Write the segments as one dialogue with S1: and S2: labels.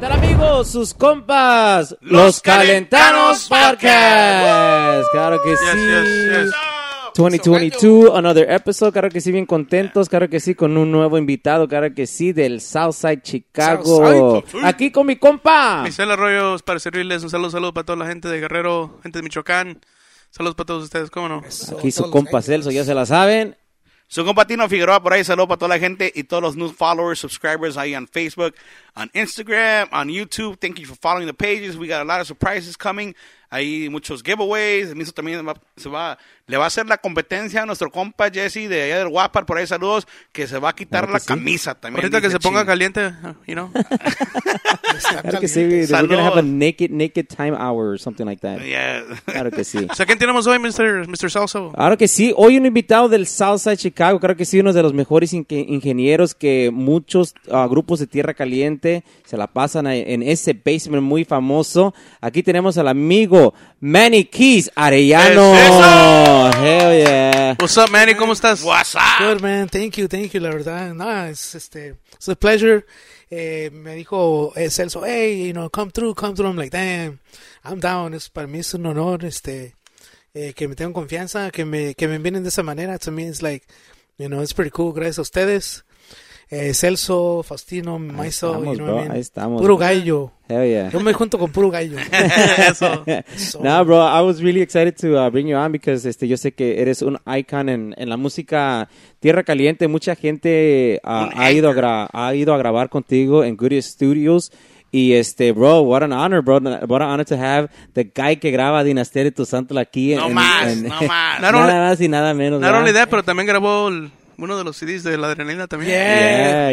S1: todos sus compas, los Calentanos Podcast. Claro que
S2: Yes, yes,
S1: sí.
S2: yes.
S1: 2022, another episode. Claro que sí, bien contentos. Claro que sí, con un nuevo invitado. Claro que sí, del Southside Chicago.
S2: Southside, sí.
S1: Aquí con mi compa.
S2: Michelle Arroyos, para servirles un saludo, saludo para toda la gente de Guerrero, gente de Michoacán. Saludos para todos ustedes, ¿cómo no?
S1: Aquí su compa Celso, ya se la saben.
S3: Su compatino Figueroa por ahí, saludo para toda la gente y todos los new followers, subscribers ahí on Facebook, on Instagram, on YouTube. Thank you for following the pages. We got a lot of surprises coming. Hay muchos giveaways. Mismo también va- se va, le va a hacer la competencia a nuestro compa Jesse de allá del Guapar, por ahí saludos, que se va a quitar la camisa también.
S2: Ahorita que
S3: dice
S2: se ponga
S3: Chino.
S2: caliente, you know.
S1: Claro que sí, we're
S3: Salud.
S1: gonna have a naked, naked time hour or something like that.
S3: Yeah.
S1: Claro que sí.
S2: O sea, ¿quién tenemos hoy, Mr. Mr. Salso?
S1: Claro que sí, hoy un invitado del Southside Chicago, creo que sí, uno de los mejores inque- ingenieros que muchos ah, grupos de Tierra Caliente se la pasan ahí en ese basement muy famoso. Aquí tenemos al amigo Manny Keys Arellano.
S2: ¡Eso!
S1: Hell yeah.
S2: What's up, Manny? ¿Cómo estás?
S3: What's
S1: Ah.
S3: up?
S4: Good man, thank you, thank you, la verdad. No, es este, it's a pleasure. Eh, me dijo eh, Celso, hey, you know, come through, come through. I'm like, damn, I'm down. Es, para mí es un honor, este, eh, que me tengan confianza, que me, que me vienen de esa manera. To me, it's like, you know, it's pretty cool. Gracias a ustedes. Eh, Celso, Faustino, Maiso,
S1: estamos,
S4: you know
S1: bro,
S4: what I mean?
S1: ahí estamos.
S4: Puro gallo.
S1: Hell yeah.
S4: Yo me junto con puro gallo.
S2: Eso.
S4: So-
S1: Nah, bro, I was really excited to uh, bring you on because este, yo sé que eres un icon en, en la música Tierra Caliente. Mucha gente uh, ha, ido a gra- ha ido a grabar contigo en Goodies Studios. Y este, bro, what an honor, bro. What an honor to have the guy que graba Dinastía de tu Santo aquí. en-
S3: No
S1: en-
S3: más,
S1: en-
S3: no más.
S1: nada
S2: Not only-
S1: más y nada menos.
S2: No era una
S1: ¿verdad?
S2: idea, pero también grabó el- uno de los CDs de la adrenalina también.
S3: eh.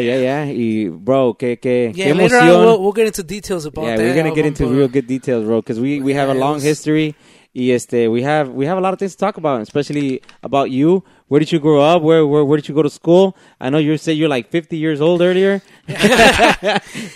S1: Yeah, yeah, yeah. Y, bro, qué, qué, qué
S4: Yeah, later
S1: emoción.
S4: on we'll, we'll get into details about
S1: yeah,
S4: that.
S1: we're gonna get
S4: album,
S1: into
S4: but-
S1: real good details, bro, because we, we have a long
S4: Yes.
S1: history. Y este, we have we have a lot of things to talk about, especially about you. Where did you grow up? Where where, where did you go to school? I know you said you're like 50 years old earlier.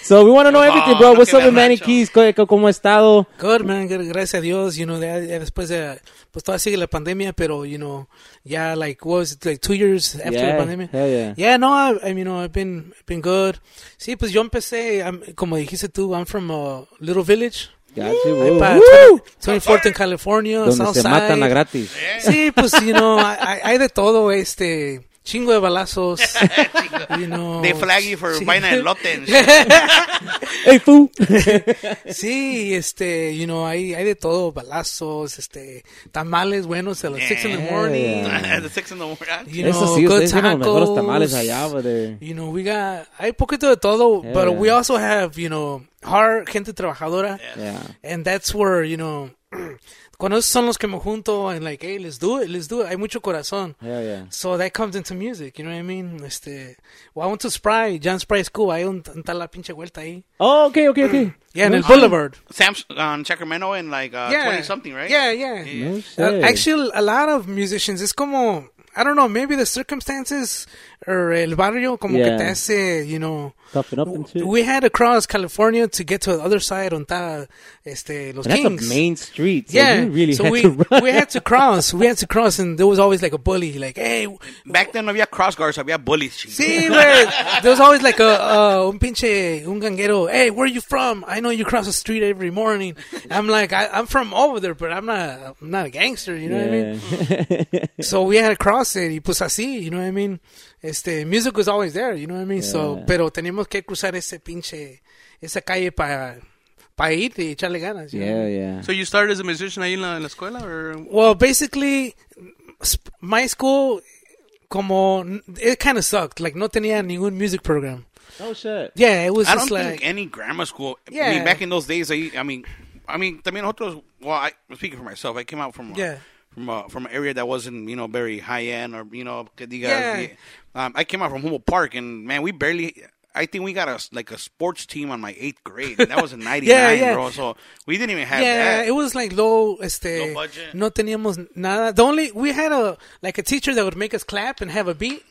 S1: so we want to know everything, bro.
S3: look
S1: What's
S3: at
S1: up with
S3: that
S1: Manny
S3: macho.
S1: Keys? Co- co- ¿Cómo ha estado?
S4: Good, man. Gra- Gracias a Dios, you know, ya- ya después de, pues todavía sigue la pandemia, pero, you know, ya, like, what was it, like, two years after
S1: Yeah,
S4: the pandemic?
S1: hell yeah.
S4: no, I, I, you know, I've been, been good. Sí, pues yo empecé, I'm- como dijiste tú, I'm from a little village.
S1: Got you,
S4: ahí
S1: woo.
S4: pa-
S1: Woo!
S4: 24th in California,
S1: Donde se
S4: Southside.
S1: matan a gratis.
S4: Sí, pues, you know, hay- hay hay de todo, este, chingo de balazos, you know.
S3: They flag you for
S4: Sí.
S3: vaina de lote and shit.
S1: Hey, fool.
S4: Sí, este, you know, hay, hay de todo, balazos, este, tamales buenos a las 6 in the morning.
S3: At the six in the morning.
S4: You
S1: Eso
S4: know,
S1: sí,
S4: good
S1: ustedes tienen los mejores tamales
S4: tacos.
S1: allá, over there.
S4: You know, we got, hay poquito de todo,
S1: Yeah,
S4: but
S1: yeah.
S4: we also have, you know, hard gente trabajadora.
S1: Yeah.
S4: And that's where, you know, cuando esos son los que me junto and like, hey, let's do it, let's do it. Hay mucho corazón.
S1: Hell yeah.
S4: So that comes into music, you know what I mean? Este, well, I went to Spry, John Spry School, hay un, un tal la pinche vuelta ahí.
S1: Oh, okay, okay, okay.
S4: Yeah, en el Boulevard.
S3: Sam's on um, Sacramento and like uh, 20 something, right?
S4: Yeah, yeah.
S1: No
S4: Uh,
S1: shit.
S4: actually, a lot of musicians, es como, I don't know, maybe the circumstances or el barrio como
S1: Yeah.
S4: que te hace, you know.
S1: Toughen up and shit.
S4: We had to cross California to get to the other side on ta, este, Los
S1: And that's
S4: Kings.
S1: a main street. So
S4: yeah,
S1: you really
S4: so
S1: had
S4: we
S1: to run.
S4: we had to cross, we had to cross, and there was always like a bully, like, hey,
S3: Back then, no había cross guards, había bullies. Chino.
S4: Sí, güey. There was always like a, uh, un pinche, un ganguero. Hey, where are you from? I know you cross the street every morning. I'm like, I, I'm from over there, but I'm not, I'm not a gangster, you know what I mean?
S1: Yeah.
S4: So we had to cross it, y pues así, you know what I mean? Este, music was always there, you know what I mean? So,
S1: Yeah.
S4: pero tenemos que cruzar ese pinche, esa calle para pa ir y echarle ganas. you know what I
S1: yeah,
S4: mean?
S1: yeah.
S2: So you started as a musician ahí en la, en la escuela? Or...
S4: Well, basically, sp- my school, como, it kind of sucked. Like, no tenía ningún music program.
S1: Oh shit.
S4: Yeah, it was
S3: I don't
S4: just like...
S3: think any grammar school. I
S4: Yeah.
S3: mean, back in those days, I, I mean, I mean, también nosotros. Well, I, speaking for myself, I came out from a-
S4: Yeah.
S3: from a, from an area that wasn't you know very high end or you know que digas,
S4: Yeah.
S3: um, I came out from Humboldt Park, and man, we barely. I think we got a s- like a sports team on my eighth grade. And that was in '99,
S4: yeah.
S3: bro. So we didn't even have
S4: Yeah,
S3: that.
S4: it was like low, este,
S3: Low budget.
S4: no teníamos nada. The only, we had a, like a teacher that would make us clap and have a beat.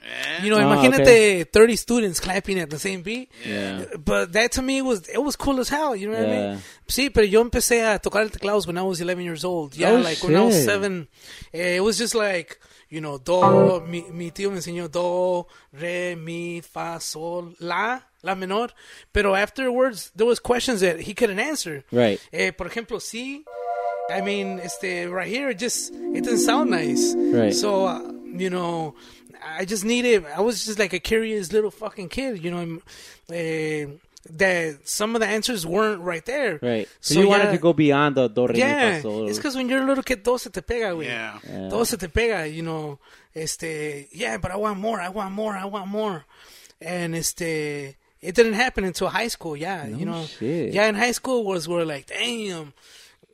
S4: You know,
S1: Ah,
S4: imagínate
S1: okay.
S4: 30 students clapping at the same beat.
S1: Yeah.
S4: But that to me was, it was cool as hell, you know what I
S1: Yeah.
S4: mean? Sí, pero yo empecé a tocar el teclados when I was 11 years old. Yeah,
S1: Oh,
S4: like when I was
S1: shit.
S4: 7. eh, It was just like, you know, do, mi, mi tío me enseñó do, re, mi, fa, sol, la, la menor. Pero afterwards, there was questions that he couldn't answer.
S1: Right.
S4: Eh, por ejemplo, si, I mean, este, right here, it just, it didn't sound nice.
S1: Right.
S4: So, uh, you know, I just needed, I was just like a curious little fucking kid, you know, I'm, eh, that some of the answers weren't right there.
S1: Right. So, you wanted
S4: yeah.
S1: to go beyond the do re mi
S4: Yeah,
S1: fa sol.
S4: it's because when you're a little kid, todo se te pega, güey.
S3: Yeah.
S1: Yeah.
S4: Todo se te pega, you know. Este, yeah, but I want more, I want more, I want more. And este, it didn't happen until high school, yeah, you know.
S1: shit.
S4: Yeah, in high school was where like, damn.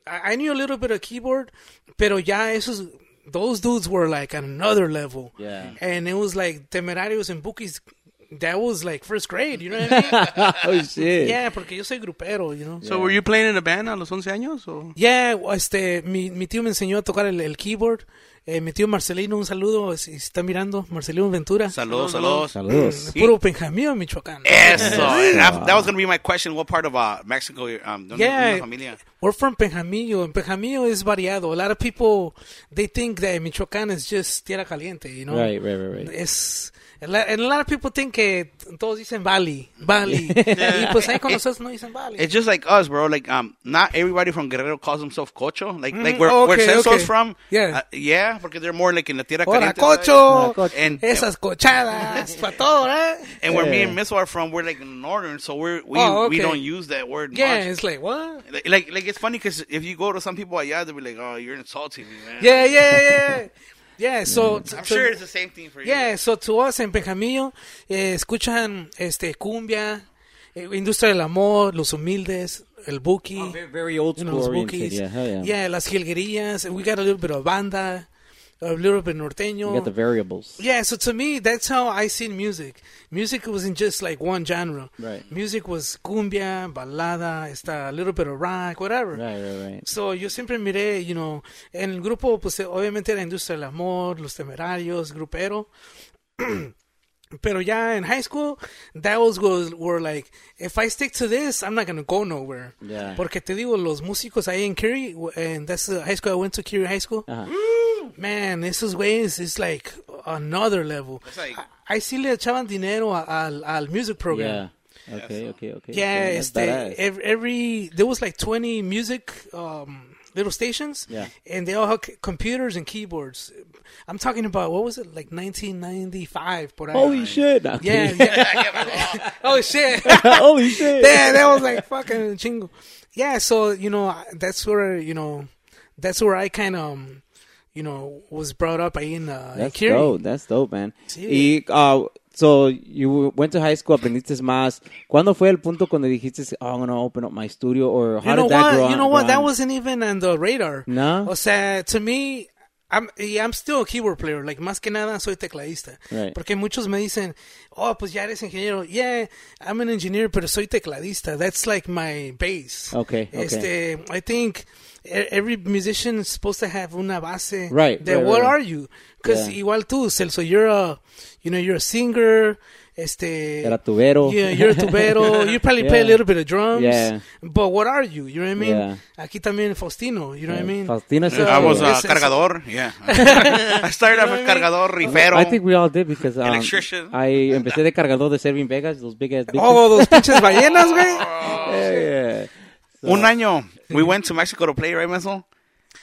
S4: I, I knew a little bit of keyboard, pero ya esos, those dudes were like at another level.
S1: Yeah.
S4: And it was like Temerarios and Bookies, that was like first grade, you know what I mean?
S1: oh shit.
S4: yeah, porque yo soy grupero, you know.
S2: So, were you playing in a band a los 11 años? O?
S4: Yeah, este, mi, mi tío me enseñó a tocar el, el keyboard. Eh, mi tío Marcelino, un saludo si si está mirando. Marcelino Ventura. Mm,
S3: Saludos, saludos.
S1: Saludos.
S4: Puro Benjamín, Michoacán.
S3: Eso. That, that was going to be my question. What part of uh, Mexico? Um, ¿dónde-
S4: Yeah,
S3: dónde familia?
S4: we're from Penjamillo, and Penjamillo is variado. A lot of people they think that Michoacán is just tierra caliente, you know.
S1: Right, right, right, right.
S4: Es a lot- and a lot of people think que todos dicen Bali, Bali. Y pues ahí con nosotros no dicen Bali.
S3: It's just like us, bro. Like, um, not everybody from Guerrero calls themself cocho. Like, like where,
S4: Oh,
S3: where
S4: okay,
S3: Celso's
S4: okay.
S3: from.
S4: Yeah.
S3: uh, yeah, because they're more like in the tierra
S4: Ahora
S3: caliente.
S4: cocho,
S1: cocho.
S3: And-
S4: esas cochadas, para todo, ¿eh?
S3: And where me
S1: Yeah.
S3: and Miss are from, we're like northern, so we're, we
S4: Oh,
S3: we
S4: okay.
S3: don't use that word
S4: Yeah,
S3: much.
S4: it's like what?
S3: Like, like, like, it's funny because if you go to some people allá, they'll be like, "Oh, you're insulting me, man."
S4: Yeah, yeah, yeah. Yeah, so t-
S3: Mm. I'm
S4: so-
S3: sure it's the same thing for you.
S4: Yeah, so to us en Benjamillo eh, escuchan este cumbia, eh, industria del amor, los humildes, el buki,
S1: Oh, Very, very old
S4: you
S1: school
S4: know, los
S1: oriented.
S4: bookies,
S1: Yeah, hell yeah.
S4: las jilguerías, we got a little bit of banda, a little bit norteño.
S1: You got the variables.
S4: Yeah, so to me, that's how I seen music. Music wasn't just like one genre.
S1: Right.
S4: Music was cumbia, balada, está a little bit of rock, whatever.
S1: Right, right, right.
S4: So, yo siempre miré, you know, en el grupo, pues eh, obviamente la industria del amor, los temerarios, grupero. Pero ya en high school, that was was- were like, if I stick to this, I'm not gonna go nowhere.
S1: Yeah.
S4: Porque te digo, los músicos ahí en Curie, and that's the high school I went to, Curie High School.
S1: Ajá.
S4: Man, esos güeyes is like another level.
S3: It's like-
S4: Ahí sí le echaban dinero a- al, al music program.
S1: Yeah. Okay, okay, okay.
S4: Yeah,
S1: okay, that's
S4: este,
S1: badass.
S4: every, every there was like twenty music um, little stations,
S1: Yeah.
S4: and they all had c- computers and keyboards. I'm talking about what was it like 1995? But
S1: Holy shit. No, I'm
S4: yeah,
S1: kidding.
S4: yeah. oh shit!
S1: Holy shit.
S4: yeah, that was like fucking chingo. Yeah, so you know I- that's where you know that's where I kind of um, you know was brought up ahí en uh, en
S1: That's
S4: Curie.
S1: dope, that's dope, man.
S4: Sí.
S1: Y, uh, so, you went to high school, aprendiste más. ¿Cuándo fue el punto cuando dijiste, oh, I'm gonna open up my studio? Or how
S4: you know
S1: did that
S4: what?
S1: grow
S4: you
S1: on-
S4: know what?
S1: grow
S4: That
S1: on?
S4: wasn't even on the radar.
S1: No?
S4: O sea, to me, I'm, yeah, I'm still a keyboard player. Like, más que nada, soy tecladista.
S1: Right.
S4: Porque muchos me dicen, oh, pues ya eres ingeniero. Yeah, I'm an engineer, pero soy tecladista. That's like my base.
S1: Okay, okay.
S4: Este, I think e- every musician is supposed to have una base.
S1: Right,
S4: De
S1: right,
S4: what
S1: right.
S4: are you? Because
S1: Yeah.
S4: igual tú, Celso, you're a, you know, you're a singer. Este,
S1: Era tubero.
S4: Yeah, you're a tubero. you probably play a
S1: Yeah.
S4: little bit of drums.
S1: Yeah.
S4: But what are you? You know what I mean?
S1: Yeah.
S4: Aquí también Faustino, you know what I mean?
S1: Faustino
S2: Eh,
S1: es el
S3: I was uh,
S4: It's- it's-
S3: cargador. Yeah, I started off as cargador, rifero.
S1: I think we all did because um,
S3: Electrician.
S1: I empecé de cargador de Serving Vegas, those big ass bitches.
S4: Oh, those pinches ballenas,
S2: Oh,
S4: güey.
S1: yeah.
S3: Un año, we went to Mexico to play, right, Meso?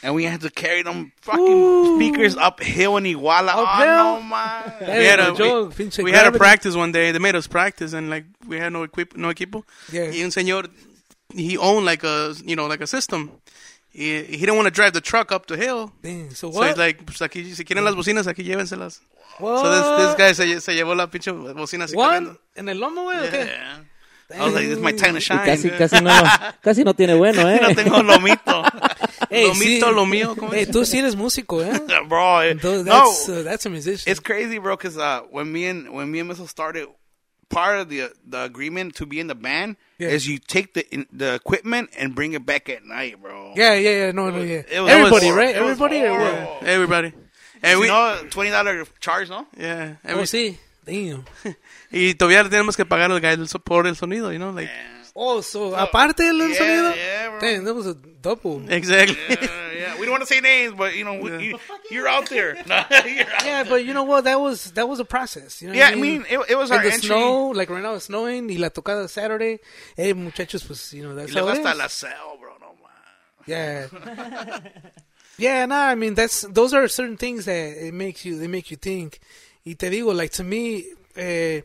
S3: And we had to carry them fucking speakers uphill in Iguala. Oh, no,
S4: Uphill?
S3: man.
S4: Hey,
S2: had a-
S4: no joke, pinche
S2: We had a
S4: gravity.
S2: practice one day. They made us practice, and like we had no equip, no equipo.
S4: Yeah.
S2: Y un señor, he owned like a, you know, like a system. He, he didn't want to drive the truck up the hill.
S4: Damn, so
S2: So
S4: what?
S2: he's like, pues aquí, si quieren las bocinas, aquí llévenselas.
S4: what?
S2: So this, this guy este se, lle- se llevó la pinche bocina así
S4: One
S2: corriendo.
S4: en el lomo, güey, o qué?
S3: Yeah. I was like, this is my time
S1: Y
S3: to shine.
S1: casi,
S3: dude.
S1: casi, no, casi no tiene bueno, ¿eh?
S3: no tengo lomito.
S4: Ey,
S2: lo
S4: sí.
S2: mito, lo mío. ¿cómo
S4: Ey,
S2: es?
S4: tú sí eres músico, ¿eh?
S3: bro, it- no,
S4: Tho- That's, uh, that's a musician.
S3: it's crazy, bro. Cause uh, when me and when me and Missile started, part of the the agreement to be in the band
S4: Yeah.
S3: is you take the in, the equipment and bring it back at night, bro.
S4: yeah, yeah, yeah, no, no, yeah.
S3: It was-
S4: Everybody,
S3: it was-
S4: right?
S3: it was
S4: Everybody?
S3: horrible.
S4: Yeah.
S2: Everybody. And
S3: You
S2: we,
S3: know, twenty dollar charge, no?
S2: yeah, and
S4: Oh,
S2: we-
S4: sí. Damn.
S2: Y todavía le tenemos que pagar al guy del so- por el sonido, you know, like,
S4: Oh, so, aparte del
S3: yeah,
S4: sonido.
S3: yeah, bro.
S4: Damn, that was a double.
S2: Exactly.
S3: Uh, yeah, we don't want to say names, but you know, we- you, you're out there. You're out-
S4: Yeah, but you know what? That was that was a process. You know
S3: yeah,
S4: what
S3: I mean, it, it was
S4: And
S3: our
S4: the
S3: entry.
S4: snow, like right now it's snowing, y la tocada Saturday. Hey, muchachos, pues, you know,
S3: Y
S4: that's
S3: luego
S4: how it
S3: hasta
S4: is.
S3: la cel, bro. No, man.
S4: Yeah. yeah, no, I mean that's those are certain things that it makes you they make you think. Y te digo, like to me, eh,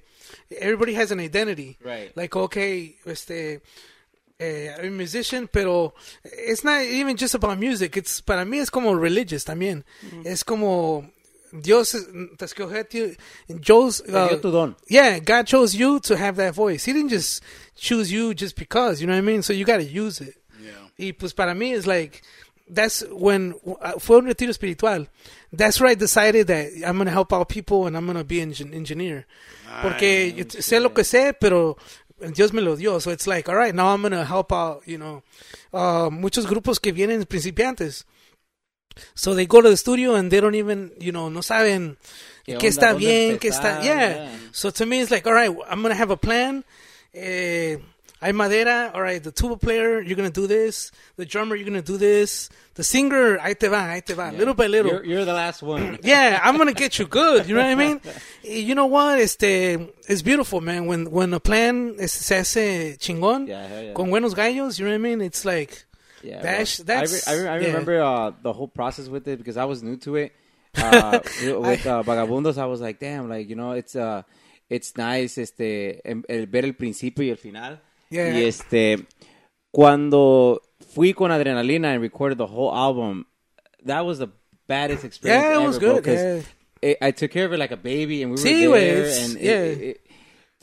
S4: everybody has an identity.
S1: Right.
S4: Like okay, este eh, I'm a musician, pero it's not even just about music. It's para mí es como religious también.
S1: Mm-hmm.
S4: Es como Dios es- te escogió a ti. Dios, uh,
S1: dio tu don.
S4: Yeah, God chose you to have that voice. He didn't just choose you just because. You know what I mean? So you got to use it. Y pues para mí es like that's when uh, fue un retiro espiritual. That's where I decided that I'm gonna help out people and I'm gonna be an engin- engineer. Porque yo t- sé lo que sé, pero Dios me lo dio. So it's like, all right, now I'm gonna help out, you know, uh, muchos grupos que vienen principiantes. So they go to the studio and they don't even, you know, no saben
S1: ¿Qué onda?
S4: qué, está
S1: ¿Dónde
S4: bien, qué
S1: empezar?
S4: está, yeah.
S1: Yeah.
S4: So to me it's like, all right, I'm gonna have a plan. Eh, hay madera, all right, the tuba player, you're gonna do this. The drummer, you're gonna do this. The singer, ahí te va, ahí te va, little by little.
S1: You're, you're the last one.
S4: yeah, I'm gonna get you good. You know what I mean? Eh, You know what? Este, it's beautiful, man. When when a plan es, se hace chingón
S1: Yeah, hell yeah.
S4: con buenos gallos, you know what I mean? It's like
S1: Yeah,
S4: That's-
S1: bro. I re-
S4: that's-
S1: I, re- I,
S4: yeah.
S1: remember uh, the whole process with it because I was new to it. Uh, with- with uh, Vagabundos, I was like, damn, like you know, it's uh, it's nice, este, em- el ver el principio y el final.
S4: Yeah.
S1: Y este, cuando fui con adrenalina and recorded the whole album, that was the baddest experience.
S4: Yeah, it
S1: ever,
S4: was
S1: bro,
S4: good,
S1: 'cause
S4: yeah.
S1: it- I took care of it like a baby, and we
S4: Sí,
S1: were
S4: güey,
S1: there,
S4: it's-
S1: and it-
S4: yeah.
S1: it- it-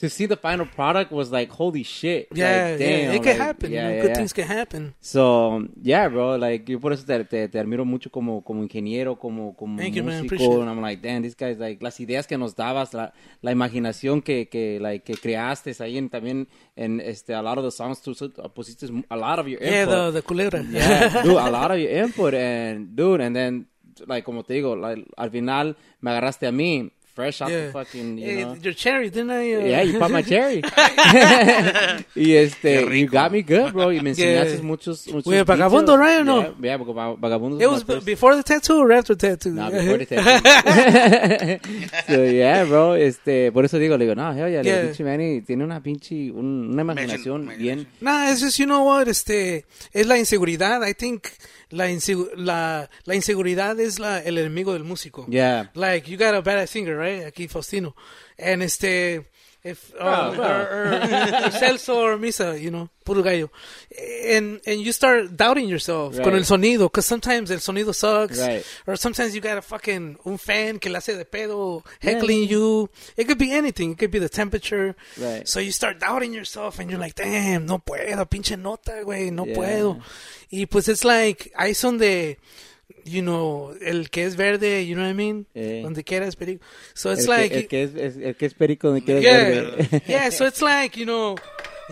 S1: to see the final product was like, holy shit!
S4: yeah,
S1: like,
S4: yeah,
S1: damn,
S4: it can
S1: like,
S4: happen.
S1: yeah,
S4: you know,
S1: yeah,
S4: good
S1: yeah.
S4: things can happen.
S1: So, yeah, bro, like, yo por eso te, te, te admiro mucho como, como ingeniero, como, como
S4: Thank you, man.
S1: músico.
S4: Appreciate it.
S1: and I'm like, damn, this guy's like, las ideas que nos dabas, la, la imaginación que, que, like, que creaste ahí en, también en, este, a lot of the songs, tú tú pusiste a lot of your
S4: Yeah,
S1: input.
S4: the the culebra.
S1: Yeah, dude, a lot of your input and dude, and then like como te digo, like, al final me agarraste a mí fresh out
S4: Yeah.
S1: the fucking, you
S4: Eh,
S1: know.
S4: Your cherry, didn't I? uh,
S1: Yeah, Eh, you popped my cherry. y este, you got me good, bro. Y me
S4: Yeah.
S1: enseñaste muchos, muchos.
S4: Güey,
S1: details.
S4: vagabundo, right, or no?
S1: Yeah, yeah, porque va- vagabundo.
S4: It was b- before the tattoo or after tattoo?
S1: No, before the tattoo. so, yeah, bro. Este, por eso digo, le digo, no, hell yeah, le digo,
S4: Yeah.
S1: pinche Manny tiene una pinche, un- una imaginación bien.
S4: Nah, it's just, you know what, este, es la inseguridad. I think la, insegu- la, la inseguridad es la, el enemigo del músico.
S1: Yeah.
S4: Like, you got a badass singer, right? Aquí Faustino. And este, if,
S1: Ah,
S4: uh,
S1: bro.
S4: or, or, or Celso or Misa, you know, puro gallo. And, and you start doubting yourself
S1: Right.
S4: con el sonido, because sometimes el sonido sucks.
S1: Right.
S4: Or sometimes you got a fucking, un fan que le hace de pedo, heckling you. It could be anything. It could be the temperature.
S1: Right.
S4: So you start doubting yourself and you're like, damn, no puedo, pinche nota, güey, no
S1: Yeah.
S4: puedo. Y pues it's like, ahí es donde, you know, el que es verde, you know what I mean?
S1: Eh.
S4: Donde quiera es perico. So it's
S1: el,
S4: like,
S1: que, el que es, es- el que es perico donde quiera es
S4: yeah,
S1: verde.
S4: yeah, so it's like, you know,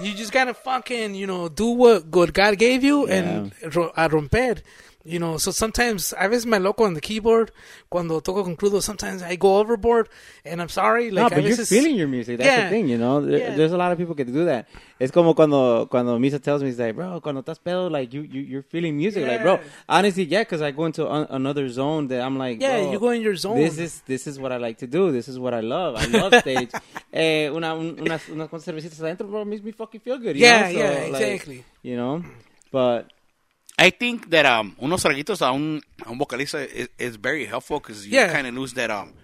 S4: you just gotta fucking, you know, do what God, God gave you and ro a romper. You know, so sometimes, a veces me loco on the keyboard, cuando toco con crudo, sometimes I go overboard, and I'm sorry, like,
S1: no,
S4: a
S1: but you're
S4: veces-
S1: feeling your music. That's the
S4: Yeah.
S1: thing, you know. There-
S4: Yeah.
S1: There's a lot of people that do that. It's como cuando cuando Misa tells me, he's like, bro, cuando estás pedo, like you you you're feeling music, like, bro.
S4: Yeah.
S1: Honestly, yeah, because I go into an another zone that I'm like,
S4: Yeah,
S1: bro,
S4: you go in your zone.
S1: This is this is what I like to do. This is what I love. I love stage. eh, una un- unas unas cuantas cervecitas adentro, bro, makes me fucking feel good. you
S4: Yeah,
S1: know? So,
S4: yeah,
S1: like,
S4: exactly.
S1: you know, but
S3: I think that um, unos traguitos a un, a un vocalista is, is very helpful because you
S4: Yeah.
S3: kind of lose that um,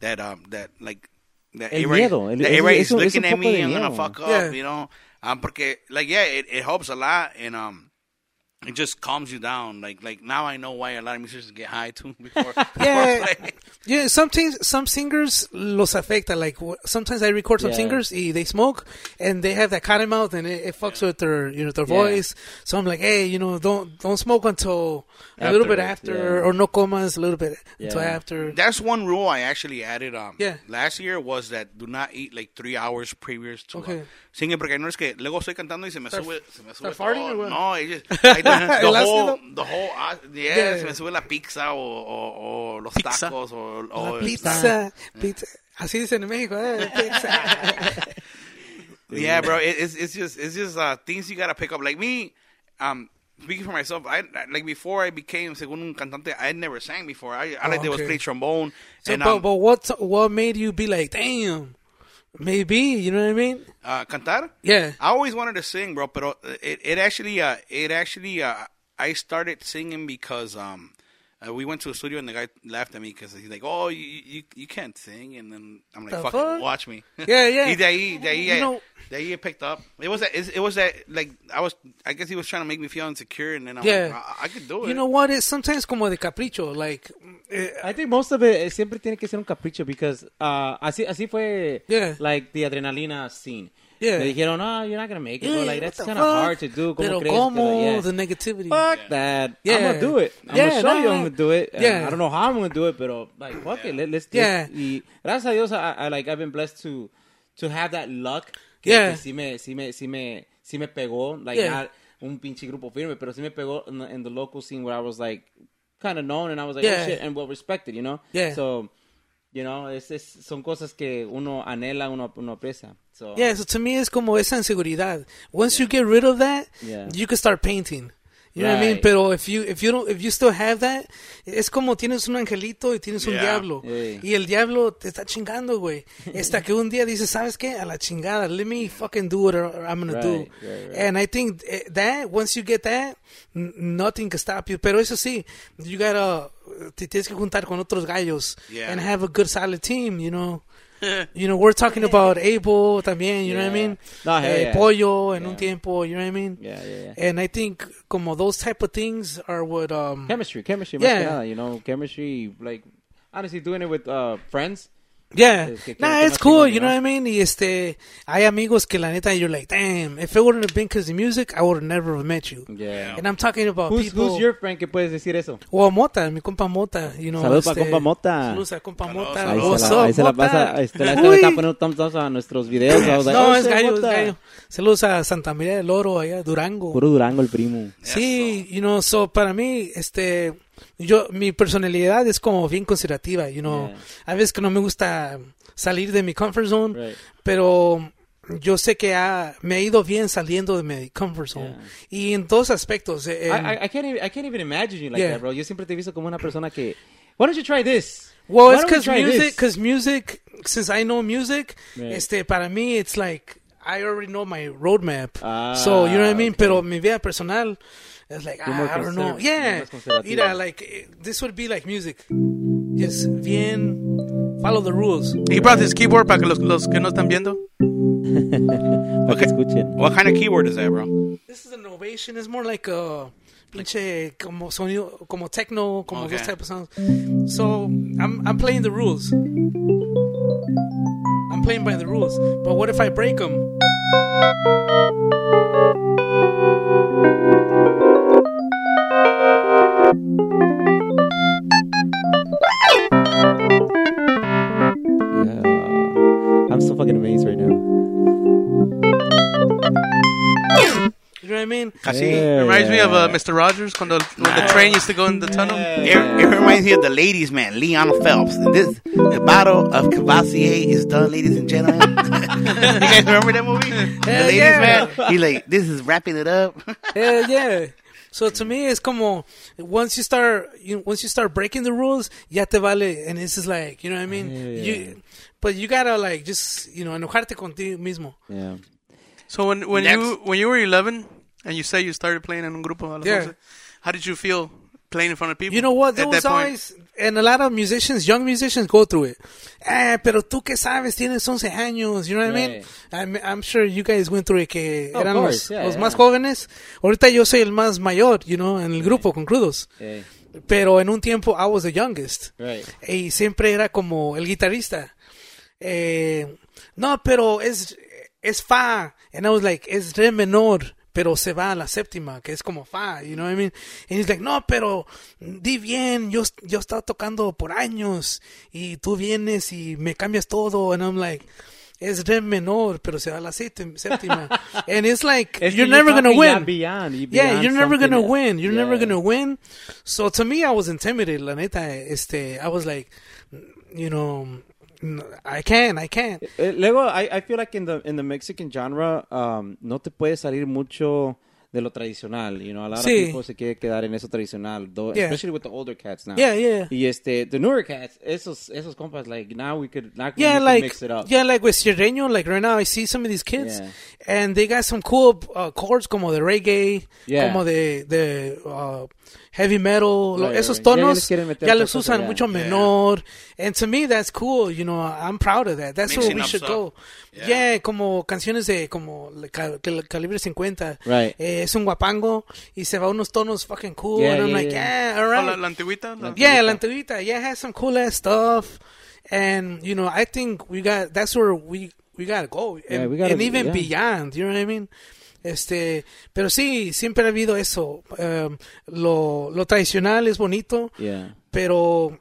S3: that um, that like that
S1: El
S3: A-Ray-
S1: miedo, el-
S3: that
S1: es-
S3: A-Ray
S1: es
S3: is
S1: un- es un
S3: looking at
S1: poco
S3: me.
S1: de
S3: I'm gonna
S1: miedo.
S3: fuck up,
S4: Yeah.
S3: you know. Um, porque like yeah, it, it helps a lot and um. It just calms you down. Like like now I know why a lot of musicians get high too before.
S4: Yeah.
S3: before playing.
S4: Yeah, sometimes some singers los afecta. Like wh- sometimes I record some
S1: Yeah.
S4: singers, eh, they smoke and they have that cotton mouth, and it, it fucks with their you know their
S1: Yeah.
S4: voice. So I'm like, hey, you know, don't don't smoke until a little bit
S1: Afterwards,
S4: after,
S1: yeah.
S4: or no comas a little bit until
S1: Yeah.
S4: after.
S3: That's one rule I actually added um
S4: Yeah.
S3: last year was that do not eat like three hours previous to
S4: Okay.
S3: uh, singing porque no es que luego estoy cantando y se me sube se me sube
S4: start farting
S3: todo.
S4: or what?
S3: no it just like, the,
S4: ¿El
S3: the whole
S4: ácido?
S3: the whole uh, yeah,
S4: Yeah.
S3: se me sube la pizza o, o, o los
S2: Pizza.
S3: tacos o,
S4: La
S3: o
S1: Ah.
S4: pizza, pizza. Así dicen en México, eh, pizza.
S1: dude.
S3: Yeah, bro. It, it's it's just it's just uh, things you gotta pick up. Like me, um, speaking for myself, I I- like before I became según un cantante, I never sang before. I all I did was
S4: Oh, okay.
S3: play trombone.
S4: So,
S3: and,
S4: but,
S3: um,
S4: but what what made you be like, damn, maybe you know what I mean?
S3: uh, cantar.
S4: Yeah.
S3: I always wanted to sing, bro. But it it actually uh it actually uh I started singing because um. Uh, we went to a studio and the guy laughed at me because he's like, "Oh, you, you you can't sing," and then I'm like,
S4: The
S3: "Fuck,
S4: fuck?
S3: it, watch me."
S4: Yeah, yeah.
S3: Y de ahí, de ahí,
S4: You know-
S3: de ahí, it picked up. It was that. It was that. Like I was. I guess he was trying to make me feel insecure, and then I'm
S4: Yeah.
S3: like, I, I could do it.
S4: You know what? It's sometimes como de capricho, like eh,
S1: I think most of it eh, siempre tiene que ser un capricho because uh, así así fue
S4: Yeah.
S1: like the adrenalina scene.
S4: Yeah.
S1: Me dijeron, "No, you're not going to make it."
S4: eh,
S1: bro. Like that's
S4: what the
S1: kind of hard to
S4: fuck?
S1: do. ¿Cómo
S4: Pero
S1: crees?
S4: como
S1: Yeah.
S4: the negativity.
S1: fuck that.
S4: Yeah.
S1: I'm gonna do it. I'm
S4: Yeah,
S1: gonna show you
S4: no,
S1: I'm
S4: no.
S1: gonna do it. And
S4: Yeah.
S1: I don't know how I'm gonna do it, but uh, like fuck it, let, let's do
S4: Yeah.
S1: it. Y gracias a Dios, I, I like I've been blessed to to have that luck. Que,
S4: Yeah.
S1: que sí me sí me sí me sí me pegó like
S4: Yeah.
S1: not un pinche grupo firme, pero sí me pegó in the, in the local scene where I was like kind of known and I was like
S4: Yeah.
S1: oh shit and well respected, you know.
S4: Yeah.
S1: So. You know, es, es, son cosas que uno anhela, uno, uno aprecia. So,
S4: Yeah, so to me it's como esa inseguridad. Once you get rid of that,
S1: Yeah.
S4: you can start painting. You know what I mean?
S1: Right.
S4: Pero if you if you don't if you still have that, es como tienes un angelito y tienes un
S3: Yeah.
S4: diablo
S1: Ey.
S4: y el diablo te está chingando, güey. Hasta que un día dices, "¿Sabes qué? A la chingada, let me fucking do what I'm gonna do."
S1: Right, right, right.
S4: And I think eh, that once you get that, n- nothing can stop you. Pero eso sí, you gotta te tienes que juntar con otros gallos
S3: Yeah.
S4: and have a good solid team, you know. You know, we're talking about Abel también, you know what I
S1: Yeah.
S4: mean?
S1: No, hey,
S4: Eh,
S1: yeah.
S4: Pollo en un
S1: Yeah.
S4: tiempo, you know what I mean?
S1: Yeah, yeah, yeah.
S4: And I think como those type of things are what um
S1: chemistry, chemistry, más que
S4: Yeah.
S1: nada, you know, chemistry, like, honestly, doing it with uh, friends,
S4: Yeah.
S1: Es que
S4: nah,
S1: quiero
S4: it's
S1: que más
S4: cool,
S1: chingón,
S4: you know what I
S1: ¿no?
S4: mean? Y este hay amigos que la neta you're like, "Damn, if it wouldn't have been cuz the music, I would have never have met you."
S1: yeah.
S4: And I'm talking about
S1: Who's,
S4: people
S1: who's your friend que puedes decir eso?
S4: Well, Mota, mi compa Mota, you know.
S1: Saludos pa' compa Mota.
S4: Saludos a compa Mota.
S1: Ahí
S4: What's
S1: se la,
S4: up,
S1: ahí se la
S4: Mota?
S1: pasa, este, la
S4: Uy.
S1: está poniendo thumbs ups a nuestros videos, I was like,
S4: no,
S1: oh,
S4: es
S1: shit,
S4: gallo,
S1: what
S4: es
S1: the-
S4: gallo. Saludos a Santa María del Oro, allá, Durango.
S1: Puro Durango el primo.
S4: Sí, you know, so para mí, este, yo, mi personalidad es como bien conservativa, you know.
S1: Yeah.
S4: A veces que no me gusta salir de mi comfort zone,
S1: Right.
S4: pero yo sé que ha- me ha ido bien saliendo de mi comfort zone. Y en dos aspectos. eh, en-
S1: I, I, I can't even, I can't even imagine you like
S4: Yeah.
S1: that, bro. Yo siempre te he visto como una persona que, why don't you try this?
S4: Well,
S1: Why
S4: it's
S1: don't we
S4: because
S1: try
S4: music,
S1: this?
S4: because music, since I know music,
S1: Right.
S4: este, para mí, it's like, I already know my roadmap.
S1: Ah,
S4: so, you know what I mean?
S1: okay.
S4: Pero mi vida personal, it's like,
S1: You're more
S4: ah, I don't know.
S1: conserv-
S4: Yeah.
S1: you're más conservativo.
S4: Mira, like, eh, this would be like music. Just bien, follow the rules.
S2: He brought his keyboard para que los, los que no están viendo.
S3: Okay.
S1: Escuchen.
S3: What kind of keyboard is that, bro?
S4: This is an ovation. It's more like a pinche como sonido, como techno, como
S3: Okay.
S4: those type of sounds. So I'm I'm playing the rules. I'm playing by the rules. But what if I break them?
S1: Yeah. I'm so fucking amazed right now.
S4: You know what I mean?
S3: Casi.
S1: Yeah.
S2: Reminds me of uh, Mr. Rogers cuando when the train used to go in the tunnel.
S3: It, it reminds me of the ladies' man, Leon Phelps. And this, the bottle of Cavassier is done, ladies and gentlemen. you guys remember that movie? The ladies'
S4: yeah.
S3: man. He like, this is wrapping it up.
S4: Hell Eh, yeah. So to me, it's como once you start, you once you start breaking the rules, ya te vale, and this is like, you know what I mean? You, but you gotta like just, you know, enojarte contigo mismo.
S1: Yeah.
S2: So when when
S3: Next.
S2: you when you were 11 and you say you started playing in un grupo, a los
S4: Yeah.
S2: 11, how did you feel playing in front of people?
S4: You know what? There
S2: At that
S4: was always, and a lot of musicians, young musicians, go through it. Eh, pero tú que sabes, tienes 11 años. You know what
S1: Right.
S4: I mean? I'm, I'm sure you guys went through it. Que
S1: Of
S4: eran los,
S1: course, yeah,
S4: los
S1: yeah.
S4: más jóvenes. Ahorita yo soy el más mayor, you know, en el grupo con crudos.
S1: Hey.
S4: Pero en un tiempo, I was the youngest.
S1: Right.
S4: Y siempre era como el guitarrista. Eh, no, pero es, es fa. And I was like, es re menor, pero se va a la séptima, que es como fa, you know what I mean? And he's like, no, pero di bien, yo, yo estaba tocando por años y tú vienes y me cambias todo. And I'm like, es re menor, pero se va a la séptim- séptima. And it's like,
S1: Es que
S4: you're never gonna
S1: talking ya
S4: win.
S1: Beyond, y
S4: Yeah,
S1: beyond
S4: you're never
S1: something
S4: gonna
S1: else.
S4: win. You're never
S1: Yeah.
S4: gonna win. So to me, I was intimidated. La neta, este, I was like, you know, No, I can, I can.
S1: Eh, Luego, I, I feel like in the, in the Mexican genre, um, no te puede salir mucho de lo tradicional, you know, a lot
S4: Sí.
S1: of people se quiere quedar en eso tradicional, though,
S4: Yeah.
S1: especially with the older cats now.
S4: Yeah, yeah.
S1: Y este, the newer cats, esos, esos compas, like, now we could, now we
S4: Yeah,
S1: could
S4: like
S1: mix it up.
S4: yeah, like with Sireno, like right now I see some of these kids,
S1: Yeah.
S4: and they got some cool uh, chords como de reggae,
S1: Yeah.
S4: como de de uh, heavy metal. lo-
S1: Right,
S4: esos
S1: right, right. Ya
S4: tonos
S1: les quieren meter
S4: ya
S1: otra
S4: los
S1: cosa,
S4: usan
S1: yeah.
S4: mucho
S3: Yeah.
S4: menor, and to me that's cool. You know, I'm proud of that. That's where
S3: Mixing
S4: we
S3: up
S4: should
S3: stuff.
S4: go.
S3: Yeah.
S4: Yeah. como canciones de como le- cal- cal- calibre 50.
S1: Right.
S4: Eh, es un guapango y se va a unos tonos fucking cool,
S1: Yeah,
S4: and I'm
S1: yeah,
S4: like,
S1: yeah.
S4: yeah, all
S2: Oh,
S4: right.
S2: la, la antigüita. la-
S4: Yeah, La Antigüita. Yeah, it has some cool ass stuff, and you know, I think we got that's where we we gotta go, and,
S1: Yeah, we gotta
S4: and
S1: be-
S4: even
S1: yeah.
S4: beyond. You know what I mean? Este, pero sí, siempre ha habido eso. Um, lo lo tradicional es bonito,
S1: Yeah.
S4: pero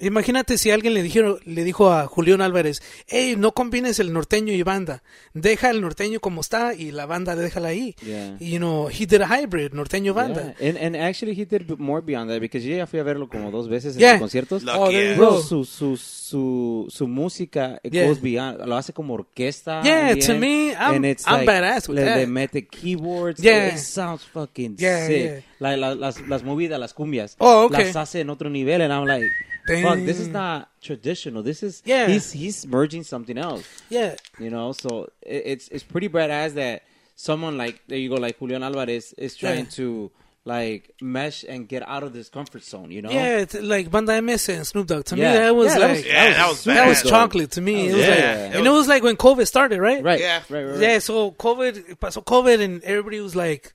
S4: imagínate si alguien le dijeron, le dijo a Julián Álvarez, hey, no combines el norteño y banda, deja el norteño como está y la banda déjala ahí.
S1: Yeah.
S4: Y, You know, he did a hybrid norteño banda.
S1: Yeah. And, and actually he did more beyond that, because yo ya fui a verlo como dos veces en
S4: Yeah.
S1: sus conciertos.
S3: Lucky
S4: Oh, there you
S3: ass.
S1: Bro,
S4: go.
S1: su, su, su, su música it
S4: Yeah.
S1: goes beyond, lo hace como orquesta.
S4: Yeah,
S1: bien,
S4: to me, I'm-
S1: and it's
S4: I'm
S1: like,
S4: badass with
S1: le,
S4: that.
S1: le mete keyboards.
S4: Yeah.
S1: It sounds fucking
S4: Yeah,
S1: sick.
S4: yeah.
S1: La- la- las, las movidas, las cumbias.
S4: Oh, okay.
S1: Las hace en otro nivel, and I'm like, fuck,
S4: Damn.
S1: this is not traditional. This is,
S4: Yeah.
S1: he's, he's merging something else,
S4: Yeah.
S1: you know? So it, it's, it's pretty badass that someone like, there you go, like Julian Alvarez is trying
S4: Yeah.
S1: to like mesh and get out of this comfort zone, you know?
S4: Yeah, it's like Banda MS and Snoop Dogg. To
S1: Yeah.
S4: me, that was
S1: Yeah, that
S4: like
S1: was-
S3: Yeah, that was
S1: super
S4: that was
S3: bad.
S4: chocolate to me. It was
S3: Yeah.
S4: like,
S3: Yeah.
S4: and it was like when COVID started, right?
S1: Right.
S3: Yeah.
S1: Right, right, right.
S4: Yeah. So COVID, so COVID, and everybody was like,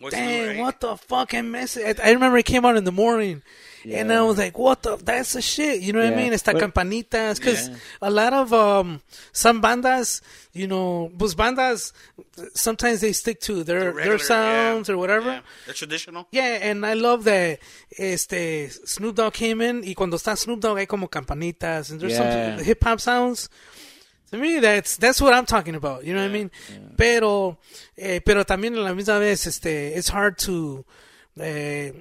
S3: What's new,
S4: "Dang,
S3: right?
S4: what the fucking message?" I, I remember it came out in the morning. And I
S1: Yeah.
S4: was like, "What the? That's the shit." You know what
S1: Yeah.
S4: I mean? It's that
S1: But-
S4: campanitas because
S1: Yeah.
S4: a lot of um some bandas, you know, pues bandas. Sometimes they stick to their
S3: Regular,
S4: their sounds
S3: yeah,
S4: or whatever.
S3: yeah. The traditional.
S4: Yeah, and I love that este Snoop Dogg came in y cuando está Snoop Dogg hay como campanitas and there's
S1: Yeah.
S4: some hip hop sounds. To me that's that's what I'm talking about, you know what I mean? Pero eh, pero también a la misma vez este it's hard to eh,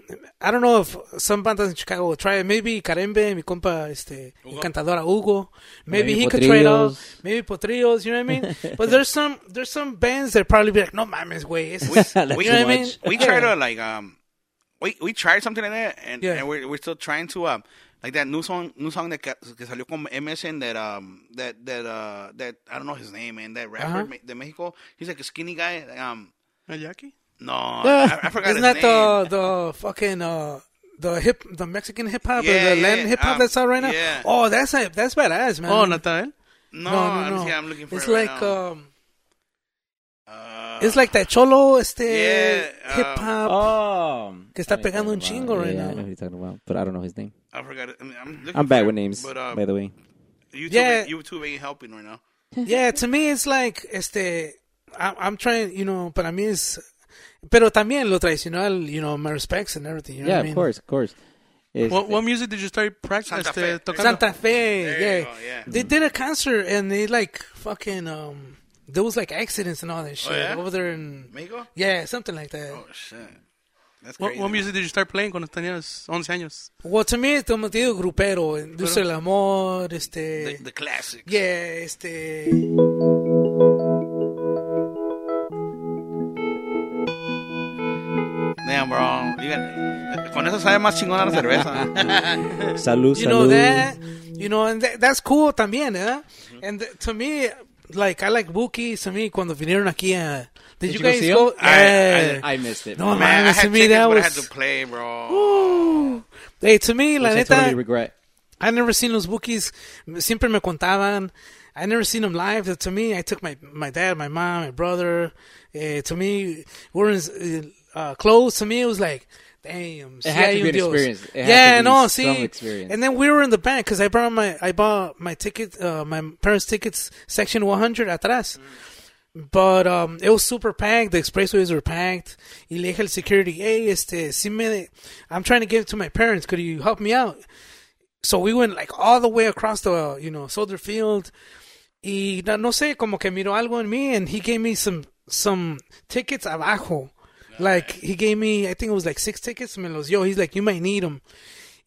S4: I don't know if some bandas in Chicago will try it. Maybe Karembe, mi compa, este, cantadora Hugo. Maybe,
S1: Maybe
S4: he could trade off.
S1: Potrillos.
S4: Maybe Potrillos, you know what I mean? but there's some there's some bands that probably be like, no mames, güey. eso es-
S1: That's
S4: you know
S1: too
S4: what I mean?
S1: much.
S3: we
S4: Yeah.
S3: try to like um we we tried something like that and,
S4: Yeah.
S3: and we're, we're still trying to um like that new song new song that ca- que salió con MSN that um that that uh that I don't know his name man that rapper
S4: Uh-huh.
S3: me- de Mexico he's like a skinny guy um
S2: ¿El Jackie?
S3: no I, I forgot
S4: Isn't
S3: his
S4: that
S3: name
S4: the the fucking uh the hip the Mexican hip hop
S3: Yeah,
S4: or the
S3: yeah,
S4: Latin hip hop
S3: um,
S4: that's out right now?
S3: yeah.
S4: Oh, that's a, that's badass, man.
S2: Oh, Natael.
S3: no,
S4: No, no,
S3: I'm,
S4: no.
S3: yeah, I'm looking for
S4: it's
S3: it right
S4: like
S3: now.
S4: um,
S3: uh,
S4: it's like that cholo este
S3: yeah, um,
S4: hip hop.
S1: Oh,
S4: Que está pegando un chingo right
S1: yeah,
S4: now.
S1: I know who you're talking about, but I don't know his name.
S3: I forgot it. I mean, I'm, looking
S1: I'm
S3: for
S1: bad
S3: it,
S1: with names,
S3: but uh,
S1: by the way.
S3: YouTube
S4: Yeah.
S3: ain't- YouTube ain't helping right now
S4: yeah, to me it's like este I, I'm trying, you know, para mí es pero también lo tradicional, you know, my respects and everything. You know
S1: yeah,
S4: what I
S1: of
S4: mean?
S1: course, of course. Este,
S2: What, what music did you start practicing?
S3: Santa
S2: Este,
S3: Fe.
S2: tocando?
S4: Santa Fe,
S3: There
S4: yeah.
S3: you go, yeah.
S4: They did a concert and they like fucking um there was like accidents and all that shit
S3: Oh, yeah?
S4: over there in
S3: Mexico
S4: Yeah, something like that.
S3: oh shit that's
S2: What,
S3: crazy
S2: what music did you start playing cuando tenías 11 años?
S4: Well, to me, como te digo, grupero, industria del amor,
S3: the,
S4: este,
S3: the classics
S4: yeah, este,
S3: Damn, bro. You got- Con eso sabe más chingona la cerveza.
S1: salud,
S4: you know
S1: salud.
S4: that, you know, and that, that's cool también, eh? And th- to me, like, I like Buki, to me, cuando vinieron aquí a,
S1: Did
S4: did, you,
S1: you go
S4: guys
S1: see
S4: go?
S1: him?
S4: Yeah.
S1: I missed it.
S4: no,
S3: Man, I
S4: man,
S3: had
S4: to me,
S3: tickets,
S4: that
S3: but I had to
S4: was,
S3: play, bro.
S4: hey, to me, la
S1: Which I
S4: neta,
S1: totally regret.
S4: I never seen los bookies. Siempre me contaban. I never seen them live. To me, I took my my dad, my mom, my brother. Eh, to me, we're in, uh, close. To me, it was like, damn. sí
S1: had to
S4: hay
S1: be
S4: un
S1: an
S4: Dios.
S1: experience. It had
S4: yeah,
S1: to be
S4: no,
S1: some
S4: see.
S1: experience.
S4: And then we were in the back because I brought my I bought my ticket, uh, my parents' tickets, section 100 atrás. But um, it was super packed. The expressways were packed. Y le dije al security, hey, este, si me, I'm trying to give it to my parents. Could you help me out? So we went like all the way across the, you know, Soldier Field. Y no, no sé, como que miró algo en mí and he gave me some, some tickets abajo. Like, he gave me, I think it was like six tickets, me los dio. He's like, you might need them.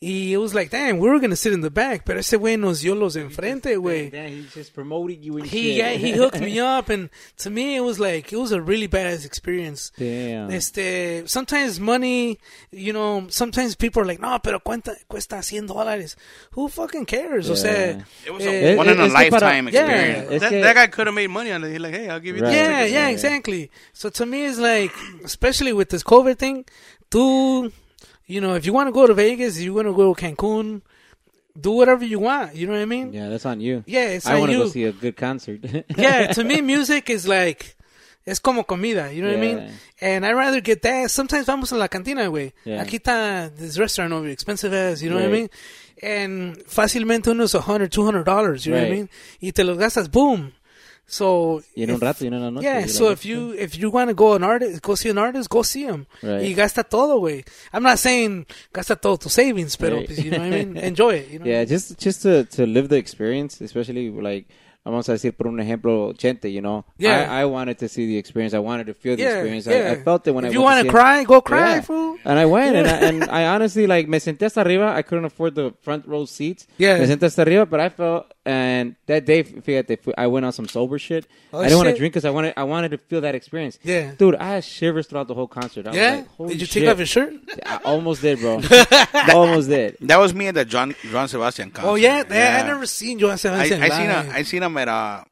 S4: Y it was like, damn, we were gonna sit in the back, pero ese güey nos dio los de enfrente, güey.
S1: Damn, he's just promoting you and
S4: He
S1: shit.
S4: yeah, he hooked me up, and to me it was like it was a really badass experience.
S1: Damn.
S4: Este, sometimes money, you know, sometimes people are like, no, pero cuenta, cuesta 100 dólares. Who fucking cares? O
S1: Yeah.
S4: sea,
S3: It was a
S4: eh,
S3: one in a
S1: es que para-
S3: lifetime
S4: yeah.
S3: experience.
S1: Es
S2: that,
S1: que-
S2: that guy could have made money on it. He's like, hey, I'll give you
S1: Right.
S2: this.
S4: yeah,
S2: ticket.
S4: yeah, exactly. So to me, it's like, especially with this COVID thing, do you know if you want to go to Vegas, you want to go to Cancun, do whatever you want. You know what I mean?
S1: Yeah, that's on you.
S4: Yeah, it's
S1: I
S4: on
S1: wanna
S4: you.
S1: go see a good concert.
S4: yeah, to me, music is like, es como comida, you know what I mean? And I rather get that. Sometimes vamos a la cantina, güey.
S1: Yeah.
S4: Aquí está this restaurant over here, expensive as, you know what I
S1: Right.
S4: mean? And fácilmente unos 100, 200 dollars, you know what I
S1: Right.
S4: mean? Y te los gastas, boom. So,
S1: Y en un
S4: if-
S1: rato, y en una noche.
S4: yeah,
S1: y la
S4: so
S1: noche.
S4: if you if you want to go an artist, go see an artist, go see him.
S1: Right.
S4: Y gasta todo, güey. I'm not saying gasta todo tu savings, pero
S1: Right.
S4: pues, you know what I mean. Enjoy it. You know?
S1: Yeah, just just to to live the experience, especially like vamos a decir por un ejemplo, Chente, you know.
S4: Yeah.
S1: I, I wanted to see the experience. I wanted to feel the
S4: Yeah,
S1: experience.
S4: yeah.
S1: I, I felt it when
S4: If
S1: I
S4: you
S1: went to
S4: wanna
S1: see him.
S4: cry, go cry, fool.
S1: And I went and I, and I honestly like me senté hasta arriba. I couldn't afford the front row seats.
S4: Yeah.
S1: Me senté hasta arriba, but I felt and that day fíjate, fu- I went on some sober shit.
S4: Oh,
S1: I didn't want to
S4: shit.
S1: drink cuz I wanted I wanted to feel that experience.
S4: Yeah.
S1: Dude, I had shivers throughout the whole concert. I
S4: Yeah?
S1: was like, Holy
S4: Did you
S1: shit.
S4: take off your shirt?
S1: I almost did, bro. almost did.
S3: That was me at the John John Sebastian concert.
S4: Oh yeah, yeah. I never seen Joan Sebastian.
S3: I, I seen
S4: live.
S3: him. I seen him at uh,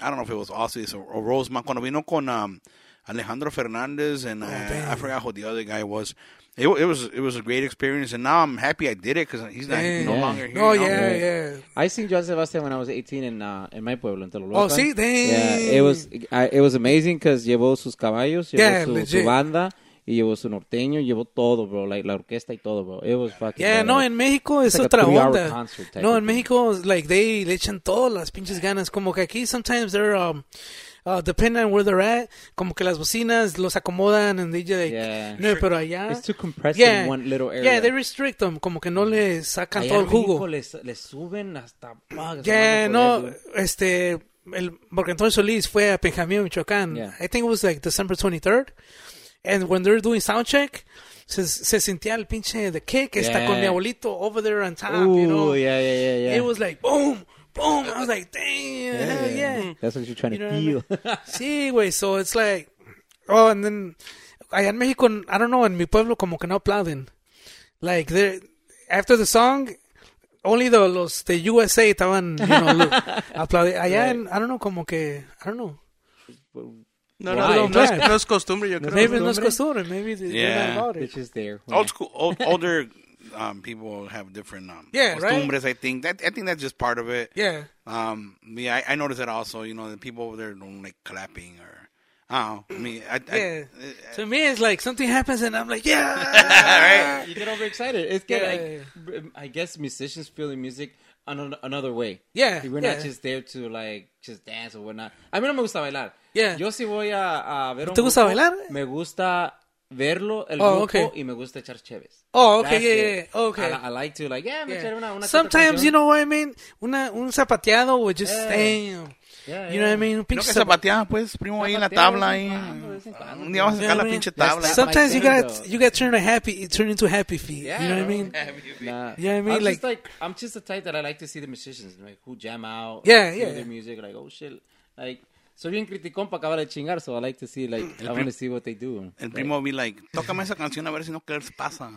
S3: I don't know if it was Austin or, or Roseman. Cuando vino con um, Alejandro Fernandez and uh,
S4: Oh, damn.
S3: I forgot who the other guy was. It, wa- it was it was a great experience, and now I'm happy I did it because he's not
S4: Damn.
S3: no
S1: Yeah.
S3: longer here.
S4: Oh
S3: you know?
S4: yeah,
S1: Right.
S4: yeah.
S1: I seen Joan Sebastian when I was 18 in uh, in my pueblo in Tlalocan.
S4: Oh, sí? Dang.
S1: Yeah, it was I, it was amazing because llevó sus caballos, llevó
S4: Yeah,
S1: su, su
S4: legit.
S1: banda y llevó su norteño, llevó todo, bro, like la orquesta y todo, bro. It was fucking.
S4: Yeah,
S1: badass.
S4: no, en México es
S1: like a
S4: otra
S1: three-hour
S4: onda.
S1: concert type
S4: No,
S1: of
S4: en
S1: thing.
S4: México, like, they le echan todas las pinches ganas. Como que aquí, sometimes they're, um, uh, depending on where they're at, como que las bocinas los acomodan and they just, like,
S1: Yeah.
S4: no, pero allá.
S1: It's too compressed in one little area.
S4: Yeah, they restrict them, como que no le sacan
S1: Allá
S4: todo el
S1: en México
S4: jugo.
S1: Les, les suben hasta. ah, se
S4: Yeah,
S1: mandan
S4: no,
S1: por eso.
S4: este, el, porque entonces Solís fue a Benjamín, Michoacán.
S1: Yeah.
S4: I think it was like December 23rd. And when they're doing sound check, se, se sentía el pinche de kick, está con mi
S1: Yeah.
S4: abuelito over there on top,
S1: Ooh,
S4: you know.
S1: yeah, yeah, yeah, yeah.
S4: It was like boom, boom. I was like, damn, hell yeah.
S1: That's what you're trying
S4: You know
S1: to
S4: what I mean?
S1: feel.
S4: sí, güey. So it's like, oh, and then allá en México, I don't know, en mi pueblo como que no aplauden. Like they after the song, only the los de USA estaban, you know, lo- aplaudi- Allá en, I don't know, como que, I don't know.
S2: No, no,
S1: Why?
S2: no, no, es, no es costumbre, yo creo.
S4: Maybe no es costumbre. Maybe they're
S3: Yeah.
S4: not about it.
S1: It's just there.
S3: Old school, old, older um, people have different um,
S4: Yeah, right?
S3: costumbres. I think that I think that's just part of it.
S4: Yeah.
S3: Um, yeah, I, I noticed that also. You know, the people over there don't like clapping or. I don't know. I mean, I, I-
S4: Yeah.
S3: I-
S4: To me, it's like something happens and I'm like, yeah.
S1: You get overexcited. It's
S4: Yeah,
S1: good. like, I guess musicians feel the music an- another way.
S4: Yeah,
S1: We're
S4: yeah.
S1: not just there to like just dance or whatnot. A mí no me gusta bailar.
S4: Yeah.
S1: Yo sí voy a, a ver un
S4: ¿Te gusta
S1: grupo,
S4: bailar?
S1: Me gusta verlo, el
S4: Oh,
S1: grupo,
S4: okay.
S1: y me gusta echar cheves.
S4: Oh, okay,
S1: That's
S4: yeah,
S1: it.
S4: yeah, yeah. Okay.
S1: I, li- I like to like, yeah, me echar una, una que otra
S4: Sometimes,
S1: canción.
S4: you know what I mean? Una, un zapateado would just,
S1: Yeah.
S4: damn.
S1: Yeah,
S4: You know what I
S1: yeah.
S4: mean? Un
S3: No que
S4: pinche zapa-
S3: zapateaba, pues, primo, ahí en la tabla. Ahí.
S1: Zapateaba Ah, de vez en cuando.
S3: Un día vamos a
S4: You
S3: sacar la
S4: know what I mean?
S3: pinche tabla.
S1: That's-
S4: Sometimes you
S1: My
S4: got
S1: thing, though.
S4: you got turned to happy, turn into happy feet. You know what I
S1: Yeah.
S4: mean?
S1: Nah.
S4: You know what I mean?
S1: I'm
S4: Like-
S1: just like I'm just the type that I like to see the musicians like who jam out.
S4: Yeah,
S1: like,
S4: yeah.
S1: feel Their music like oh shit like. Soy bien criticón para acabar de chingar, so I like to see, like, I want to see what they do.
S3: El primo be like, tócame esa canción a ver si no qué les pasa.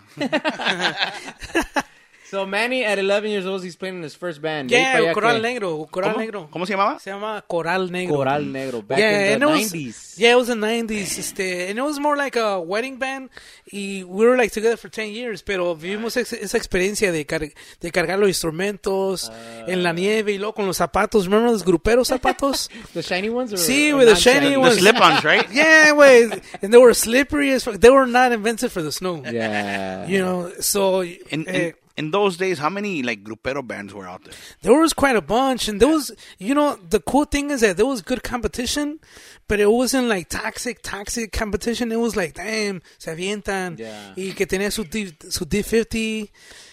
S1: So Manny, at 11 years old, he's playing in his first band.
S4: Yeah,
S1: Yay pa' allá que-
S4: Coral Negro, Coral Negro.
S3: ¿Cómo? ¿Cómo se llamaba?
S4: Se llama Coral Negro.
S1: Coral Negro, back in
S4: and
S1: the
S4: it was-
S1: 90s.
S4: yeah, it was the 90s. Este, and it was more like a wedding band. Y we were like together for 10 years, pero vivimos ex- esa experiencia de, car- de cargar los instrumentos
S1: Ah.
S4: en la nieve y luego con los zapatos. ¿Remember los gruperos zapatos?
S1: The shiny ones? Or,
S4: Sí,
S1: or
S4: with the
S1: non-shiny?
S4: shiny
S3: The
S4: ones.
S3: slip-ons, right?
S4: yeah, wait. And they were slippery as fuck. They were not invented for the snow.
S1: Yeah.
S4: You know, so
S3: In,
S4: eh,
S3: in, in those days, how many like grupero bands were out there?
S4: there was quite a bunch, and there was, you know, the cool thing is that there was good competition, but it wasn't like toxic, toxic competition. It was like, damn, se avientan.
S1: Yeah.
S4: Y que tenía su, D, su D50,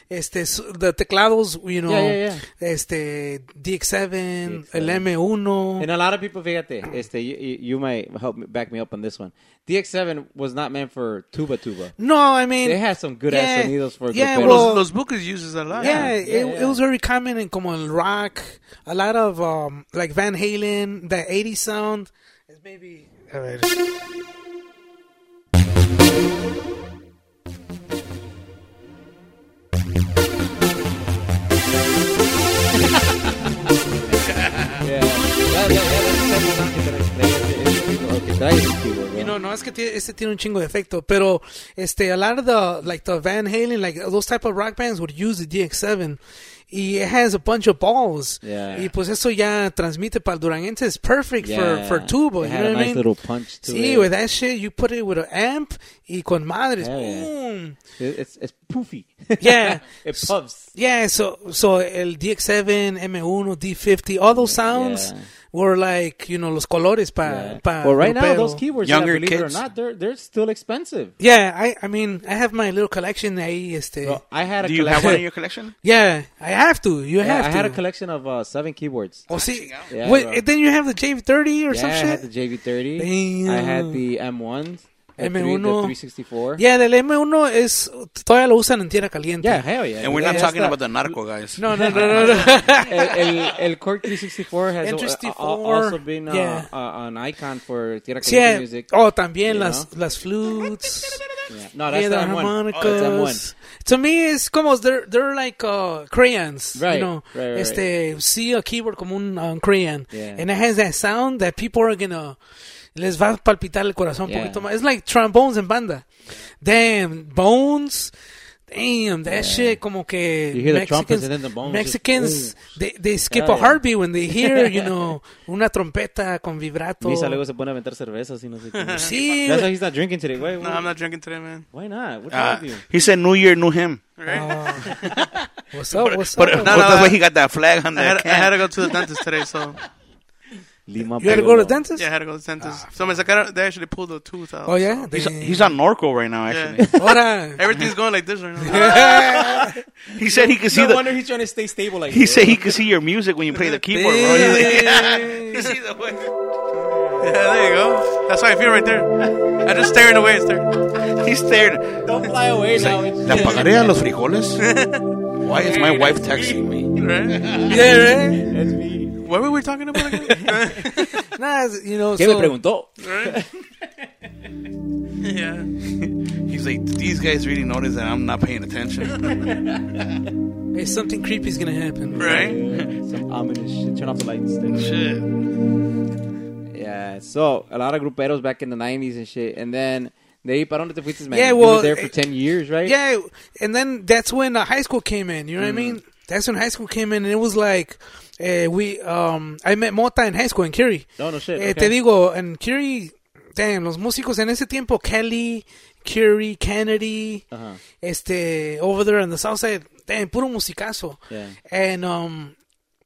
S4: este, su, the teclados, you know,
S1: Yeah, yeah,
S4: este, DX7, el M1.
S1: And a lot of people, fíjate, este, you, you you might help me, back me up on this one. DX7 was not meant for tuba tuba.
S4: no, I mean.
S1: They had some good
S4: yeah,
S1: ass sonidos for
S4: yeah,
S1: gruperos.
S4: well,
S2: Los buques uses a lot.
S4: yeah, it,
S1: yeah,
S4: it
S1: yeah.
S4: was very common in como el rock. A lot of um, like Van Halen, the 80s sound. It's maybe. A ver.
S1: Yeah. That- that- that- that's the same song that I play. It's- it's- okay, trae el tubo, bro.
S4: No, no, es que tiene, este tiene un chingo de efecto, pero este, a lot of the, like the Van Halen, like those type of rock bands would use the DX7 y it has a bunch of balls.
S1: Yeah.
S4: Y pues eso ya transmite para el Duranguense, it's perfect
S1: Yeah.
S4: for, for tubo,
S1: It
S4: you
S1: had
S4: know
S1: a
S4: what I
S1: nice
S4: mean?
S1: little punch to
S4: Sí,
S1: it.
S4: with that shit, you put it with an amp y con madres,
S1: Hell yeah.
S4: boom.
S1: It- it's, it's poofy.
S4: Yeah.
S1: it puffs.
S4: Yeah, so so el DX7, M1, D50, all those sounds
S1: Yeah.
S4: were like, you know, los colores para
S1: Yeah. Well, right now, those keyboards,
S3: Younger
S1: believe it or
S3: kids.
S1: not, they're, they're still expensive.
S4: Yeah, I I mean, I have my little collection ahí este.
S1: Bro, I had a
S3: Do you have
S1: collection-
S3: one in your collection?
S4: yeah, I have to. You
S1: Yeah,
S4: have
S1: I
S4: to.
S1: had a collection of uh, seven keyboards.
S4: Oh, see.
S1: Yeah,
S4: Wait,
S1: bro.
S4: and then you have the JV30 or
S1: yeah,
S4: some
S1: I
S4: shit.
S1: had the JV30. I
S4: Damn.
S1: had the M1, the,
S4: M1.
S1: Three, the 364.
S4: Yeah, the M1 es todavía lo usan en tierra caliente.
S1: yeah, hell yeah.
S3: And we're
S1: Yeah,
S3: not
S1: that's
S3: talking
S1: the-
S3: about the narco guys.
S4: No, no, no, no. no.
S1: El, el, el Cork 364 has
S4: El
S1: al-
S4: 364,
S1: al- also been uh,
S4: yeah.
S1: uh, an icon for Tierra
S4: Sí,
S1: Caliente music.
S4: oh, también
S1: you
S4: las
S1: know?
S4: las flutes.
S1: Yeah. No, that's
S4: Yeah, the
S1: the M1.
S4: harmonicas.
S1: that's M1.
S4: To me, it's como they're they're like uh, crayons, you
S1: Right,
S4: know.
S1: right, right,
S4: este, see a keyboard como un um, crayon,
S1: Yeah.
S4: and it has that sound that people are gonna les va a palpitar el corazón
S1: Yeah.
S4: un poquito más. It's like trombones and banda. Damn, bones. Damn, that shit como que
S1: You hear the
S4: Mexicans,
S1: trumpets and then the bones
S4: Mexicans
S1: just-
S4: they, they skip
S1: Hell
S4: a
S1: yeah.
S4: heartbeat when they hear, you know, una trompeta con vibrato.
S1: Misa luego se pone a aventar cervezas y no sé qué.
S4: Sí,
S1: That's why he's not drinking today. Why,
S2: No,
S1: why,
S2: I'm not drinking today, man.
S1: why not? What's wrong
S3: Uh,
S1: with you?
S3: he said, "New Year, new him."
S4: Ah. what's up, what's
S3: But
S4: up?
S3: but that's why he got that flag on
S2: I had,
S3: the
S2: I had to
S3: can.
S2: go to the dentist today, so
S1: Lima
S4: you had to go
S1: Polo.
S4: to the dentist?
S2: yeah, I had to go to the dentist. so me sacaron, they actually pulled a tooth out.
S4: Ah, Oh yeah,
S2: so-
S4: they-
S3: He's, he's on Norco right now. Actually,
S2: yeah.
S4: Ahora,
S2: Everything's going like this right now.
S3: he said he could see
S1: No
S3: the.
S1: wonder he's trying to stay stable like
S3: He
S1: this.
S3: said he could see your music when you play the keyboard, bro. He's like,
S2: you see the way? Yeah, there you go. That's how I feel right there. I just staring away. It's there.
S3: He stared.
S1: Don't fly away now. It's-
S3: ¿La pagaré a los frijoles? Why is my wife texting me?
S2: Right?
S4: yeah, right?
S1: That's me.
S2: What were we talking about again?
S4: Nah, it's- you know,
S1: ¿Qué
S4: so,
S1: me preguntó?
S2: right? Yeah.
S3: He's like, these guys really notice that I'm not paying attention.
S4: hey, something creepy is gonna happen.
S2: Right?
S1: Some ominous shit. Turn off the lights. dude.
S2: Shit.
S1: Yeah, so a lot of gruperos back in the 90s and shit. And then, they para dónde te fuiste, man?
S4: Yeah,
S1: You
S4: well,
S1: were there for 10 years, right?
S4: Yeah, and then that's when uh, high school came in. You know what I mean? That's when high school came in, and it was like uh, we. Um, I met Mota in high school in Curie.
S1: No, no shit.
S4: Eh,
S1: okay.
S4: Te digo, en Curie, damn, los músicos en ese tiempo, Kelly, Curie, Kennedy,
S1: Ajá.
S4: este, over there on the south side, damn, puro musicazo.
S1: Yeah.
S4: And um,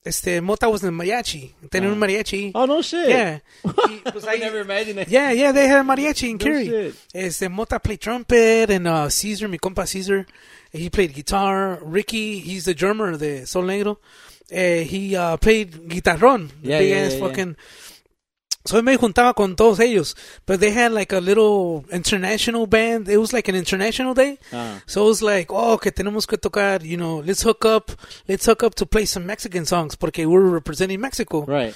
S4: este, Mota was in the mariachi, tenía un mariachi.
S1: Oh, no shit.
S4: Yeah. Y, pues,
S1: I
S4: ahí-
S1: never imagined it.
S4: Yeah, yeah, they had a mariachi in
S1: No
S4: Curie.
S1: shit.
S4: Este, Mota played trumpet and uh, Caesar, mi compa Caesar, he played guitar. Ricky, he's the drummer de Sol Negro. Eh, he uh, played guitarrón.
S1: Yeah,
S4: big
S1: yeah,
S4: ass
S1: yeah, yeah.
S4: fucking. So I me juntaba con todos ellos, but they had like a little international band. It was like an international day.
S1: Ah.
S4: So it was like, oh, que tenemos que tocar, you know, let's hook up, let's hook up to play some Mexican songs porque we were representing Mexico.
S1: Right.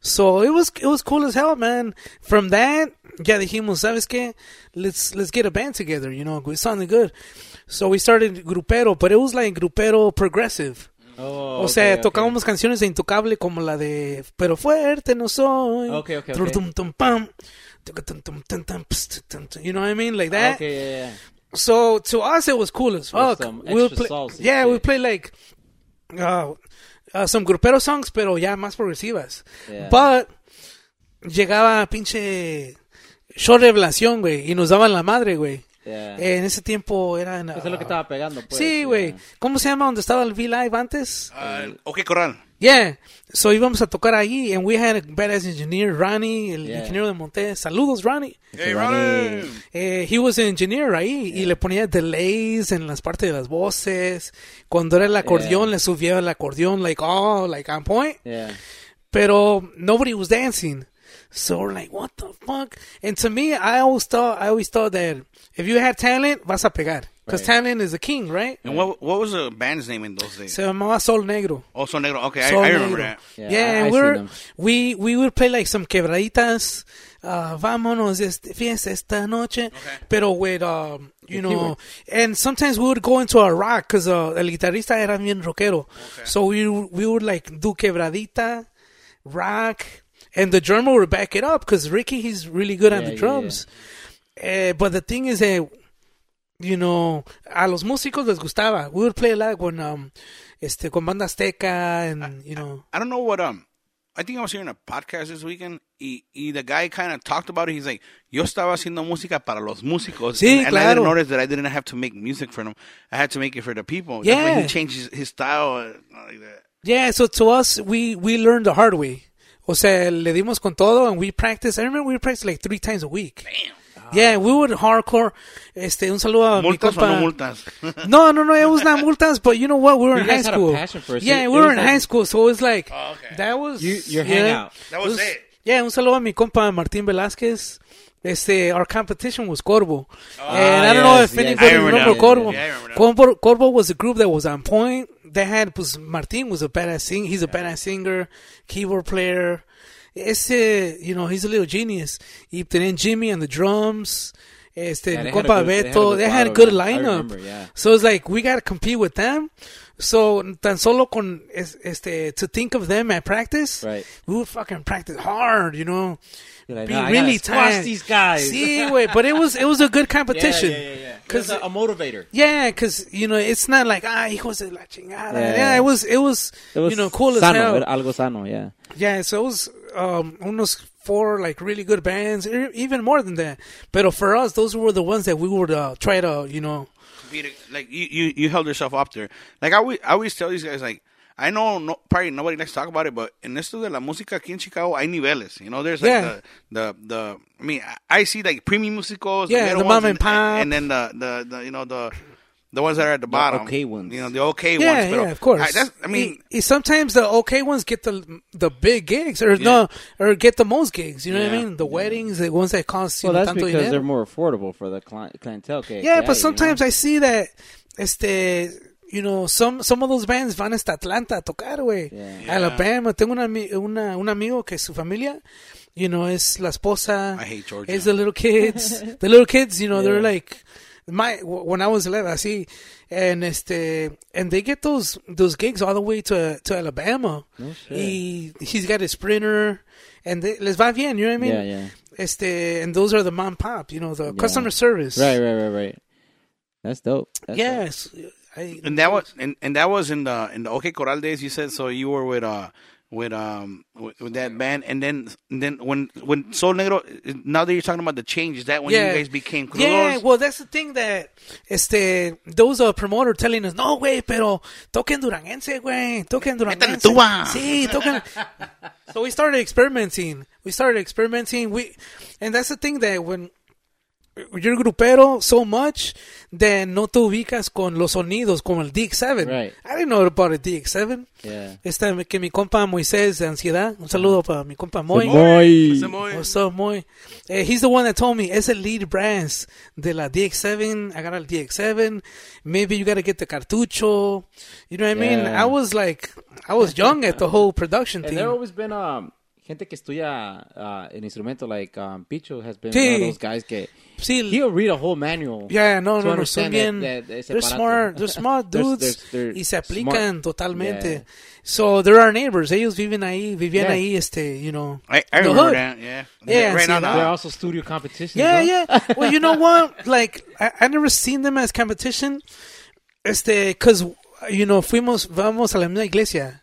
S4: So it was it was cool as hell, man. From that, yeah, dijimos, sabes qué, let's let's get a band together. You know, it sounded good. So we started grupero, but it was like grupero progressive.
S1: Oh,
S4: O
S1: okay,
S4: sea,
S1: okay.
S4: tocábamos canciones de Intocable como la de Pero fuerte no soy.
S1: Ok, ok, ok.
S4: Trum, tum, tum, pam. Tuca, tum, tum, tum, tum, pst, tum, tum. You know what I mean? Like that.
S1: Ah, Okay, yeah, yeah.
S4: So to us, it was cool as fuck.
S1: some
S4: We'll
S1: Oh, extra
S4: play,
S1: sauce and
S4: yeah, we
S1: shit.
S4: play like uh, uh, some grupero songs, pero ya más progresivas.
S1: Yeah.
S4: But llegaba pinche show revelación, güey, y nos daban la madre, güey.
S1: yeah.
S4: Eh, en ese tiempo eran.
S1: Eso es lo que
S4: ah,
S1: estaba pegando, pues.
S4: sí, güey. ¿Cómo se llama donde estaba el V Live antes?
S3: Uh, okay, Corral.
S4: Yeah, so íbamos a tocar ahí, and we had a badass engineer, Ronnie, el
S1: Yeah.
S4: ingeniero de Montes. Saludos, Ronnie.
S3: Hey,
S1: Ronnie.
S3: Ronnie.
S4: Eh, he was an engineer ahí y le ponía delays en las partes de las voces. Cuando era el acordeón,
S1: Yeah.
S4: le subía el acordeón, like, oh, like on point.
S1: Yeah.
S4: Pero nobody was dancing. So we're like, what the fuck? And to me, I always thought, I always thought that if you had talent, vas a pegar. Because
S1: Right.
S4: talent is the king, right?
S3: And what what was the band's name in those days?
S4: Se llamaba Sol Negro.
S3: Oh, Sol Negro. Okay,
S4: Sol
S3: I, I remember
S4: Negro.
S3: that.
S1: Yeah,
S4: Yeah,
S1: I- I
S4: and
S1: seen
S4: we're,
S1: them.
S4: we we would play like some quebraditas. Uh, vámonos este, fiesta esta noche. Pero with um, you
S1: The
S4: know, and sometimes we would go into a rock because uh, el guitarrista era bien rockero. So we we would like do quebradita, rock, and the drummer would back it up because Ricky he's really good on
S1: Yeah,
S4: the
S1: yeah,
S4: drums. Eh, but the thing is that you know, a los músicos les gustaba. We would play a lot when, um, este, con banda Azteca and, you know.
S3: I don't know what um I think I was hearing a podcast this weekend. Y, y the guy kind of talked about it. He's like, "Yo estaba haciendo música para los músicos,
S4: Sí,
S3: and, and I didn't
S4: claro.
S3: notice that I didn't have to make music for them. I had to make it for the people. That's when he
S4: Yeah.
S3: changed his, his style uh, like that.
S4: Yeah, so to us, we, we learned the hard way. O sea, le dimos con todo and we practiced. I remember we practiced like three times a week. Yeah, we would hardcore. Este, un saludo a mi
S3: Multas o
S4: compa.
S3: no multas?
S4: No, no, no, it was not multas, but you know what? We were
S1: You
S4: in high
S1: guys had a
S4: school.
S1: passion for it, so
S4: yeah,
S1: it
S4: we were
S1: was
S4: in
S1: like-
S4: high school, so it was like,
S3: Oh, okay.
S4: that was.
S1: You- your
S4: yeah.
S1: hangout.
S3: That was it.
S4: Yeah, un saludo a mi compa Martín Velázquez. Este, our competition was Corvo.
S3: Oh,
S4: and I don't know
S1: yes,
S4: if
S1: yes,
S4: anybody
S3: I remember
S4: remember
S3: that.
S4: Corvo.
S3: Yeah, I remember that.
S4: Corvo. Corvo was a group that was on point. They had, pues, Martín was a badass singer. He's a badass singer, keyboard player. Ese, you know, he's a little genius. Y tenían Jimmy on the drums. Este,
S1: Yeah,
S4: mi
S1: they had a
S4: compa
S1: good- they had a
S4: Beto.
S1: good lineup.
S4: They had a good
S1: I
S4: lineup.
S1: remember, yeah.
S4: So it's like we gotta compete with them. So tan solo con es- este to think of them at practice,
S1: Right.
S4: we would fucking practice hard, you know.
S1: You're like,
S4: Be
S1: "Nah, I
S4: really
S1: gotta squash
S4: tight.
S1: these guys."
S4: See, wait, but it was it was a good competition.
S1: Because
S4: Cause
S1: a um, motivator.
S4: yeah, cause you know it's not like ah hijos de la chingada.
S1: Yeah.
S4: Yeah, it was it was,
S1: It was
S4: you know cool
S1: sano,
S4: as hell.
S1: era algo sano, yeah.
S4: Yeah, so it was um, unos four like really good bands, e- even more than that. But for us, those were the ones that we would uh, try to you know
S3: Peter, like you, you, you held yourself up there. Like I always, I always tell these guys, like I know no, probably nobody likes to talk about it, but in esto de la música aquí in Chicago, hay niveles. You know, there's like
S4: Yeah.
S3: the, the the I mean, I, I see like premium musicals,
S4: Yeah,
S3: middle
S4: the mom
S3: ones,
S4: and pop.
S3: and then the, the the you know the the ones that are at the bottom,
S1: okay ones.
S3: You know, the okay
S4: yeah,
S3: ones. pero
S4: yeah, of course.
S3: I, that's, I mean,
S4: Y- y sometimes the okay ones get the the big gigs, or no, or get the most gigs. You know what
S3: Yeah.
S4: I mean? The weddings, the ones that cost you
S1: Well,
S4: know,
S1: that's
S4: tanto
S1: because
S4: dinero.
S1: they're more affordable for the cli- clientele. que-
S4: Yeah,
S1: que hay,
S4: but sometimes I see that, este, you know, some some of those bands van hasta Atlanta a tocar, güey.
S1: Yeah.
S4: Alabama. Tengo una, ami- una, un amigo que su familia, you know, es la esposa.
S3: I hate Georgia.
S4: Es the little kids. the little kids, you know, they're
S1: Yeah.
S4: like, my, when I was 11, así. And este, and they get those, those gigs all the way to, to Alabama.
S1: No shit.
S4: He, he's got a sprinter. And they, les va bien, you know what I mean?
S1: Yeah, yeah.
S4: Este, and those are the mom and pop, you know, the customer service.
S1: you know? Right, right, right, right. That's dope. That's dope.
S4: Yes. I,
S3: and that was and, and that was in the in the okay Coral days. You said so. You were with uh with um with, with that band, and then and then when when Sol Negro. Now that you're talking about the change, is that when you guys became crudos?
S4: Yeah, well, that's the thing that este those uh, promoter telling us, no, güey, pero toquen duranguense, güey, toquen duranguense.
S3: tuba."
S4: Sí, toquen. so we started experimenting. We started experimenting. We, and that's the thing that when you're grupero so much that no te ubicas con los sonidos como el DX7.
S1: Right.
S4: I didn't know about a DX7.
S1: Yeah.
S4: Esta que mi compa Moisés de ansiedad. Un saludo para mi compa Moy.
S1: Boy.
S2: Samoy.
S4: What's up, Moy? Eh, he's the one that told me it's a lead brands de la DX7. I got a DX7. Maybe you gotta get the cartucho. You know what I mean?
S1: Yeah.
S4: I was like, I was young at the whole production
S1: And there
S4: team.
S1: always been um, gente que estudia uh, an instrumento, like um, Picho has been
S4: Sí.
S1: one of those guys que
S4: Sí,
S1: he'll read a whole manual.
S4: yeah, no,
S1: to
S4: no, no, son
S1: understand
S4: bien.
S1: that- that- ese
S4: they're
S1: aparato.
S4: smart, they're smart
S1: They're-
S4: dudes
S1: they're- they're
S4: y se
S1: smart.
S4: aplican totalmente.
S1: Yeah.
S4: So they're our neighbors. Ellos viven ahí, vivían
S1: Yeah.
S4: ahí, este, you know.
S3: I, I
S4: the
S3: remember
S4: hood.
S3: that. Yeah,
S4: Yeah,
S3: right
S4: see
S3: now.
S4: that?
S1: They're
S3: now.
S1: also studio competitions.
S4: Yeah,
S1: huh?
S4: yeah. Well, you know what? Like, I, I never seen them as competition.
S1: Ah,
S4: Este, cause, you know, fuimos, vamos a la misma iglesia.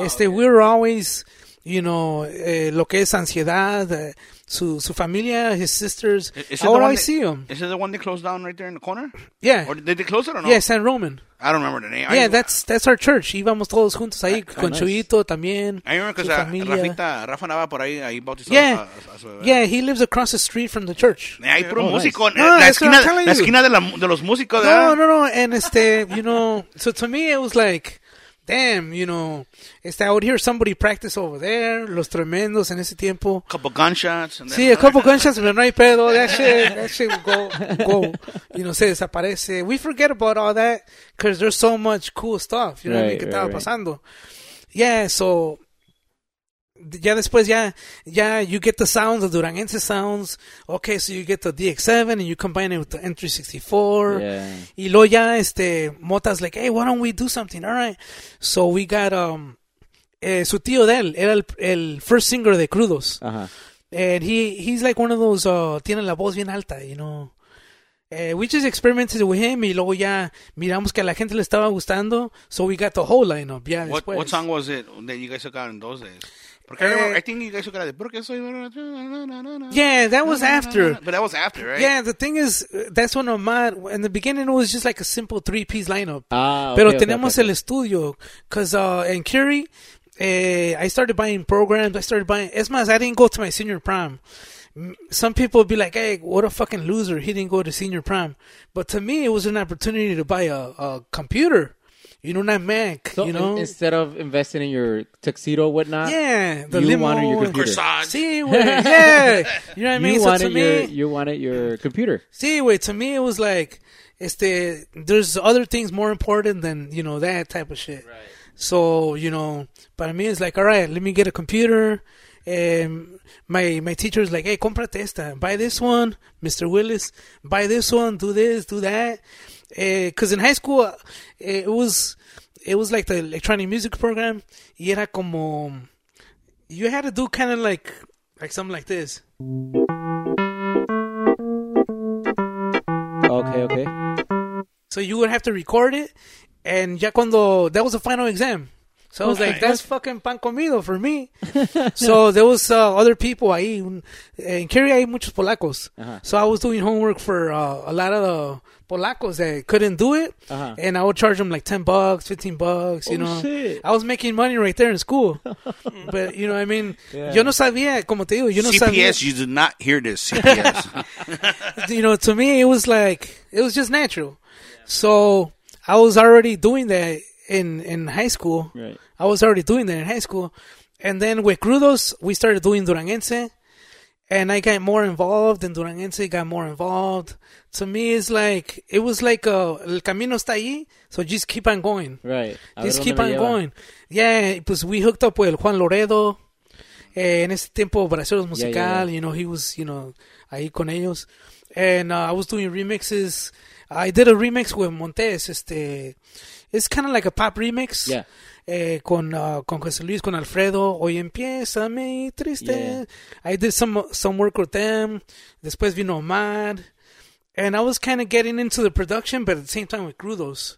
S4: este, we were always, you know, eh, lo que es ansiedad, eh, su, su familia, his sisters.
S1: E-,
S3: Is- is it the
S4: Ahora
S3: one
S4: Oh, I
S3: that-
S4: see him.
S3: Is it the one they closed down right there in the corner?
S4: Yeah.
S3: Or did they close it or no?
S4: Yeah, San Roman.
S3: I don't remember the name.
S4: Yeah,
S3: I,
S4: that's that's our church. Íbamos todos juntos ahí,
S1: Ah,
S4: con
S1: nice.
S4: Chuyito también.
S3: I remember
S4: su
S3: because
S4: familia.
S3: Rafita, Rafa Nava por ahí, ahí bautizó
S4: Yeah.
S3: a- a su bebé. Eh,
S4: Yeah, he lives across the street from the church.
S3: Hay puro
S1: Oh, nice.
S3: músico.
S4: No,
S3: la,
S4: that's what I'm
S3: esquina,
S4: telling
S3: la
S4: you.
S3: esquina de, la, de los músicos.
S4: No,
S3: ¿verdad?
S4: no, no. And este, you know, so to me it was like, damn, you know, este, I would hear somebody practice over there, los tremendos en ese tiempo.
S3: couple gunshots. and
S4: Sí,
S3: then-
S4: a couple gunshots, pero no hay pedo. That shit, that shit will go, go, you know, se desaparece. We forget about all that because there's so much cool stuff, you know,
S1: Right,
S4: que
S1: right,
S4: estaba
S1: right.
S4: pasando. Yeah, so, ya después ya, ya you get the sounds, the Duranguense sounds. Okay, so you get the DX7 and you combine it with the N364.
S1: Yeah.
S4: Y luego ya, este, Mota's like, hey, why don't we do something? All right. So we got, um, eh, su tío de él era el, el first singer de Crudos.
S1: Ajá.
S4: And he he's like one of those uh tiene la voz bien alta, you know. Eh, we just experimented with him y luego ya miramos que a la gente le estaba gustando, so we got the whole lineup. Ya
S3: What,
S4: después.
S3: what song was it that you guys took out in those days? Porque
S4: Eh,
S3: I, remember, I think you guys took out the Porque soy. Yeah,
S4: Yeah, that was after.
S3: But that was after, right?
S4: Yeah, the thing is, uh, that's one of my. In the beginning, it was just like a simple three piece lineup.
S1: Ah,
S4: Pero
S1: okay, okay,
S4: tenemos
S1: okay,
S4: el estudio. Because uh, in Curie, eh, I started buying programs. I started buying. Es más, I didn't go to my senior prom. M- Some people would be like, hey, what a fucking loser. He didn't go to senior prom. But to me, it was an opportunity to buy a, a computer. You know, not Mac.
S1: So
S4: you
S1: in-
S4: know?
S1: instead of investing in your tuxedo whatnot,
S4: yeah. The
S1: you
S4: limo
S1: wanted your
S4: and-
S1: computer.
S3: Corsage.
S4: Sí, güey, yeah. You know what I mean?
S1: you
S4: so to
S1: wanted your
S4: me,
S1: you wanted your computer.
S4: See, wait, to me it was like, este, there's other things more important than, you know, that type of shit. Right. So, you know, para mí it's like, all right, let me get a computer. Um, my my teacher's like, hey, cómprate esta. Buy this one, Mr. Willis. Buy this one, do this, do that. Because in high school, uh, it was, it was like the electronic music program. Y era como, you had to do kind of like, like something like this.
S1: Okay, okay.
S4: So you would have to record it, and ya cuando that was the final exam. So I was like, that's fucking pan comido for me. so there was uh, other people ahí. un- En Kerry hay muchos polacos.
S1: Ajá.
S4: So I was doing homework for uh, a lot of the polacos that couldn't do it.
S1: Ajá.
S4: And I would charge them like 10 bucks, 15 bucks, you
S1: Uh-huh. Oh,
S4: know.
S1: shit.
S4: I was making money right there in school. but, you know, I mean,
S1: Yeah.
S4: yo no sabía, como te digo, yo no sabía.
S3: CPS, you did not hear this. CPS.
S4: you know, to me, it was like it was just natural. So I was already doing that in in high school.
S1: Right.
S4: I was already doing that in high school, and then with Crudos, we started doing Duranguense, and I got more involved, and Duranguense got more involved. To me, it's like it was like uh, el camino está ahí, so just keep on going.
S1: Right. A
S4: Just
S1: ver
S4: keep
S1: dónde me lleva.
S4: on going. Yeah, pues we hooked up with el Juan Loredo. Eh, en ese tiempo, Brasileños
S1: Yeah, yeah,
S4: Musical,
S1: yeah.
S4: you know, he was, you know, ahí con ellos. And uh, I was doing remixes. I did a remix with Montes. Este, it's kind of like a pop remix.
S1: Yeah.
S4: Eh, con, uh, con José Luis, con Alfredo. Hoy empieza mi triste. I did some, some work with them. Después vino Omar. And I was kind of getting into the production, but at the same time with Crudos.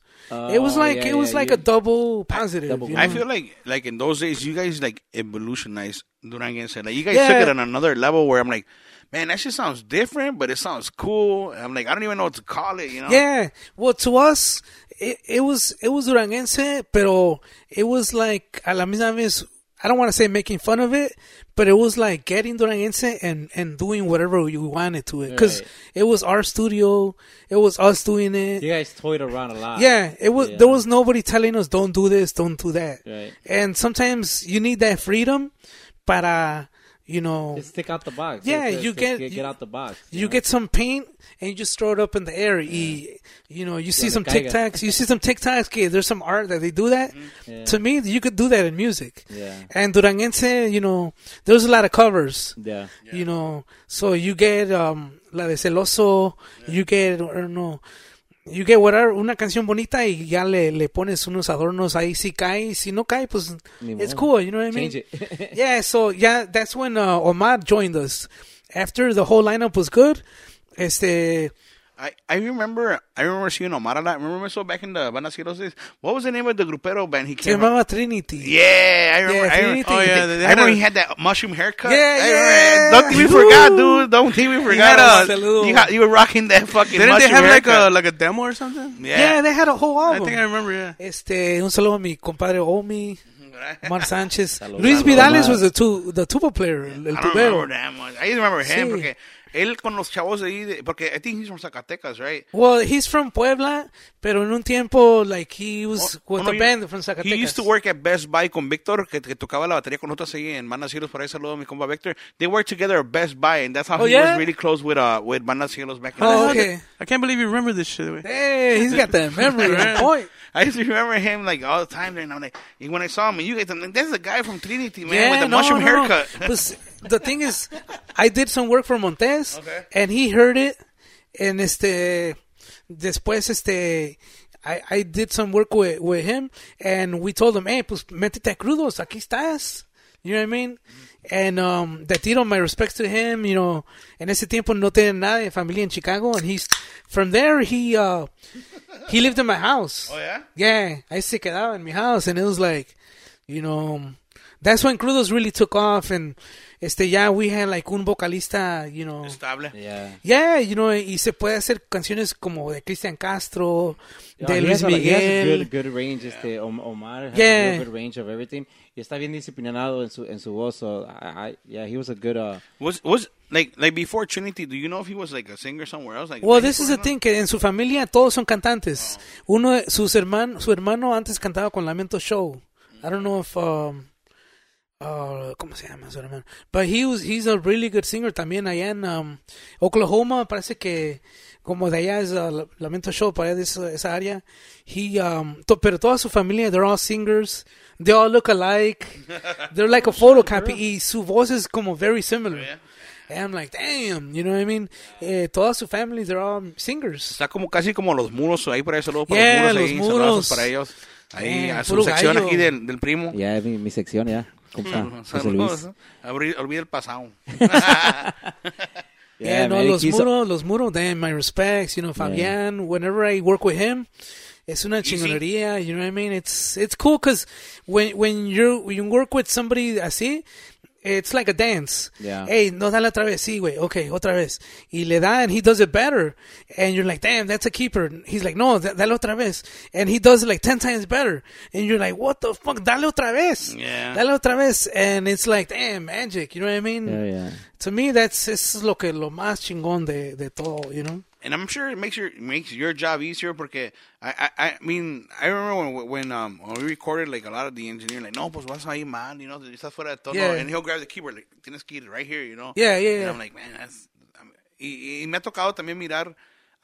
S4: it was
S1: Oh,
S4: like
S1: yeah,
S4: it was
S1: yeah,
S4: like
S1: you-
S4: a double positive.
S1: Double
S4: you
S3: I
S4: know?
S3: feel like like in those days, you guys like evolutionized Duranguense. Like you guys
S4: Yeah.
S3: took it on another level where I'm like, man, that shit sounds different, but it sounds cool. I'm like, I don't even know what to call it. You know?
S4: Yeah. Well, to us, it, it was it was duranguense, pero it was like a la misma vez. I don't want to say making fun of it, but it was like getting duranguense and and doing whatever you wanted to it, because
S1: Right.
S4: it was our studio, it was us doing it.
S1: You guys toyed around a lot.
S4: Yeah, it was.
S1: Yeah.
S4: There was nobody telling us, "Don't do this, don't do that."
S1: Right.
S4: And sometimes you need that freedom, para you know,
S1: Just stick out the box.
S4: Yeah,
S1: Just-
S4: you
S1: just
S4: get-
S1: get,
S4: you-
S1: get out the box.
S4: you
S1: know?
S4: get some paint and you just throw it up in the air. Y- you know, you see
S1: Donde
S4: some
S1: caiga.
S4: TikToks, you see some TikToks. Okay, there's some art that they do that.
S1: Mm-hmm. Yeah.
S4: To me, you could do that in music.
S1: Yeah.
S4: And Duranguense, you know, there's a lot of covers.
S1: yeah.
S4: You know, so you get um, la de celoso, you get or no, you get whatever, una canción bonita y ya le, le pones unos adornos ahí si cae, si no cae, pues
S1: Ni
S4: it's
S1: modo.
S4: cool. You know what I mean?
S1: Change it.
S4: yeah, so yeah, that's when uh, Omar joined us. After the whole lineup was good, este,
S3: I, I remember I remember seeing Omar a lot. Remember so back in the Bandas Girosis? What was the name of the grupero band he
S4: Se
S3: came out?
S4: llamaba Trinity.
S3: Yeah, I remember.
S4: Yeah,
S3: I remember,
S4: Trinity.
S2: Oh, yeah, they
S3: I remember
S2: had a-
S3: he had that mushroom haircut.
S4: Yeah,
S3: I remember-
S4: yeah.
S3: Don't think we
S4: Woo.
S3: forgot, dude. Don't think we
S4: had
S3: forgot.
S4: a saludo.
S3: you, got, you were rocking that fucking.
S2: Didn't they
S3: mushroom
S2: have like a
S3: haircut.
S2: like a demo or something?
S3: Yeah.
S4: Yeah, they had a whole
S2: I
S4: album.
S2: think I remember. Yeah.
S4: Este, un saludo a mi compadre Omi, Omar Sánchez.
S1: Saludos.
S4: Luis
S1: Saludos,
S4: Vidales
S1: Omar.
S4: was the, tu, the tuba player, el el
S3: I don't remember
S4: tubero.
S3: that much. I just remember him
S4: Sí.
S3: porque él con los chavos de ahí, de- porque I think he's from Zacatecas, right?
S4: Well, he's from Puebla, pero en un tiempo, like, he was
S3: Oh,
S4: with
S3: no,
S4: a
S3: you-
S4: band from Zacatecas.
S3: He used to work at Best Buy con Victor, que, que tocaba la batería con nosotros ahí en Manaciros. Por ahí saludo a mi compa Victor. They worked together at Best Buy, and that's how
S4: Oh,
S3: he
S4: yeah?
S3: was really close with uh with Manaciros back in
S4: Oh,
S3: the day.
S4: okay.
S2: I can't believe you remember this shit. Way.
S4: Hey, he's got that memory. on point.
S3: I used to remember him like all the time, and I'm like, and when I saw him, you guys, I'm like, that's the guy from Trinity, man, with the
S4: no,
S3: mushroom
S4: no, no.
S3: haircut.
S4: Pues, the thing is, I did some work for Montes,
S3: Okay.
S4: and he heard it, and este, después este, I, I did some work with, with him, and we told him, hey, pues métete a crudos, aquí estás. You know what I mean?
S3: Mm-hmm.
S4: And um, that, you know, my respects to him, you know, en ese tiempo no tenía nada de familia en Chicago, and he's, from there, he, uh, he lived in my house.
S3: Oh, yeah?
S4: Yeah, I se quedaba in my house, and it was like, you know, that's when Crudos really took off, and este, yeah, we had like un vocalista, you know,
S3: Estable.
S1: Yeah.
S4: yeah, you know, y se puede hacer canciones como de Cristian Castro, de
S1: Oh, he
S4: Luis
S1: has a- he has a
S4: Miguel.
S1: good, good range, este, Om- Omar. Has a
S4: Yeah.
S1: real good range of everything. Y está bien disciplinado en su, en su voz. So, I, I, yeah, he was a good. Uh,
S3: Was was like like before Trinity? Do you know if he was like a singer somewhere else? Like,
S4: Well,
S3: like,
S4: this is the thing, que en su familia todos son cantantes. Uno de sus hermanos, su hermano antes cantaba con Lamento Show. I don't know if, um, uh, ¿cómo se llama su hermano? But he was, he's a really good singer también allá en um, Oklahoma, parece que como de allá es uh, Lamento Show, para allá de esa, esa área. He, um, to- pero toda su familia, they're all singers, they all look alike, they're like a photocopy, y su voz es como very similar. And I'm like, damn, you know what I mean? Eh, toda su family, they're all singers.
S3: Está como casi como los muros ahí para ahí, saludos
S4: Yeah,
S3: para los muros
S4: los
S3: ahí,
S4: muros.
S3: saludos para ellos. Ahí
S4: Yeah,
S3: a su
S4: puro
S3: sección
S4: gallo.
S3: aquí del, del primo.
S1: yeah, mi, mi sección, ya. ¿Cómo está? José
S3: Saludos.
S1: Luis.
S3: Abri- Olvida el pasado.
S4: Yeah, no,
S1: man,
S4: los
S1: he's a-
S4: muros, los muros, damn, my respects, you know, Fabian, whenever I work with him, it's una chingonería, you know what I mean? It's, it's cool because when, when you're, when you work with somebody así, it's like a dance.
S1: Yeah.
S4: Hey, no dale otra vez, sí, güey, okay, otra vez. Y le da, and he does it better. And you're like, damn, that's a keeper. He's like, no, da- dale otra vez. And he does it like 10 times better. And you're like, what the fuck, dale otra vez.
S3: Yeah.
S4: Dale otra vez. And it's like, damn, magic, you know what I mean?
S1: Yeah, yeah.
S4: To me, that's eso es lo que lo más chingón de, de todo, you know.
S3: and I'm sure it makes your makes your job easier porque I I, I mean I remember when when um when we recorded like a lot of the engineer like no pues vas ahí mal you know estás fuera de tono
S4: Yeah.
S3: and he'll grab the keyboard like tienes que ir right here you know
S4: Yeah, yeah,
S3: and
S4: yeah.
S3: I'm like man that's I'm- y, y me ha tocado también mirar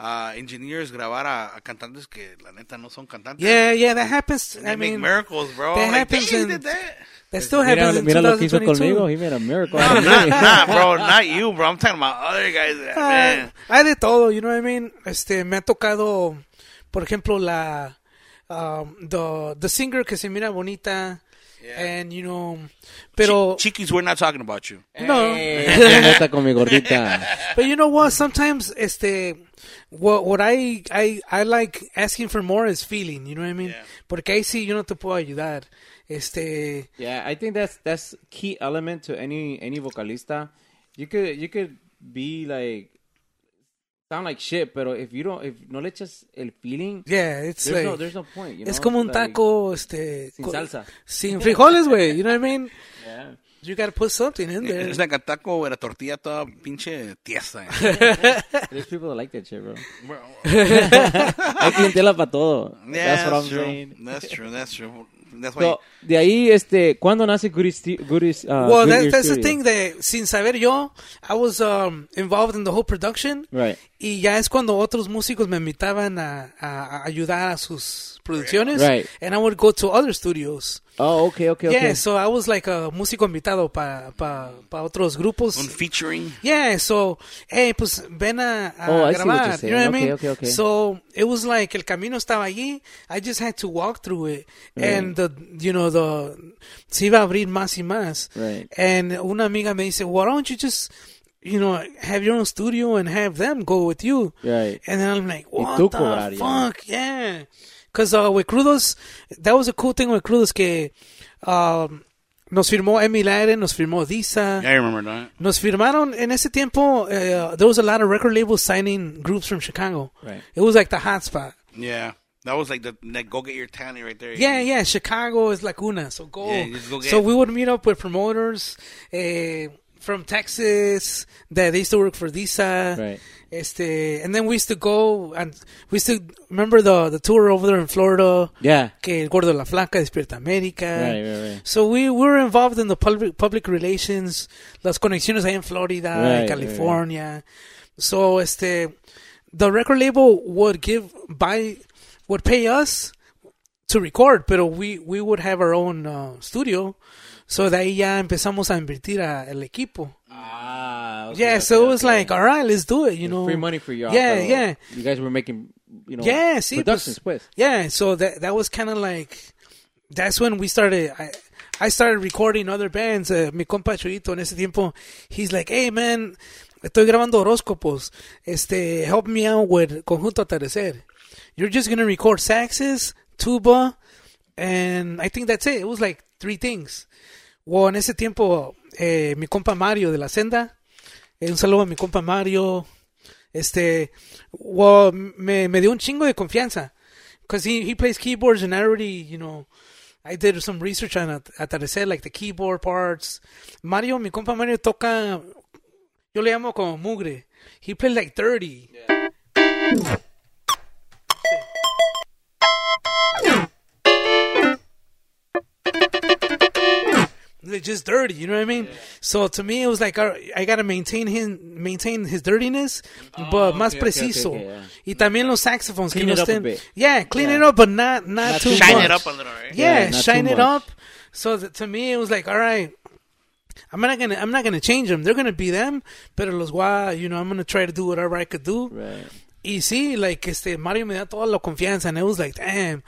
S3: a engineers grabar a, a cantantes que la neta no son cantantes
S4: Yeah, yeah, that happens.
S3: they
S4: I
S3: make
S4: mean, that
S3: miracles bro
S4: that
S3: like,
S4: happens
S3: "Damn,
S4: in-
S3: he did that
S4: still
S1: Mira,
S4: happens in
S1: mira lo que hizo
S4: 2022.
S1: conmigo. He made a miracle.
S3: no, not, not, bro not you bro I'm talking about other guys that, man
S4: Ah, hay de todo, you know what I mean? Este, me ha tocado, por ejemplo, la um, the, the singer que se mira bonita, and you know, pero
S3: Chi- Chiquis, we're not talking about you.
S4: no.
S1: Se meta con mi gordita.
S4: But you know what? Sometimes, este, what what I I I like asking for more is feeling. You know what I mean?
S3: Yeah.
S4: Porque ahí sí yo no te puedo ayudar. Este,
S1: Yeah, I think that's that's key element to any any vocalista. You could you could be like sound like shit, pero if you don't if no le echas el feeling,
S4: yeah, it's
S1: there's
S4: like
S1: no there's no point. You know?
S4: es como un
S1: Like,
S4: taco, este,
S1: sin
S4: co-
S1: salsa.
S4: sin frijoles, güey. You know what I mean?
S1: yeah.
S4: You gotta put something in there.
S3: Es la cataco o la tortilla toda pinche tiesa. eh.
S1: There's people that like that shit, bro. Hay clientela para todo. that's what I'm
S3: true.
S1: saying.
S3: That's true. That's true. That's why.
S1: So, de ahí, este, ¿cuándo nace Goodies, Stu- Goodies, uh,
S4: well,
S1: Good
S4: that,
S1: Ear
S4: that's the
S1: Studio?
S4: thing that sin saber yo, I was um, involved in the whole production.
S1: Right.
S4: Y ya es cuando otros músicos me invitaban a, a- a ayudar a sus producciones.
S1: Right.
S4: And I would go to other studios.
S1: Oh, okay, okay,
S4: yeah,
S1: okay.
S4: so I was like a músico invitado para pa, pa otros grupos.
S3: Un featuring.
S4: Yeah, so, hey, pues ven a, a
S1: Oh, I see what you're
S4: grabar. you know what I
S1: saying.
S4: mean?
S1: Okay, okay, okay.
S4: So it was like el camino estaba allí. I just had to walk through it, and the, you know, the se iba a abrir más y más.
S1: Right.
S4: And una amiga me dice, why don't you just you know, have your own studio and have them go with you.
S1: Right.
S4: And then I'm like, what
S1: tú
S4: the
S1: cobrar, yeah.
S4: fuck, yeah. Because uh, with Crudos, that was a cool thing with Crudos que um, nos firmó Emil Aire, nos firmó Disa.
S3: Yeah, I remember that.
S4: Nos firmaron en ese tiempo. Uh, there was a lot of record labels signing groups from Chicago.
S1: Right.
S4: It was like the hotspot.
S3: Yeah, that was like the like, go get your talent right there.
S4: Yeah, yeah. Chicago is like una, so go.
S3: Yeah, just go get
S4: so
S3: it.
S4: we would meet up with promoters eh, from Texas that they used to work for Disa.
S1: Right.
S4: Este, and then we used to go and we used to remember the the tour over there in Florida.
S1: Yeah.
S4: Que el gordo la flaca despierta América.
S1: Right, right, right.
S4: So we, we were involved in the public public relations, las conexiones ahí en Florida,
S1: Right,
S4: en
S1: right,
S4: California. So este, the record label would give buy would pay us to record, pero we we would have our own uh, studio. So de ahí ya empezamos a invertir a el equipo.
S1: Ah,
S4: yeah, so it was like, all right, let's do it. You know,
S1: free money for y'all.
S4: Yeah,
S1: pero
S4: yeah.
S1: You guys were making, you know,
S4: Yeah, sí,
S1: productions, pues.
S4: Yeah, so that that was kind of like that's when we started. I I started recording other bands. Uh, mi compa Chuyito en ese tiempo, he's like, hey man, estoy grabando horóscopos. Este, help me out with Conjunto Atardecer. You're just gonna record saxes, tuba, and I think that's it. It was like three things. Well, en ese tiempo, eh, mi compa Mario de la Senda, eh, un saludo a mi compa Mario. Este, well, me, me dio un chingo de confianza. Because he, he plays keyboards and I already, you know, I did some research on At- Atardecer, like the keyboard parts. Mario, mi compa Mario toca, yo le llamo como mugre. He plays like 30. They're just dirty, you know what I mean? So to me, it was like all right, I gotta maintain him, maintain his dirtiness, but más
S1: Oh, okay, okay,
S4: preciso.
S1: okay, yeah.
S4: Y también los saxophones.
S1: Clean
S4: que no
S1: it up a
S4: estén-
S1: bit.
S4: Yeah, clean
S1: Yeah.
S4: it up, but not not,
S1: Not
S4: too
S1: too
S4: much.
S3: shine
S1: much.
S3: it up a little, right?
S1: Yeah,
S4: Yeah,
S1: not too
S4: shine it
S1: much.
S4: up. So that, to me, it was like, all right, I'm not gonna I'm not gonna change them. They're gonna be them. Pero los guay, you know, I'm gonna try to do whatever I could do.
S1: Right.
S4: Y sí, like, este, Mario me da toda la confianza, and it was like, damn.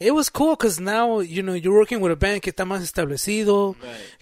S4: It was cool, because now, you know, you're working with a band que está más establecido,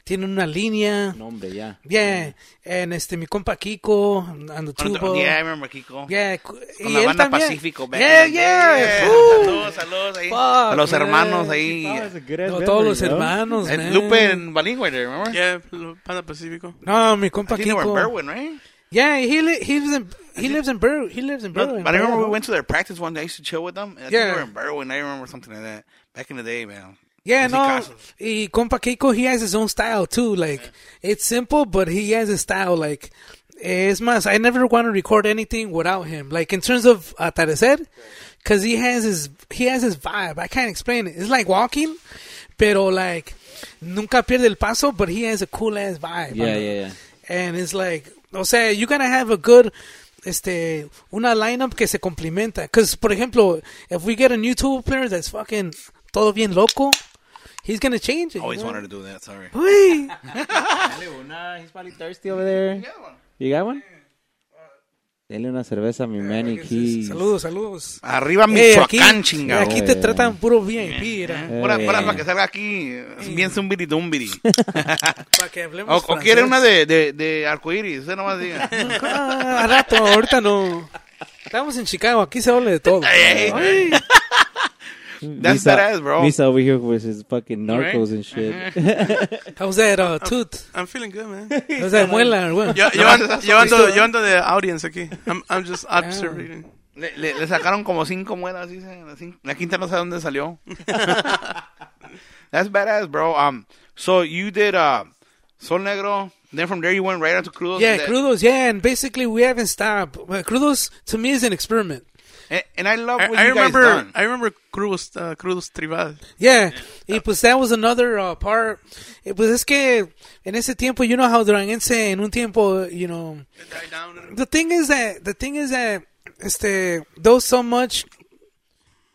S4: tiene una línea.
S1: No, hombre, ya.
S4: Yeah, and este, mi compa Kiko, and the
S3: On Mm. the-
S4: tuba.
S3: yeah, I remember Kiko.
S4: Yeah, cu-
S3: Con
S4: y
S3: la
S4: él
S3: banda
S4: también.
S3: Pacífico. back
S4: Yeah,
S3: in the
S4: yeah.
S3: day. Yeah,
S4: Woo.
S3: Saludos, saludos ahí.
S4: Fuck,
S3: a los
S4: man.
S3: hermanos ahí.
S1: That was a good ass
S4: No,
S1: memory,
S4: todos los
S1: bro.
S4: hermanos,
S3: And
S4: man.
S3: Lupe and Balingüe, there, remember?
S2: Yeah, Panda Pacifico.
S4: No, mi compa
S3: I think they were in
S4: Kiko.
S3: Berwyn, right?
S4: Yeah, he li- he lives in he lives in Berwyn. He lives in
S3: No,
S4: Berwyn.
S3: but I remember
S4: yeah.
S3: we went to their practice one day. I used to chill with them. I think
S4: Yeah.
S3: we were in Berwyn. I remember something like that. Back in the day, man.
S4: Yeah,
S3: Los
S4: no.
S3: Icazos.
S4: Y compa Kiko, he has his own style too. Like it's simple, but he has his style. Like it's más, I never want to record anything without him. Like in terms of atardecer, because he has his he has his vibe. I can't explain it. It's like walking, pero like nunca pierde el paso. But he has a cool ass vibe.
S1: Yeah,
S4: I know.
S1: yeah, yeah.
S4: And it's like, o sea, you gotta have a good, este, una lineup que se complementa. Because, por ejemplo, if we get a new tool player that's fucking todo bien loco, he's gonna change it.
S3: Always
S4: you know?
S3: wanted to do that. Sorry.
S4: Uy.
S1: Nah, he's probably thirsty over there. You got one? Dele una cerveza a mi Manny Keys.
S4: Saludos, saludos.
S3: Arriba
S4: Eh, aquí,
S3: Michoacán, chingado.
S4: aquí te
S1: Yeah.
S4: tratan puro VIP, era.
S3: Pura,
S1: Eh.
S3: pura para que salga aquí eh, bien zumbiri dumbiri.
S4: Para que hablemos
S3: O, o
S4: francés.
S3: quiere una de, de, de arcoíris, usted nomás diga.
S4: Ah, a rato, ahorita no. Estamos en Chicago, aquí se habla de todo.
S3: Ay, ay, ay. That's
S1: Misa-
S3: badass, bro.
S1: Misa over here with his fucking
S3: Right?
S1: narcos and shit.
S4: How's that, uh, toot?
S2: I'm feeling good, man.
S4: How's that, muela? Bueno.
S2: Yo, yo,
S3: No,
S2: ando,
S3: that's
S2: yo,
S3: what
S2: ando,
S3: we
S2: yo ando de audience aquí. I'm, I'm just observing.
S3: Le, le- le sacaron como cinco muelas, dice. la cin- La quinta no sé dónde salió. That's badass, bro. Um, so you did uh, Sol Negro. Then from there you went right onto Crudos.
S4: Yeah,
S3: and that-
S4: Crudos. Yeah, and basically we haven't stopped. Well, Crudos to me is an experiment.
S3: And, and I love
S2: I,
S3: what
S2: I
S3: you
S2: remember,
S3: guys done.
S2: I remember Cruz, uh, Cruz Tribal.
S4: Yeah, it was that was another uh, part. It was es que en ese tiempo, you know how Duranguense en un tiempo, you know, the thing is that the thing is that este there was so much.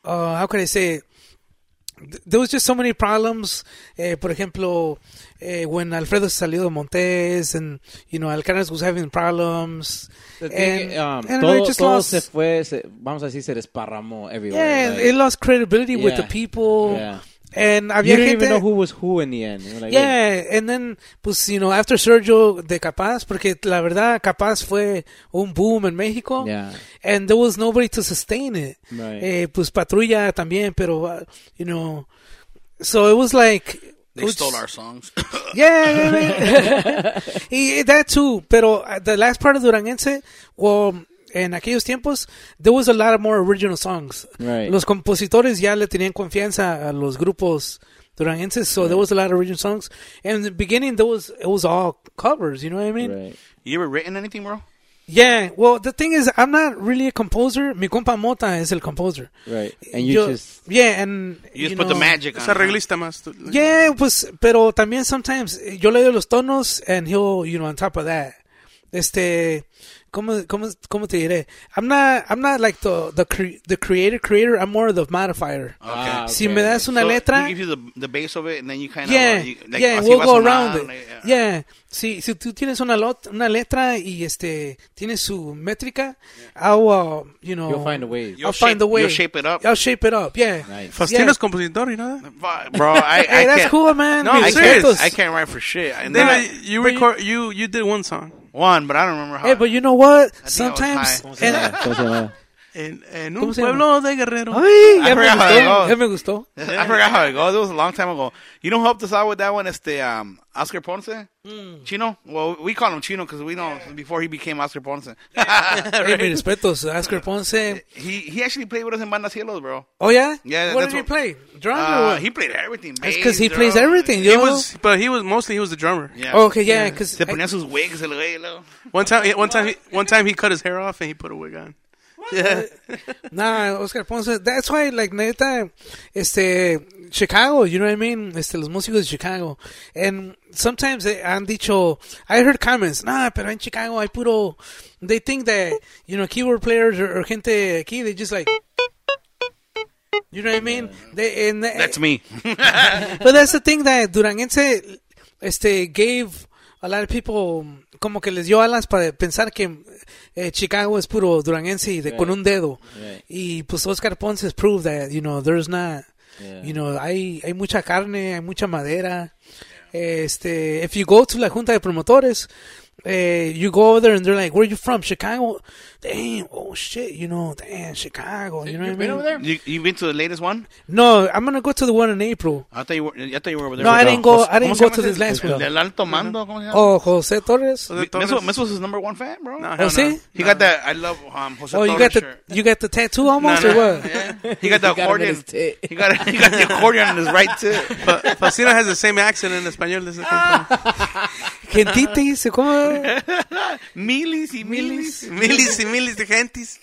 S4: Uh, how can I say? it? Th- There was just so many problems. Eh, por ejemplo, eh, when Alfredo salió de Montes, and you know, Alcaraz was having problems.
S1: The thing,
S4: and-
S1: um,
S4: and I
S1: todo,
S4: just
S1: todo
S4: lost-
S1: se fue, se- vamos a decir, se desparramó everywhere.
S4: Yeah,
S1: like-
S4: it lost credibility with the
S1: Yeah.
S4: people.
S1: Yeah.
S4: And
S1: You
S4: había
S1: didn't
S4: gente...
S1: even know who was who in the end. You were like, wait.
S4: Yeah, and then, pues, you know, after Sergio de Capaz, porque la verdad, Capaz fue un boom en México.
S1: Yeah.
S4: And there was nobody to sustain it.
S1: Right.
S4: Eh, pues, Patrulla también, pero, uh, you know, so it was like...
S3: They
S4: it was-
S3: stole our songs.
S4: Yeah, yeah, yeah. y that too. Pero uh, the last part of Duranguense, well, en aquellos tiempos, there was a lot of more original songs.
S1: Right.
S4: Los compositores ya le tenían confianza a los grupos duranguenses, so there was a lot of original songs. And in the beginning, there was it was all covers. You know what I mean?
S1: Right.
S3: you ever written anything, bro?
S4: Yeah. Well, the thing is, I'm not really a composer. Mi compa Mota is el composer.
S1: Right. And you
S4: Yo-
S1: just.
S4: yeah, and
S3: You just put the
S4: know-
S3: magic on.
S2: Es
S3: it, huh?
S2: arreglista más. tú-
S4: Yeah, pues, pero también sometimes eh, yo le doy los tonos and he'll, you know, on top of that. Este, ¿cómo, cómo, cómo te diré? I'm not, I'm not like the, the, cre the creator creator, I'm more the modifier.
S3: Okay.
S1: Ah,
S4: Si me das una
S3: So,
S4: letra,
S3: We give you the, the base of it, and then you kind of
S4: yeah,
S3: you, like,
S4: yeah,
S3: así eh,
S4: we'll
S3: va
S4: go
S3: a sonar,
S4: around it.
S3: like, uh, yeah.
S4: Yeah, si, si tú tienes una, lot, una letra y este, tienes su métrica, I'll, uh, you know.
S1: You'll find a way.
S4: I'll
S3: You'll
S4: find
S3: shape-
S4: a way.
S3: you'll shape it up.
S4: I'll shape it up, yeah.
S1: Nice.
S2: Faustino
S4: Yeah.
S2: es compositor y nada.
S3: Fuck, Bro, I,
S4: Hey,
S3: I
S4: that's
S3: can't,
S4: cool, man.
S2: No,
S4: Mis
S3: I
S2: I'm
S3: can't,
S4: respetos.
S3: I can't write for shit. And
S2: Then
S3: then
S2: I,
S3: I,
S2: you record you you did one song.
S3: one, but I don't remember how.
S4: Hey, but you know what?
S3: was
S4: Sometimes, eh,
S3: high.
S1: Entonces, uh,
S4: and-
S2: En, en un
S4: ¿Cómo se
S2: pueblo
S4: llama?
S2: de Guerrero.
S4: Ay,
S3: I
S4: ya me
S3: forgot how it
S4: gustó,
S3: goes.
S4: ya me gustó.
S3: I forgot how it goes. It was a long time ago. You know who helped us out with that one? It's the um, Oscar Ponce.
S4: Mm.
S3: Chino? Well, we call him Chino because we know before he became Oscar Ponce.
S4: Hey, mis respetos, Oscar Ponce.
S3: he he actually played with us in Banda Cielos, bro.
S4: Oh yeah,
S3: Yeah,
S4: What
S3: that's
S4: did he
S3: what-
S4: play? Drums or
S3: Uh,
S4: what?
S3: he played everything. bass,
S4: That's because he
S3: drum.
S4: plays everything.
S2: He
S4: yo.
S2: was, but he was mostly he was the drummer.
S3: Yeah.
S4: Oh, okay, yeah, because
S3: Se ponía sus wigs, el güey, luego.
S2: One time, one time, he, one time he cut his hair off and he put a wig on. Yeah.
S4: nah, Oscar Ponce. That's why, like, neta, este, Chicago. You know what I mean? Este, los músicos de Chicago. And sometimes they han dicho, I heard comments. Nah, pero en Chicago hay puro. They think that you know keyboard players or, or gente aquí, they just like. You know what I mean? They and eh,
S3: That's me.
S4: But that's the thing that Duranguense este, gave a lot of people como que les dio alas para pensar que eh, Chicago es puro Duranguense y de, con un dedo.
S1: Right.
S4: Y pues Oscar Ponce has proved that, you know, there's not,
S1: Yeah.
S4: you know, hay, hay mucha carne, hay mucha madera. Este, if you go to la junta de promotores, eh, you go over there and they're like, where are you from? Chicago? Damn, oh shit, you know, damn, Chicago. You know what I mean?
S3: you you been to the latest one?
S4: No, I'm gonna go to the one in April.
S3: I thought you were. I thought you were over there.
S4: No, I
S3: What's-
S4: didn't go.
S3: what's-
S4: I didn't
S3: ¿cómo se
S4: go
S3: llama
S4: to
S3: ese?
S4: this last one.
S3: El Alto Mando. ¿Cómo se llama?
S4: Oh, José Torres.
S2: José
S3: This was,
S2: Torres.
S3: this was his number one fan, bro.
S2: No,
S4: Oh,
S2: hell
S4: see?
S2: no.
S3: He got that. I love um, Jose
S4: Oh, you
S3: Torres
S4: got the
S3: shirt.
S4: you got the tattoo almost
S2: No,
S4: or
S2: no.
S4: what?
S3: He got the
S1: got him in
S3: accordion.
S1: his tit.
S3: He got he got the accordion in his right tip.
S2: Fa- Faustino has the same accent in español as the
S4: Ah.
S2: company.
S4: Gentitis, ¿cómo?
S3: Milis y milis.
S2: Milis y milis de gentis.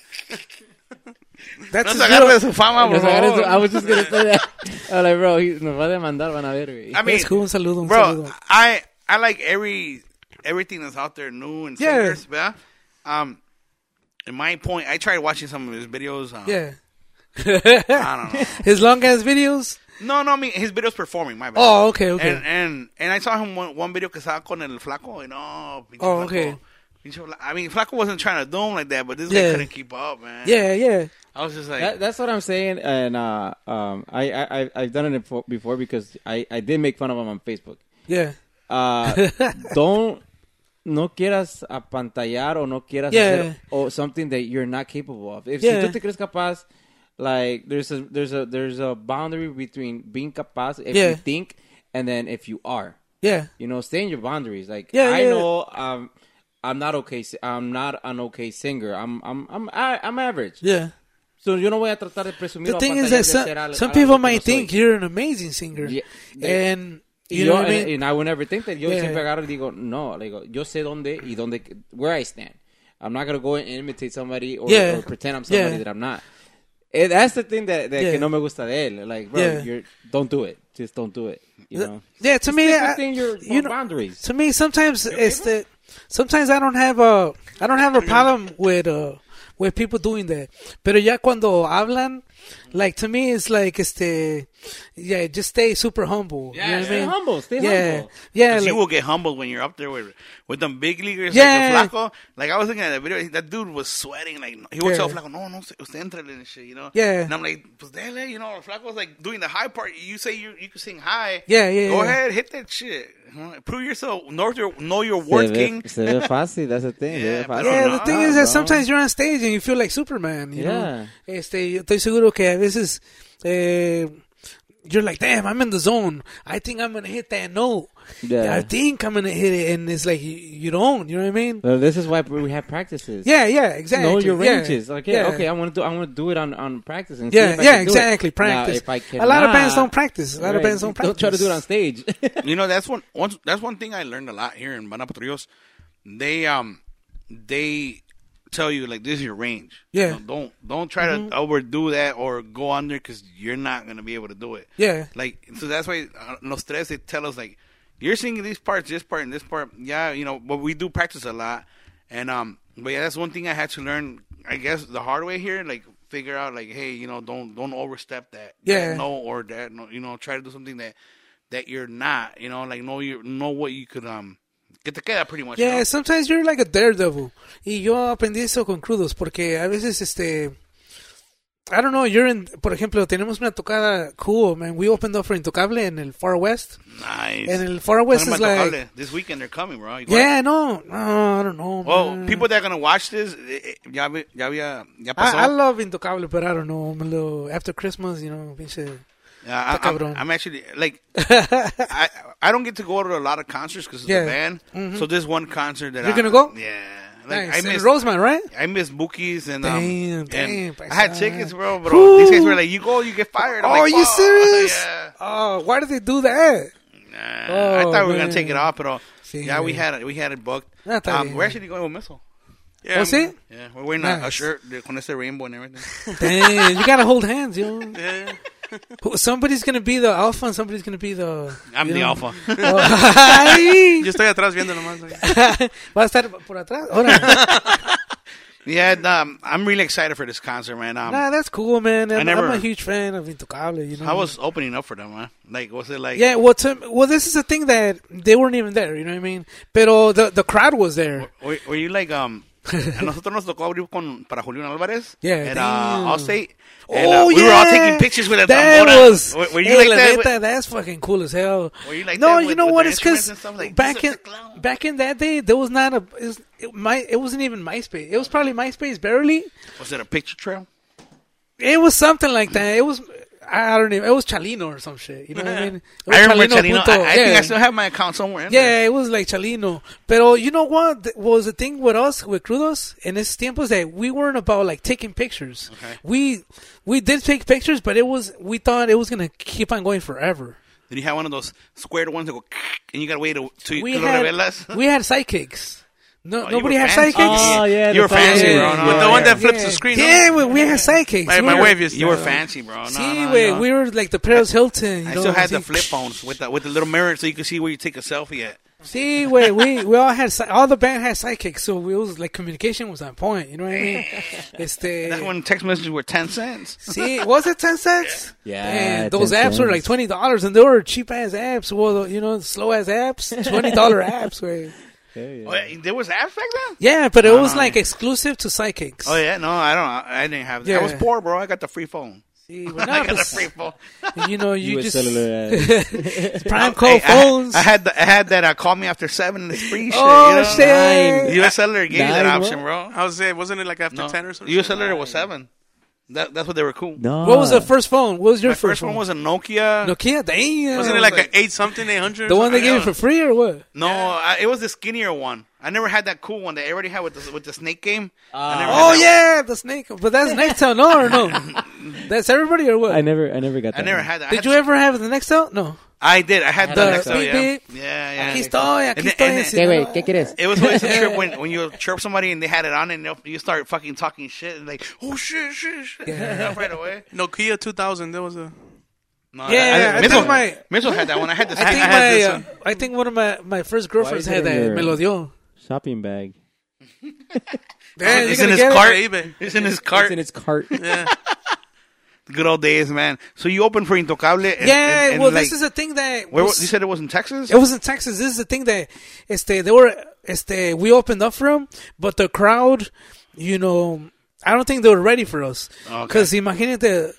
S4: That's
S3: No
S4: his
S3: se agarre de
S4: little-
S3: su fama, por
S1: nos agarra eso. I
S3: favor.
S1: was just gonna say that. I was like, bro, he- nos va a demandar, van a ver, güey.
S3: I mean,
S4: Es que un saludo, un
S3: bro,
S4: saludo.
S3: I I like every everything that's out there new and
S4: Yeah.
S3: singers, yeah. Um, in my point, I tried watching some of his videos. Um,
S4: Yeah.
S3: I don't know.
S4: His long ass videos.
S3: No, no, I mean his videos performing. My bad.
S4: Oh, okay, okay.
S3: And and and I saw him one, one video que estaba con el flaco, and oh, pinche
S4: Oh,
S3: flaco.
S4: okay.
S3: Pinche Fla- I mean, Flaco wasn't trying to do him like that, but this
S4: Yeah.
S3: guy couldn't keep up, man.
S4: yeah, yeah.
S3: I was just like,
S1: That, that's what I'm saying, and uh, um, I, I I- I've done it befo- before because I, I did make fun of him on Facebook.
S4: Yeah.
S1: Uh, don't no quieras apantallar o no quieras
S4: Yeah.
S1: hacer o something that you're not capable of. If
S4: Yeah.
S1: si tú te crees capaz, like there's a there's a there's a boundary between being capaz if
S4: Yeah.
S1: you think and then if you are.
S4: Yeah.
S1: You know, stay in your boundaries. Like
S4: Yeah,
S1: I
S4: yeah.
S1: know um I'm not okay si- I'm not an okay singer. I'm I'm I'm I, I'm average.
S4: Yeah.
S1: So yo no voy a tratar de presumir
S4: The
S1: o
S4: thing
S1: apantallar
S4: is that
S1: de
S4: some,
S1: ser al-
S4: some
S1: algo
S4: people
S1: que
S4: might
S1: no soy.
S4: think you're an amazing singer.
S1: Yeah.
S4: And
S1: Y
S4: you
S1: yo, eh,
S4: know what I
S1: and,
S4: mean?
S1: and I would never think that. Yo
S4: Yeah.
S1: siempre agarro y digo, no, le digo, yo sé dónde y dónde, where I stand. I'm not going to go and imitate somebody or,
S4: Yeah.
S1: or pretend I'm somebody
S4: Yeah.
S1: that I'm not. Eh, that's the thing that, that
S4: Yeah.
S1: que no me gusta de él. Like, bro,
S4: Yeah.
S1: you're, don't do it. Just don't do it. You know?
S4: Yeah, to me,
S1: Stick
S4: I,
S1: within your
S4: you know,
S1: boundaries.
S4: to me sometimes it's the sometimes I don't have a I don't have a problem with uh, with people doing that. Pero ya cuando hablan Like to me, it's like este, yeah, just stay super humble.
S3: Yeah,
S4: you know what
S1: stay
S4: I mean?
S1: humble, stay
S4: yeah,
S1: humble.
S4: yeah,
S3: 'Cause
S4: like-
S3: you will get humbled when you're up there with with them big leaguers
S4: Yeah.
S3: like the Flaco. Like I was looking at that video, that dude was sweating. Like he would tell
S4: Yeah.
S3: Flaco, "No, no, usted entra and shit," you know.
S4: Yeah.
S3: And I'm like, "Pues dale," you know. Flaco's like doing the high part. You say you you can sing high.
S4: Yeah, yeah,
S3: Go
S4: yeah.
S3: ahead, hit that shit. You know, Prove yourself. Know your know your
S1: Se
S3: worth,
S1: ve,
S3: king.
S1: se ve fácil, that's the thing. se ve
S3: Yeah,
S1: fácil.
S3: pero
S4: Yeah,
S3: no,
S4: the thing is
S1: bro.
S4: that sometimes you're on stage and you feel like Superman. You
S1: Yeah.
S4: know, este, yo estoy seguro que a veces eh, you're like, damn, I'm in the zone. I think I'm gonna hit that note.
S1: Yeah.
S4: I think I'm gonna hit it, and it's like you, you don't. You know what I mean?
S1: Well, this is why we have practices.
S4: Yeah, yeah, exactly.
S1: Know your
S4: Yeah,
S1: ranges. Like, yeah, okay, I want to do. I want to do it on on practice. And see
S4: yeah,
S1: if I
S4: yeah,
S1: can do it.
S4: exactly.
S1: Now,
S4: Practice.
S1: if I
S4: a lot of bands
S1: cannot-
S4: don't practice. A lot of
S1: Right.
S4: bands don't
S1: Don't
S4: practice.
S1: try to do it on stage.
S3: you know that's one once that's one thing I learned a lot here in Banapatrios. They um they tell you like this is your range.
S4: Yeah.
S3: You know, don't don't try to overdo that or go under because you're not gonna be able to do it.
S4: Yeah.
S3: Like so that's why uh, los tres they tell us like you're singing these parts, this part, and this part. Yeah, you know, but we do practice a lot, and um, but yeah, that's one thing I had to learn. I guess the hard way here, like figure out like, hey, you know, don't don't overstep that.
S4: Yeah.
S3: That no or that no, you know, try to do something that that you're not, you know, like know you know what you could um get the queda pretty much. you
S4: Yeah,
S3: know?
S4: sometimes you're like a daredevil. Y yo aprendí eso con crudos, porque a veces, este. I don't know, you're in. Por ejemplo, tenemos una tocada cool, man. We opened up for Intocable en el Far West.
S3: Nice.
S4: En el Far West
S3: Talking
S4: is
S3: about
S4: like.
S3: Tocable, this weekend they're coming, bro. You go-
S4: Yeah, no, no, I don't know.
S3: Well,
S4: man.
S3: Oh, people that are gonna watch this, eh, eh, ya ve- ya había ya pasó.
S4: I, I love Intocable, but I don't know. I'm a little. After Christmas, you know, pinche.
S3: Yeah, I,
S4: Está
S3: I'm,
S4: cabrón.
S3: I'm actually like I I don't get to go to a lot of concerts because of
S4: Yeah.
S3: the band. So this one concert that
S4: You're
S3: I,
S4: gonna go?
S3: Yeah, like
S4: Nice.
S3: I
S4: in
S3: missed.
S4: Roseman, right?
S3: I missed Bookies and um,
S4: Damn,
S3: and
S4: damn,
S3: I had
S4: paisa.
S3: tickets, bro. Bro, these guys
S4: Whew.
S3: were like, "You go, you get fired." I'm
S4: oh,
S3: like,
S4: are you
S3: "Fuck."
S4: serious?
S3: Yeah.
S4: Oh, why did they do that?
S3: Nah, I
S4: Oh,
S3: thought we were gonna
S4: man.
S3: take it off, pero
S4: Sí,
S3: yeah, we
S4: man.
S3: had it. We had it booked.
S4: Ah, está
S3: Um,
S4: bien.
S3: we're actually going with Missile.
S2: Yeah.
S4: oh, see?
S3: Yeah, we're wearing a, a
S4: Nice.
S3: shirt de- con ese rainbow and everything.
S4: Damn, you gotta hold hands, you know.
S2: Yeah.
S4: Who- Somebody's gonna be the alpha and somebody's gonna be the.
S3: I'm
S4: you
S3: the
S4: know.
S3: alpha.
S4: Oh,
S2: Yo
S4: ay.
S2: estoy atrás viendo nomás. like-
S4: Va a estar por atrás. Ahora.
S3: yeah, and, um, I'm really excited for this concert, man. Um,
S4: Nah, that's cool, man. I'm,
S3: never-
S4: I'm a huge fan of Intocable, you know.
S3: I was opening up for them, man. Like, was it like?
S4: Yeah, well, to, well, this is the thing that they weren't even there, you know what I mean? Pero the, the crowd was there.
S3: Were, were you like um? a nosotros nos tocó abrir con para Julián Álvarez.
S4: Yeah,
S3: At
S4: damn.
S3: uh, Allstate.
S4: Oh,
S3: And, uh,
S4: yeah.
S3: We were all taking pictures with uh, a
S4: That
S3: tambora.
S4: was.
S3: Were, were you
S4: hey,
S3: like
S4: la
S3: that?
S4: neta, that's fucking cool as hell.
S3: Were you like
S4: no,
S3: that
S4: you
S3: with-
S4: know
S3: with
S4: what?
S3: the
S4: It's because
S3: instruments and stuff? Like,
S4: back
S3: this
S4: in
S3: is the clown.
S4: back in that day, there was not a it, was, it, my, it wasn't even MySpace. It was probably MySpace barely.
S3: was it a picture trail?
S4: It was something like that. It was I don't know. It was Chalino or some shit. You know what I mean? It was
S3: I remember Chalino.
S4: puto,
S3: I, I
S4: yeah.
S3: think I still have my account somewhere. eh? In
S4: Yeah, it was like Chalino. Pero you know what th- was the thing with us with Crudos in this tiempos that we weren't about like taking pictures.
S3: Okay.
S4: We we did take pictures, but it was we thought it was gonna keep on going forever.
S3: Did you have one of those squared ones that go and you gotta wait to, to
S4: We
S3: to lo
S4: had
S3: revelas?
S4: we had sidekicks. No,
S3: Oh, you
S4: nobody
S3: were
S4: had
S3: fancy.
S4: sidekicks.
S1: Oh, yeah,
S3: you were
S1: the fan-
S3: fancy,
S1: yeah,
S3: bro.
S1: yeah,
S3: No,
S2: With the
S3: no,
S2: one
S3: yeah.
S2: that flips the screen. ¿no?
S4: Yeah, we, we had sidekicks.
S2: My,
S4: we
S2: my
S4: were-
S2: wave is
S3: You were fancy, bro. No,
S4: Sí,
S3: no,
S4: güey,
S3: no.
S4: we were like the Perez Hilton. you
S3: I
S4: know,
S3: still had the
S4: así.
S3: flip phones with the with the little mirror so you could see where you take a selfie at.
S4: See, we we we all had si- all the band had sidekicks, so we was like communication was on point. You know what I mean?
S3: That's
S4: Este,
S3: when text messages were ten cents.
S4: see, was it ten cents?
S1: Yeah,
S4: Man, those
S1: 10
S4: apps were like
S1: cents.
S4: twenty dollars, and they were cheap ass apps. Well, you know, slow ass apps, twenty dollar apps. Wey.
S3: Oh, yeah, there was apps back then.
S4: Yeah, but it
S3: No,
S1: Ah.
S4: was
S3: no,
S4: like
S3: yeah.
S4: exclusive to sidekicks.
S3: Oh yeah, no, I don't. I I didn't have that. I was
S4: Yeah.
S3: poor, bro. I got the free phone.
S4: See, we're
S3: I
S4: not
S3: got the
S4: just-
S3: free phone.
S4: you know, you,
S1: US
S4: just
S1: cellular
S5: uh,
S1: uh,
S4: prime
S3: Hey,
S4: call
S3: I had-
S4: phones.
S3: I, had the, I had that. Uh, call me after seven. It's free shit.
S4: oh
S3: you know?
S4: shit!
S1: Nine.
S3: U.S. Cellular gave you that
S1: Nine,
S3: option, bro.
S2: I was saying, wasn't it like after
S3: No,
S2: 10 or something?
S3: U.S. Cellular was seven. That, that's what they were cool.
S1: no.
S4: What was the first phone? What was your
S3: My first one was a Nokia.
S4: Nokia. Damn.
S2: Wasn't it like an 8 something, 800?
S4: the one they gave
S2: you
S4: you for free or what?
S3: No, I, it was the skinnier one. I never had that cool one that everybody had with the, with the snake game. I never had
S4: Oh
S3: that
S4: yeah, the snake. But that's Nextel, no or no? That's everybody or what?
S1: I never, I never got that.
S3: one. I never
S1: one.
S3: had that. I
S4: Did
S3: had
S4: you
S3: the-
S4: ever have the Nextel? No.
S3: I did. I had
S1: I
S3: the,
S1: had
S3: next
S1: the
S3: one,
S4: beep,
S3: yeah.
S4: beep.
S3: yeah,
S4: Aquí
S3: yeah.
S4: estoy,
S3: And
S4: aquí
S3: then- and
S4: estoy.
S3: then-
S1: ¿Qué, güey?
S4: en Sinaloa.
S1: ¿Qué quieres?
S3: It was always a trip when, when you chirp somebody and they had it on and they'll- you start fucking talking shit and like, oh shit, shit, shit, right away.
S2: Nokia 2000, there was a.
S3: No,
S4: Yeah, I think
S3: Mitchell-
S4: my-
S3: Mitchell had that one. I had the
S4: I
S3: skinny-
S4: think
S2: had
S4: my,
S2: this
S4: uh, I think one of my, my first
S1: is
S4: girlfriends
S1: it
S4: had
S1: in
S4: that.
S1: your-
S4: Me lo dio.
S1: Shopping bag.
S4: Damn,
S3: It's
S4: you're
S3: in
S4: gonna
S3: his
S4: get it.
S3: cart.
S2: eBay.
S3: It's in his
S1: It's
S3: cart.
S1: in its cart.
S2: Yeah.
S3: Good old days, man. So you opened for Intocable. And,
S4: yeah,
S3: and- and,
S4: well,
S3: like,
S4: this is a thing that
S3: Where,
S4: was-
S3: you said it was in Texas?
S4: It was in Texas. This is the thing that, este, they were, este, we opened up for them, but the crowd, you know, I don't think they were ready for us.
S3: Okay.
S4: Because imagínate,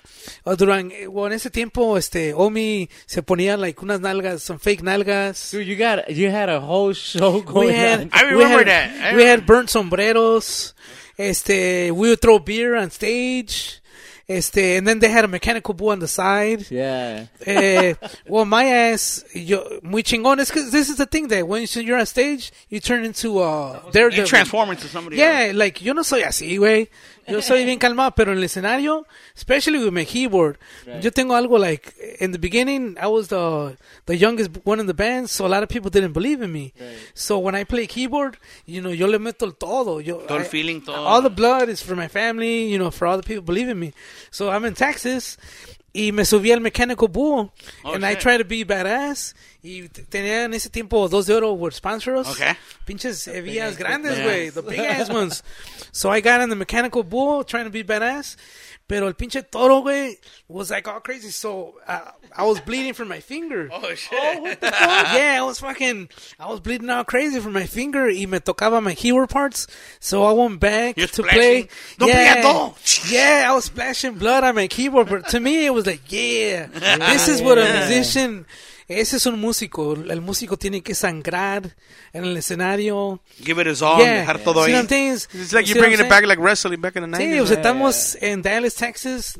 S4: uh, duran, well, en ese tiempo, este, Omi se ponía like unas nalgas, some fake nalgas.
S5: Dude, you got you had a whole show going
S4: We had,
S5: on.
S3: I
S4: we
S3: remember
S4: had,
S3: that. I
S4: we had burnt sombreros. Este, we would throw beer on stage. Este, and then they had a mechanical bull on the side.
S5: Yeah.
S4: Eh, well, my ass, yo, muy chingón. It's 'cause this is the thing that when you're on stage, you turn into uh, they're
S3: You transform into somebody
S4: Yeah, like yo no soy así, güey. Yo soy bien calmado, pero en el escenario, especially with my keyboard, yo tengo algo like in the beginning, I was the the youngest one in the band, so a lot of people didn't believe in me. So when I play keyboard, you know, yo le meto el todo. Yo,
S3: Todo el
S4: I-
S3: feeling, todo.
S4: All the blood is for my family, you know, for all the people believing me. So I'm in Texas. Y me subí al Mechanical Bull. and I
S3: Oh, shit.
S4: try to be badass. Y t- tenía en ese tiempo dos de oro were sponsors.
S3: Okay.
S4: Pinches hebillas grandes, güey. The big ass ones. So I got on the Mechanical Bull trying to be badass. Pero el pinche toro, güey, was like all crazy. So uh, I was bleeding from my finger.
S3: Oh, shit.
S4: yeah, I was fucking, I was bleeding out crazy from my finger. Y me tocaba my hero parts. So I went back
S3: You're
S4: to
S3: splashing.
S4: play.
S3: Don't play at all.
S4: Yeah, I was splashing blood on my keyboard, but to me it was like, yeah,
S2: Ah,
S4: this is what a musician. Ese es un músico. El músico tiene que sangrar en el escenario.
S3: Give it his
S2: Oh,
S3: all.
S4: yeah.
S3: Dejar todo
S4: See
S3: ahí.
S4: what I'm saying?
S2: It's like
S4: See
S2: you're
S4: what
S2: bringing
S4: I'm
S2: it back
S4: saying?
S2: like wrestling back in the eh.
S4: Sí, o
S2: 90s.
S4: sea, estamos en Dallas, Texas,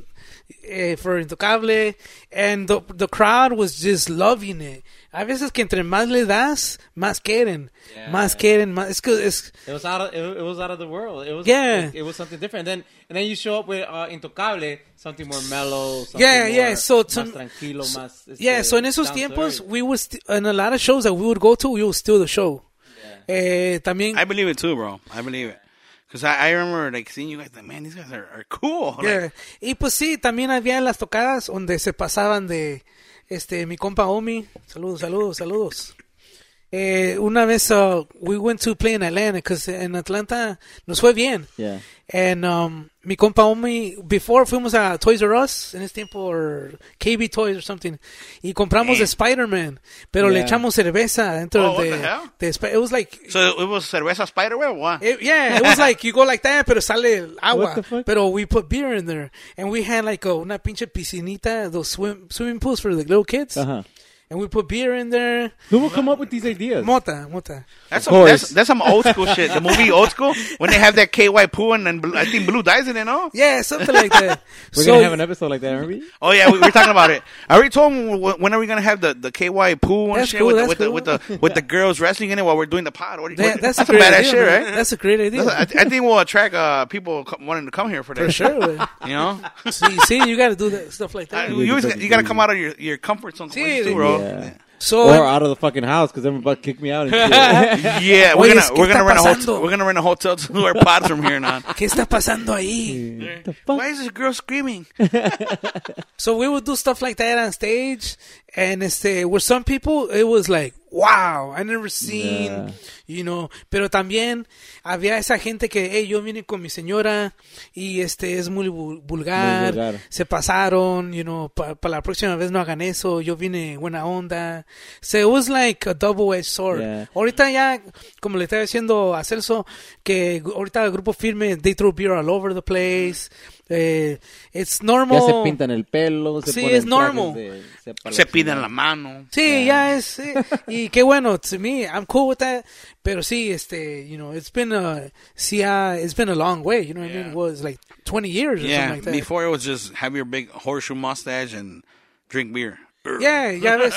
S4: eh, for Intocable, and the, the crowd was just loving it. A veces que entre más le das, más quieren,
S5: Yeah.
S4: más quieren, más. Es que es,
S5: It was out of it, it was out of the world. It was
S4: Yeah.
S5: It, it was something different. And then and then you show up with uh, Intocable, something more mellow. Something
S4: Yeah,
S5: more,
S4: yeah, so to-
S5: más tranquilo, más. este,
S4: Yeah, so en esos
S5: down to
S4: tiempos,
S5: earth.
S4: we would st- in a lot of shows that we would go to, we would steal the show. Eh, también,
S3: I believe it too, bro. I believe it. Because I, I remember like seeing you guys, like, man, these guys are, are cool. Like,
S4: yeah. y pues sí, también había las tocadas donde se pasaban de, este, mi compa Omi, saludos, saludos, saludos. Eh, una vez, uh, we went to play in Atlanta, because en Atlanta nos fue bien.
S1: Yeah.
S4: And um, mi compa Omi, before fuimos a Toys R Us en ese tiempo, or KB Toys or something, y compramos de Spider-Man, pero le
S1: Yeah.
S4: echamos cerveza dentro
S3: Eh. Oh, what
S4: de,
S3: the hell?
S4: de Spi- It was like,
S3: So it was cerveza spider web. What?
S4: it, yeah, it was like you go like that, pero sale el agua.
S1: the fuck?
S4: Pero we put beer in there, and we had like a, una pinche piscinita, those swim, swimming pools for the little kids,
S1: Uh-huh.
S4: and we put beer in there.
S1: Who will come up with these ideas?
S4: Mota, mota.
S3: that's
S1: of
S3: some,
S1: course.
S3: that's that's some old school shit. The movie old school when they have that KY poo and then blue, I think blue dyes in it. No.
S4: Yeah, something like that.
S1: We're
S4: So-
S1: gonna have an episode like that, aren't we?
S3: Oh yeah, we, we're talking about it. I already told him when, when are we gonna have the, the KY poo and
S4: That's
S3: shit
S4: cool,
S3: with, the,
S4: that's
S3: with, the, with the with the girls wrestling in it while we're doing the pod. What do you,
S4: that-
S3: what-
S4: that's,
S3: that's,
S4: a
S3: some
S4: great
S3: badass
S4: idea,
S3: shit,
S4: man.
S3: right?
S4: That's a great idea.
S3: That's- I, I think we'll attract uh, people co- wanting to come here for that.
S4: for sure. güey.
S3: You know,
S4: see, see, you got to do that stuff like
S3: I-
S4: that.
S3: you, always, you gotta come out of your, your comfort zone,
S4: Sí,
S3: too, bro.
S1: Yeah.
S4: So,
S1: Or out of the fucking house because everyone about to kick me out. And shit.
S3: Yeah, we're
S4: Oye, es
S3: gonna
S4: que
S3: we're gonna
S4: está
S3: rent a
S4: pasando.
S3: hotel. We're gonna rent a hotel to do our pods from here on.
S1: uh,
S3: out.
S4: ¿qué está pasando ahí?
S1: What the fuck?
S3: Why is this girl screaming?
S4: So we would do stuff like that on stage, and este, with some people it was like, wow, I never seen,
S1: Yeah.
S4: you know. Pero también había esa gente que, hey, yo vine con mi señora y este es muy vul-
S1: Muy
S4: vulgar,
S1: vulgar.
S4: se pasaron, you know, para la próxima vez no hagan eso, yo vine buena onda. So it was like a double-edged sword.
S1: Yeah.
S4: Ahorita ya, como le estaba diciendo a Celso, que gu- ahorita el grupo firme, they throw beer all over the place. Eh, it's
S1: Ya
S4: normal.
S1: se pintan el pelo. Se
S4: Sí,
S1: ponen
S4: es normal.
S1: trajes de-
S3: Se piden la mano.
S4: Sí, ya es. sí. Y qué bueno, to me, I'm cool with that. Pero sí, este, you know, it's been a, sí, ah, it's been a long way, you know what I mean?
S3: Yeah.
S4: It was like 20 years or
S3: Yeah,
S4: something like that.
S3: before it was just have your big horseshoe mustache and drink beer.
S4: Yeah, ya ves.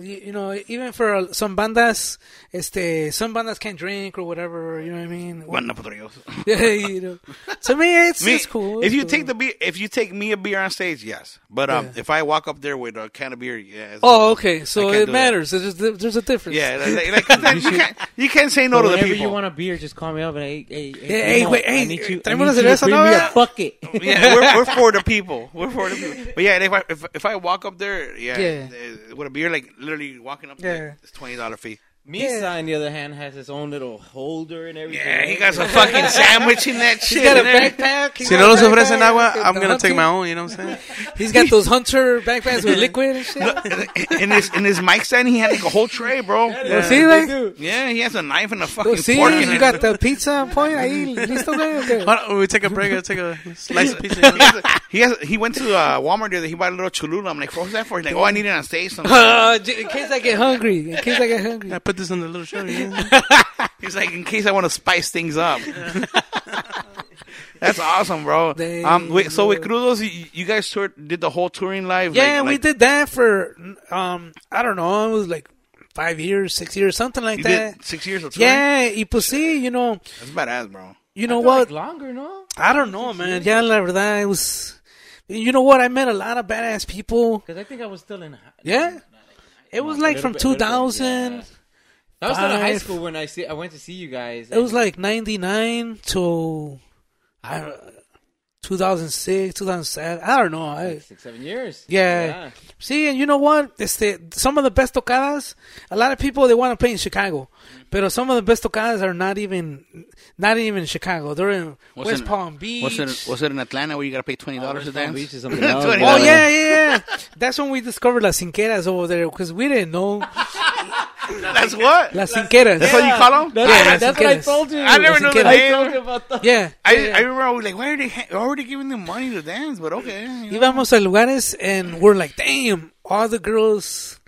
S4: You, you know, even for uh, some bandas, este, some bandas can't drink or whatever, you know what I mean?
S3: Manda por Dios.
S4: Yeah, you know. To me, it's,
S3: Me-
S4: it's cool.
S3: if
S4: it's
S3: you
S4: cool.
S3: take the beer, if you take me a beer on stage, yes. But um,
S4: Yeah.
S3: if I walk up there with a can of beer, yeah. it's-
S4: Oh, okay.
S3: I
S4: So
S3: can't
S4: it
S3: do that.
S4: matters. There's, just- there's a difference.
S3: Yeah, like, like- like, you, can't, you can't say no to the
S5: Whenever
S3: people.
S5: you want a beer, just call me up and hey, hey, hey,
S4: Hey, hey,
S5: Primo,
S4: wait, hey,
S5: I need you, I
S4: tráeme una
S5: need you to
S4: cerveza,
S5: bring
S4: ¿no?
S5: me a bucket.
S3: yeah, we're, we're for the people. We're for the people. But yeah, if I if, if I walk up there, yeah,
S4: Yeah.
S3: uh, with a beer, like literally walking up,
S4: Yeah.
S3: there, it's twenty dollar fee.
S5: Yeah.
S1: Misa, on the other hand, has his own little holder and everything.
S3: Yeah, he got some fucking sandwich in that shit. in there.
S4: backpack. He's
S2: Si
S4: got
S2: no
S4: a
S2: los ofrecen
S4: backpack,
S2: agua,
S4: este,
S2: I'm gonna
S4: hunting.
S2: take my own, you know what I'm saying?
S4: He's got those hunter backpacks with liquid and shit.
S3: in his in his mic stand, he had like a whole tray, bro.
S4: Los
S3: Yeah,
S4: sí,
S1: They
S4: güey.
S1: do.
S3: he has a knife and a fucking
S4: Los sí,
S3: fork. in
S4: you
S3: it.
S4: got the pizza point ahí, listo, güey. o qué?
S2: Hold on, we take a break. I take a slice of pizza. you know?
S3: He has, he went to uh, Walmart the other day. He bought a little chulula. I'm like, what was that for? He's like, oh, I need it on stage. sometime."
S4: Uh, j- in case I get hungry. In case I get hungry.
S2: I put this on the little show. You know?
S3: He's like, in case I want to spice things up. That's awesome, bro.
S4: Dang,
S3: um, wait, so with
S4: bro.
S3: Crudos, you, you guys toured, did the whole touring live?
S4: Yeah,
S3: like,
S4: we
S3: like-
S4: did that for um I don't know, it was like five years, six years, something like
S3: You
S4: that.
S3: did six years of touring.
S4: Yeah, y pues sí, you know,
S3: that's badass, bro.
S4: you know
S5: Like
S4: what?
S5: longer, no?
S4: I don't know, man. Yeah, la verdad, it was. You know what? I met a lot of badass people.
S5: Because I think I was still in. hi-
S4: Yeah, it was like from
S5: bit- little bit,
S4: 2000.
S5: yeah. I was still in high
S4: Five.
S5: school when I see I went to see you guys.
S4: It was like 99 to I, 2006, 2007. I don't know. I,
S5: six, seven years.
S4: Yeah. See, and you know what? Este, some of the best tocadas, a lot of people they want to play in Chicago, but some of the best tocadas are not even, not even in Chicago. They're in West
S3: in-
S4: Palm Beach.
S3: Was it, was it in Atlanta where you got to pay $20 to
S5: West Palm
S3: dance?
S5: Beach is something else,
S3: $20.
S4: Oh yeah, yeah, yeah. That's when we discovered las cinqueras over there because we didn't know
S3: That's what?
S4: las cinqueras.
S3: That's what you call them?
S4: Yeah,
S5: That's,
S4: that's
S5: that's what I
S4: Guinness.
S5: told you.
S3: I never
S4: That's
S3: knew the
S4: Guinness.
S5: I told
S3: name.
S5: you about that.
S4: Yeah,
S3: I,
S4: yeah.
S3: I remember I was like, why are they ha- already giving them money to dance? But okay. you know.
S4: íbamos a lugares and we're like, damn, all the girls,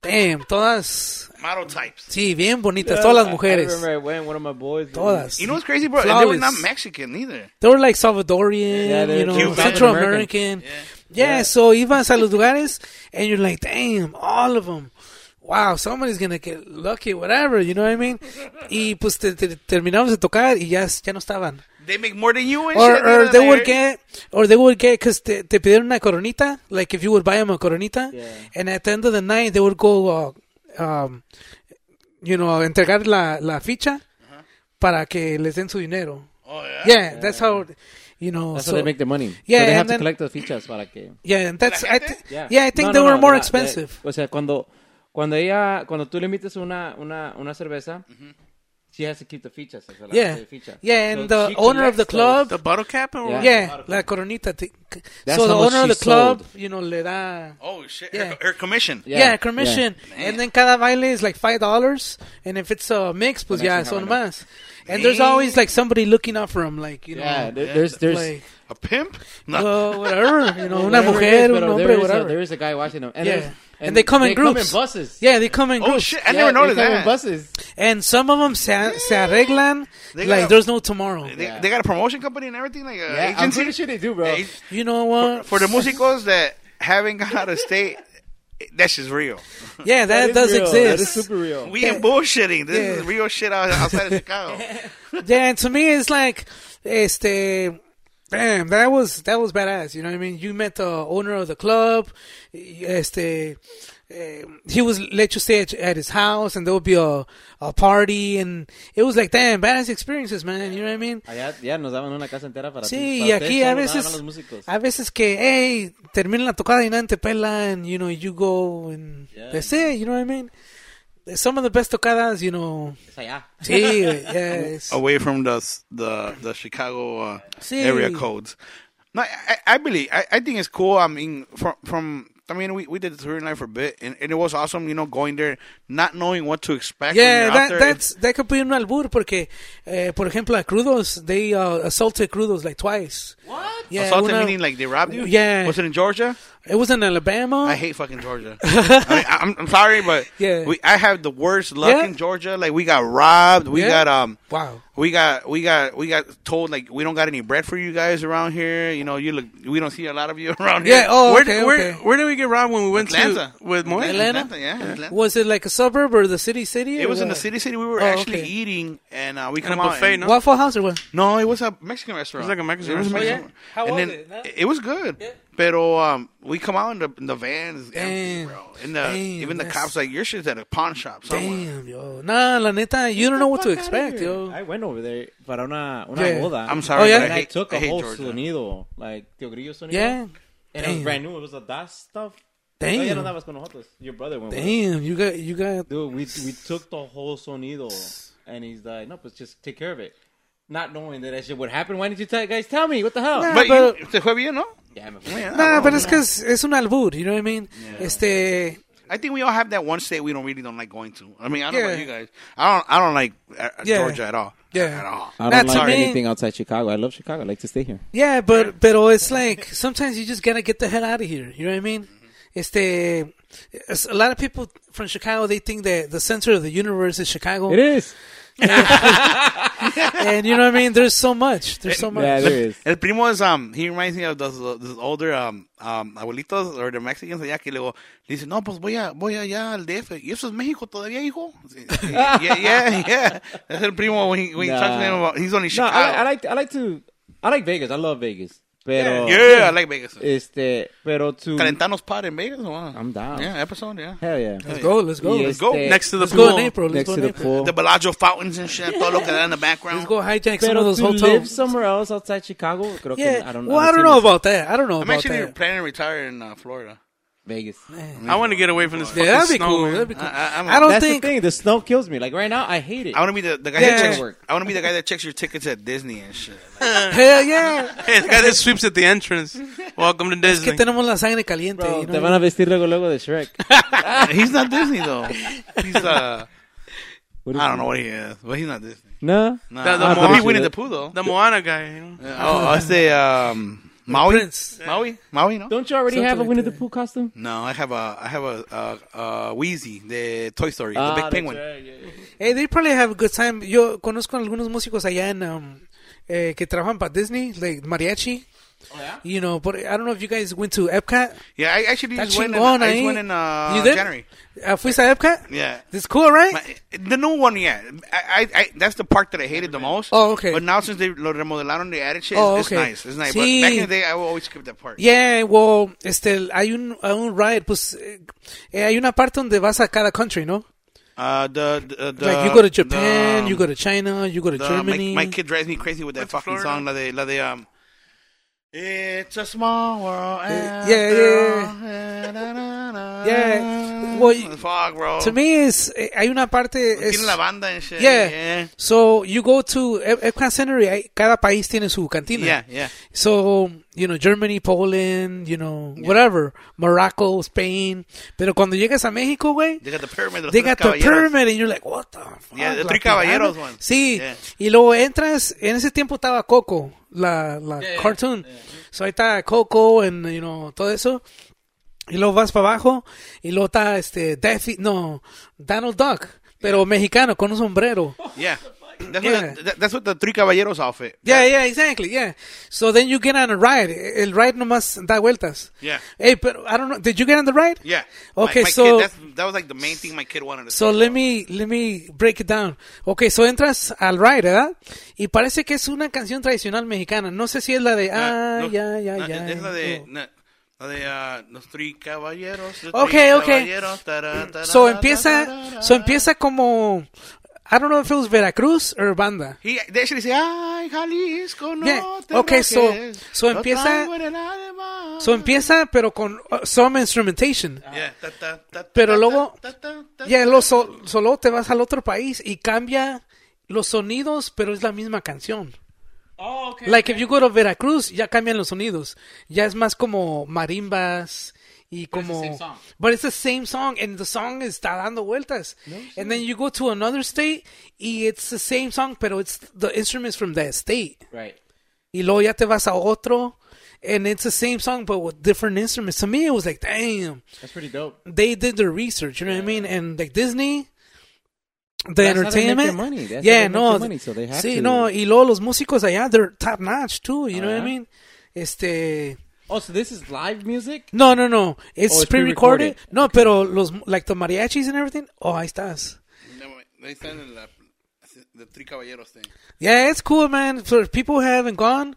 S4: damn, todas,
S3: Model types.
S4: sí, bien bonitas, todas las
S5: I
S4: mujeres,
S5: remember I went, one of my boys.
S4: todas.
S3: You know what's crazy, bro? They were
S4: Flawless.
S3: not Mexican either.
S4: They were like Salvadorian,
S5: Yeah, they're
S4: you know,
S5: Cuban.
S4: Central
S5: American.
S4: American. Yeah, so ibas a los lugares and you're like, damn, all of them. Wow, somebody's gonna get lucky, whatever, you know what I mean? Y pues te- te- terminamos de tocar y ya, ya no estaban.
S3: They make more than you and
S4: Or,
S3: shit.
S4: or
S3: they're
S4: they
S3: like-
S4: would get, or they would get, cause te, te pidieron una coronita, like if you would buy them a coronita,
S5: Yeah.
S4: and at the end of the night they would go, uh, um, you know, entregar la, la ficha para que les den su dinero.
S3: Oh, yeah.
S4: Yeah, that's how, you know.
S1: That's
S4: so-
S1: how they make the money.
S4: Yeah,
S1: so they
S4: and
S1: have to
S4: then-
S1: collect those features para que.
S4: Yeah, and that's I th- yeah.
S5: Yeah.
S4: I think
S1: No,
S4: they
S1: no,
S4: were
S1: no,
S4: more
S1: la-
S4: expensive.
S1: de- o sea, cuando cuando ella cuando tú le invitas una una una cerveza, she has to keep the fichas. O sea, la
S4: Mm-hmm. yeah,
S1: de ficha.
S4: yeah,
S1: So
S4: and the
S1: she
S4: owner of the
S1: collects those.
S4: club,
S2: The bottle cap or
S1: Yeah.
S4: yeah, la coronita. ti- c-
S1: That's
S4: so the
S1: how much
S4: owner
S1: she
S4: of the club,
S1: sold.
S4: you know, le da.
S3: Oh, shit.
S4: Yeah.
S3: Her, her commission.
S1: Yeah,
S4: Yeah, commission, and then cada baile is like five dollars, and if it's a mix, pues
S1: Bueno,
S4: yeah,
S1: eso
S4: son
S1: no.
S4: más. And there's always like somebody looking out for him, like you
S1: Yeah,
S4: know,
S1: there- there's there's
S4: like
S3: A pimp? No.
S4: uh, whatever, you know, una
S1: whatever it
S4: mujer,
S1: is,
S4: un
S1: pero
S4: hombre,
S1: there is a-
S4: whatever.
S1: there is a guy watching them. And,
S4: Yeah.
S1: there's-
S4: And they come in
S1: They
S4: groups.
S1: come in buses.
S4: yeah, they come and
S3: oh,
S4: groups.
S3: shit. I
S1: Yeah,
S3: never noticed
S1: they come
S3: that.
S1: in buses.
S4: and some of them se, se arreglan
S3: They
S4: like
S3: got-
S4: there's no tomorrow.
S3: They,
S1: Yeah.
S3: they got a promotion company and everything, like
S1: Yeah,
S3: an
S1: I'm
S3: agency.
S1: pretty sure they do, bro.
S3: Hey,
S4: You know what?
S3: For the musicos that haven't gone out of state, that's just real.
S4: yeah, that,
S1: That
S4: does
S1: is real. That is
S4: exist.
S1: super real.
S3: We ain't bullshitting. This
S4: Yeah.
S3: is real shit out- outside of Chicago.
S4: yeah, and to me, it's like, este, damn, that was that was badass. You know what I mean? You met the owner of the club. Este, eh, he was let you stay at, at his house, and there would be a a party, and it was like, damn, badass experiences, man. You know what I mean?
S1: Allá ya nos daban una casa entera para ti. Para
S4: Sí, y
S1: ustedes
S4: aquí a
S1: solo daban
S4: veces,
S1: los músicos.
S4: a veces que, hey, termina la tocada y nadie te pela, and you know, you go, and
S1: Yeah.
S4: that's it, you know what I mean? Some of the best tocadas, you know,
S1: Es allá.
S4: sí, yeah, it's-
S3: away from the s- the the Chicago uh,
S4: Sí.
S3: area codes. No, I, I- I believe I, I think it's cool. I mean, from from I mean, we, we did the touring life for a bit, and, and it was awesome. You know, going there, not knowing what to expect. when
S4: Yeah,
S3: you're out
S4: that,
S3: there.
S4: that's, that could be un albur porque, eh, por ejemplo, a Crudos, they uh, assaulted Crudos like twice. What? Yeah,
S3: assaulted
S4: una-
S3: meaning like they robbed you.
S4: Yeah.
S3: was it in Georgia?
S4: it was in Alabama.
S3: I hate fucking Georgia. I mean, I- I'm, I'm sorry, but
S4: Yeah.
S3: we, I have the worst luck
S4: Yeah.
S3: in Georgia. Like we got robbed. We
S4: Yeah.
S3: got um.
S4: wow.
S3: We got we got we got told like we don't got any bread for you guys around here. You know, you look we don't see a lot of you around here.
S4: Yeah, oh,
S2: where,
S4: okay,
S2: did, where,
S4: okay.
S2: where did we get robbed when we went
S3: Atlanta.
S2: to with Moy?
S4: Atlanta?
S3: yeah. Atlanta.
S4: Was it like a suburb or the city city?
S3: It
S4: or
S3: was in the
S4: what?
S3: city. City. We were
S4: Oh,
S3: actually
S4: okay.
S3: eating, and uh, we
S2: a
S3: come
S2: buffet,
S3: out. and-
S2: no?
S4: Waffle House or what?
S3: No, it was a Mexican restaurant.
S2: It was like a Mexican
S3: It was a
S2: restaurant.
S3: Mexican-
S4: Oh, yeah? How
S3: and
S4: was
S3: then
S4: it? That-
S3: was good. Pero um, we come out in the, in the van, is empty,
S4: Damn.
S3: bro. And the,
S4: Damn,
S3: even the
S4: that's-
S3: cops like, your shit's at a pawn shop somewhere.
S4: Damn, yo. Nah, la neta, you don't know what to
S1: Fuck outta
S4: expect,
S1: here.
S4: yo.
S1: I went over there para una, una
S4: Yeah.
S1: boda.
S3: I'm sorry,
S4: Oh, yeah?
S3: but
S1: And
S3: I
S1: I,
S3: hate,
S1: took
S3: I
S1: a
S3: hate
S1: whole
S3: Georgia.
S1: sonido, like Teo Grillo sonido.
S4: Yeah.
S1: And it was
S4: Damn.
S1: brand new. It was a DAS stuff. No, ya no
S4: Damn.
S1: andabas con nosotros. Your brother went with us.
S4: Damn, you got you got
S5: Dude, we we took the whole sonido, and he's like, "No, but just take care of it." Not knowing that that shit would happen, why didn't you tell guys tell me what the hell?
S4: Nah.
S3: But
S4: pero-
S3: you- te fue bien, ¿no?
S5: Damn it.
S4: Nah, pero es que es, es un albur, you know what I mean? Este,
S3: I think we all have that one state we don't really don't like going to. I mean, I don't know
S4: Yeah.
S3: about you guys. I don't. I don't like uh, uh,
S4: Yeah.
S3: Georgia at all.
S4: Yeah.
S3: At all.
S1: I don't
S4: That's
S1: like
S4: all right.
S1: anything outside Chicago. I love Chicago. I like to stay here.
S4: yeah, but pero it's like sometimes you just gotta get the hell out of here, you know what I mean?
S3: Mm-hmm.
S4: Este, it's- a lot of people from Chicago they think that the center of the universe is Chicago,
S1: It is.
S4: and you know what I mean? There's so much, there's so much.
S1: Yeah, there is.
S3: El primo is um he reminds me of those, those older um um abuelitos or the Mexicans allá que luego le dicen no pues voy a voy allá al DF y eso es México todavía hijo Sí, sí. yeah yeah yeah es el primo when he, when he talks to him
S1: Nah.
S3: about he's only
S1: No,
S3: Chicago
S1: I, I like I like to I like Vegas. I love Vegas. Pero
S3: yeah, I like Vegas
S1: este pero to
S3: Calentanos pot in Vegas wow.
S1: I'm down.
S3: yeah episode yeah
S1: Hell yeah.
S4: Let's go, let's go,
S1: Y
S4: let's,
S3: go.
S1: este,
S2: Next to the
S4: let's go
S2: pool.
S4: in April,
S1: next
S4: let's go
S1: to
S4: in
S1: the
S4: April.
S1: pool.
S3: the Bellagio fountains and shit todo lo que da in the background
S4: Let's go hijack some
S1: Pero
S4: of those
S1: to live
S4: hotels.
S1: somewhere else outside Chicago, creo
S4: Yeah,
S1: que I don't,
S4: well, I don't
S1: see
S4: know
S1: myself-
S4: about that. I don't know
S3: I'm
S4: about
S3: actually
S4: that.
S3: planning to retire in uh, Florida
S1: Vegas.
S2: I want to get away from this fucking
S4: Yeah, that'd be
S2: snow,
S4: cool.
S2: man.
S4: That'd be
S3: I-
S4: cool. I,
S3: I'm-
S4: don't
S1: That's
S4: think
S1: the thing. The snow kills me. Like right now, I hate it.
S3: I want to be the, the guy
S4: Yeah.
S3: that checks I want to be the guy that checks your tickets at Disney and shit
S4: Hell yeah.
S2: Hey, the guy that sweeps at the entrance. Welcome to
S4: Es que
S2: Disney.
S4: tenemos la sangre caliente.
S1: Bro,
S4: you know?
S1: te van a vestir luego luego de Shrek.
S3: he's not Disney though he's uh
S1: What is
S3: I don't
S1: it?
S3: know what he is, but he's not Disney.
S1: No.
S3: No,
S2: The- the
S3: I
S2: more-
S3: he Winnie the Pooh though.
S2: The Moana guy. You know?
S3: Oh, I say um, Maui.
S4: Prince.
S3: Maui, Maui, no.
S1: Don't you already
S4: Something
S1: have a
S4: like
S1: Winnie
S4: that.
S1: the Pooh costume?
S3: No, I have a, I have a, uh, uh, Wheezy, the Toy Story,
S1: Ah,
S3: the big
S1: that's
S3: penguin.
S1: right, yeah, yeah.
S4: Hey, they probably have a good time. Yo conozco algunos músicos allá en um, eh, que trabajan para Disney, like mariachi.
S3: Oh,
S4: You know, but I don't know if you guys went to Epcot.
S3: Yeah, I actually
S4: Está
S3: just went in,
S4: chingón
S3: I
S4: ahí.
S3: just went in uh,
S4: eh? You did?
S3: January.
S4: Uh, ¿Fuiste a Epcot?
S3: Yeah.
S4: It's cool, right?
S3: My- the new one, yeah. I, I, I, that's the part that I hated the most.
S4: Oh, okay.
S3: But now since they lo remodelaron, they added shit,
S4: Oh,
S3: it's
S4: okay.
S3: nice. It's nice.
S4: Sí.
S3: But back in the day, I would always skip that part.
S4: Yeah, well, este, hay un, hay un ride, pues, eh, eh, hay una parte donde vas a cada country, ¿no?
S3: Uh, the, the, the
S4: like, you go to Japan,
S3: the,
S4: you go to China, you go to
S3: the-
S4: Germany.
S3: My, my kid drives me crazy with that
S2: Went to
S3: fucking
S2: Florida.
S3: song. La de, la de, um, it's a small world.
S4: yeah, yeah. Yeah, well, you-
S3: fuck, bro.
S4: to me, es, eh, hay una parte... Es,
S3: Tiene la banda and shit.
S4: Yeah.
S3: yeah,
S4: So you go to Ep- Epcot Center y hay- cada país tiene su cantina.
S3: yeah. yeah.
S4: So, you know, Germany, Poland, you know, whatever, Morocco, Spain. Pero cuando llegas a México, güey,
S3: They got the pyramid. Los
S4: they
S3: Tres
S4: got the
S3: Caballeros.
S4: pyramid and you're like, what the fuck?
S3: Yeah, the
S4: la
S3: Three
S4: pirámide.
S3: Caballeros one.
S4: Sí.
S3: Yeah.
S4: Y luego entras, en ese tiempo estaba Coco, la, la cartoon. So ahí está Coco and, you know, todo eso. Y luego vas para abajo y luego está este Daffy, no, Donald Duck, pero mexicano con un sombrero.
S3: Yeah. That's,
S4: Yeah.
S3: What the, that- that's what the Three Caballeros outfit.
S4: Yeah, yeah, exactly, yeah. So then you get on a ride. El ride nomás da vueltas.
S3: Yeah.
S4: Hey, but I don't know. Did you get on the ride?
S3: Yeah.
S4: Okay,
S3: my, my
S4: so-
S3: Kid, that's, that was like the main thing my kid wanted to
S4: So
S3: see.
S4: let me let me break it down. Okay, so entras al ride, ¿verdad? Y parece que es una canción tradicional mexicana. No sé si es la de
S3: Uh,
S4: ay,
S3: no,
S4: ay, ay,
S3: no,
S4: ay. Oh.
S3: Es la de.
S4: no.
S3: no, la de ah, Los Three Caballeros. los
S4: Okay,
S3: Tres
S4: okay.
S3: Caballeros, tará, tará,
S4: Eh, So
S3: tará,
S4: empieza
S3: tará,
S4: so
S3: tará.
S4: empieza como I don't know if it was Veracruz or banda.
S3: He, they actually say, ay, Jalisco, no
S4: Yeah.
S3: te
S4: Okay, so-
S3: rajes,
S4: so
S3: lo
S4: empieza-
S3: traigo en el alma.
S4: So empieza pero con uh, some instrumentation.
S3: Yeah, ta, ta, ta, ta,
S4: Pero
S3: ta,
S4: luego-
S3: ta, ta, ta,
S4: Ya
S3: ta.
S4: lo so- solo te vas al otro país y cambia los sonidos, pero es la misma canción.
S5: Oh, okay.
S4: Like if you go to Veracruz, ya cambian los sonidos. Ya es más como marimbas y
S5: it's the
S4: como
S5: same song.
S4: But it's the same song and the song está dando vueltas. and then you go to another state y it's the same song, pero it's the instruments from that state.
S5: right.
S4: Y luego ya te vas a otro and it's the same song but with different instruments. To me it was like, damn
S5: That's pretty dope.
S4: they did their research. You know what I mean? And like Disney, the
S1: That's how they make their
S4: entertainment,
S1: money. That's how they
S4: yeah,
S1: make
S4: no,
S1: their money, so they have
S4: sí,
S1: to-
S4: no, y luego los músicos allá, they're top notch too. You know
S1: Ah,
S4: what I
S1: yeah?
S4: mean? Este,
S5: Oh, so this is live music?
S4: no, no,
S5: Oh,
S4: no, it's
S5: it's
S4: pre-recorded.
S5: pre-recorded.
S4: No, pero los like the mariachis and everything. Oh, ahí estás.
S3: No, Ahí están en la. The Three Caballeros thing.
S4: Yeah, it's cool, man. For people who haven't gone,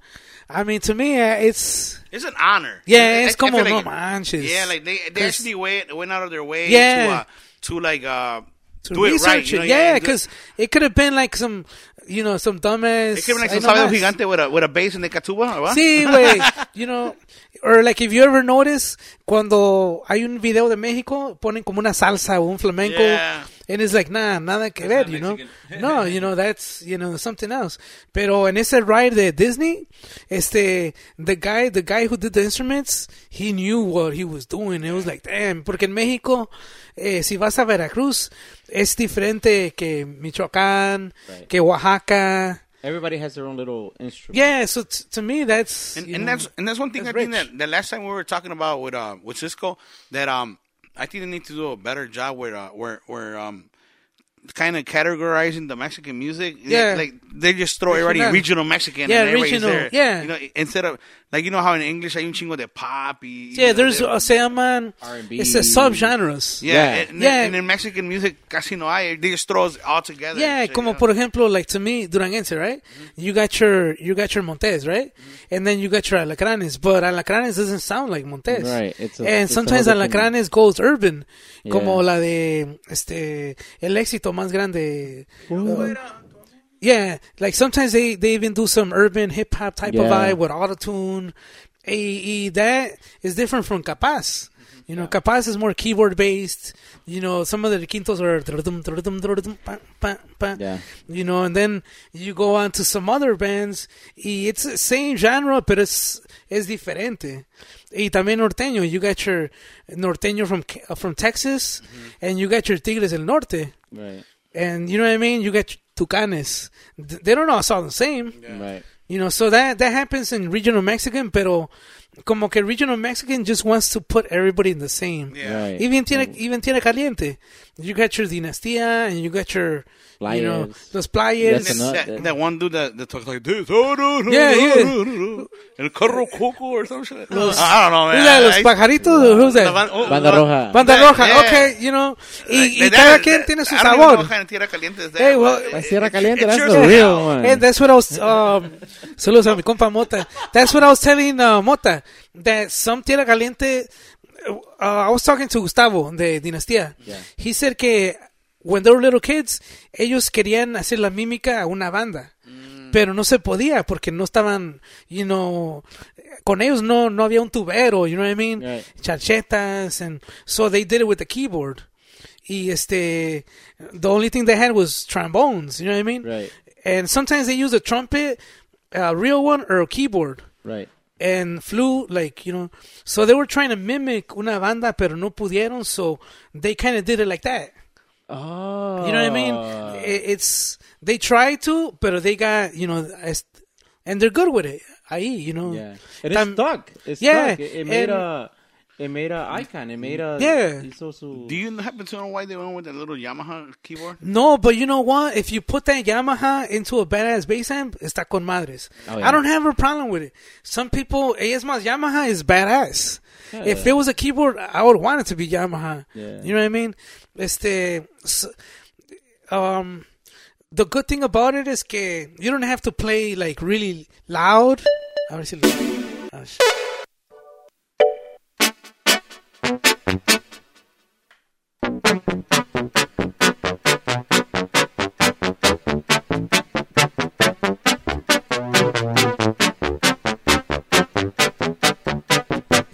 S4: I mean, to me, uh, it's
S3: It's an honor.
S4: Yeah, it's
S3: I- I feel
S4: como, no manches.
S3: Yeah, like they, they
S4: Cause-
S3: actually went, went out of their way
S4: Yeah.
S3: to, uh, to like, uh,
S4: to
S3: Do it right,
S4: research
S3: you know, yeah,
S4: yeah,
S3: and do it.
S4: because it could have been like some, you know, some dumbass.
S3: It could have been like
S4: ahí
S3: some sabio
S4: nomás.
S3: gigante with a, with a base in the Catuba, ¿verdad?
S4: Sí, güey. You know, or like if you ever notice, cuando hay un video de México, ponen como una salsa o un flamenco.
S3: Yeah.
S4: And it's like, nah, nada que ver, you know. No, you know, that's, you know, something else. Pero en ese ride de Disney, este, the guy, the guy who did the instruments, he knew what he was doing. It was like, damn, porque en México, eh, si vas a Veracruz, es diferente que Michoacán, que Oaxaca.
S5: Everybody has their own little instrument.
S4: Yeah, so t- to me, that's
S3: And,
S4: you
S3: and
S4: know,
S3: that's and that's one thing
S4: that's
S3: I think
S4: rich.
S3: that the last time we were talking about with uh, with Cisco that um I think they need to do a better job where uh, where where um kind of categorizing the Mexican music.
S4: Yeah.
S3: like they just throw everybody
S4: Regional.
S3: regional Mexican.
S4: Yeah,
S3: and everybody's
S4: regional,
S3: There.
S4: yeah.
S3: you know instead of like you know how in English hay un chingo de pop. y- you
S4: yeah.
S3: know,
S4: There's
S3: de-
S4: uh, se llaman
S5: R&B.
S4: it's a subgenres.
S3: yeah,
S1: Yeah.
S3: And,
S4: Yeah.
S3: and in Mexican music casi no hay. They just throw us all together.
S4: Yeah,
S3: and shit,
S4: como
S3: you know?
S4: por ejemplo, like to me, Duranguense, right?
S1: Mm-hmm.
S4: You got your you got your Montes, right? And then you got your Alacranes, but Alacranes doesn't sound like Montes,
S1: Right, it's a-
S4: and
S1: it's a
S4: sometimes
S1: whole different-
S4: Alacranes goes urban, como
S1: Yeah.
S4: la de este el éxito más grande. uh, yeah, like sometimes they they even do some urban hip hop type of
S1: Yeah.
S4: vibe with auto tune. AE E, that is different from Capaz. You know, Capaz is more keyboard based. You know, some of the quintos are tru-dum, tru-dum, tru-dum, pa, pa, pa.
S1: Yeah.
S4: You know, and then you go on to some other bands. Y it's the same genre, but it's es diferente. Y también norteño. You got your norteño from Ca- from Texas,
S1: Mm-hmm.
S4: and you got your Tigres del Norte.
S1: Right,
S4: And you know what I mean? You got your Tucanes. Th- They don't all sound the same.
S1: right.
S4: You know, so that that happens in regional Mexican, pero como que regional Mexican just wants to put everybody in the same.
S3: Yeah.
S1: Right.
S4: Even tiene even tiene caliente. You got your dinastía and you got your you know
S1: Players.
S4: los players.
S1: Yes,
S3: That,
S1: Not
S3: that,
S1: that-
S3: one dude that, that talks like this. Oh, no, no,
S4: Yeah,
S3: no,
S4: yeah.
S3: no, no, no. oh, El carro coco or something. Like that. I don't know, man.
S4: Who's that? Los
S3: I-
S4: pajaritos. Who's
S3: La ban-
S4: that?
S3: oh,
S1: Banda
S3: la-
S1: Roja.
S4: Banda
S3: Yeah,
S4: roja.
S3: yeah.
S4: Okay, you know. Y, y
S3: Like,
S4: cada
S3: that-
S4: quien
S3: that-
S4: tiene su
S3: I don't even know
S4: sabor.
S3: what kind of tierra caliente is that,
S4: Hey,
S3: but
S4: well-
S3: it-
S1: La Sierra
S3: it-
S1: Caliente,
S3: it
S1: that's
S3: sure
S1: the
S3: is.
S1: real one.
S4: And that's what I was. Um, saludos a mi compa Mota. That's what I was telling uh, Mota that some tierra caliente. Uh, I was talking to Gustavo de Dinastía. He said que when they were little kids, ellos querían hacer la mímica a una banda, pero no se podía porque no estaban, you know, con ellos no no había un tubero, you know what I mean?
S1: Right.
S4: Charchetas and so they did it with the keyboard. Y este, the only thing they had was trombones, you know what I mean?
S1: Right.
S4: And sometimes they use a trumpet, a real one, or a keyboard,
S1: Right.
S4: and flute, like, you know. So they were trying to mimic una banda, pero no pudieron, so they kind of did it like that.
S1: Oh.
S4: You know what I mean? Eh, It- It's, they tried to, pero they got, you know, es- and they're good with it. Ahí, you know.
S1: Yeah. And
S4: Tam-
S1: it's stuck. It's
S4: um, Yeah,
S1: stuck. It, it made
S4: and-
S1: a. It made a Eh, icon. It made a.
S4: Yeah.
S1: hizo su-
S3: Do you happen to know why they went with that little Yamaha keyboard?
S4: No, but you know what? If you put that Yamaha into a badass bass amp, está con madres.
S1: Oh, yeah.
S4: I don't have a problem with it. Some people, eh, es más, Yamaha is badass. If it was a keyboard, I would want it to be Yamaha.
S1: Yeah.
S4: You know what I mean? Este, s- um, the good thing about it is que you don't have to play like really loud. A ver si lo- Ah, shit.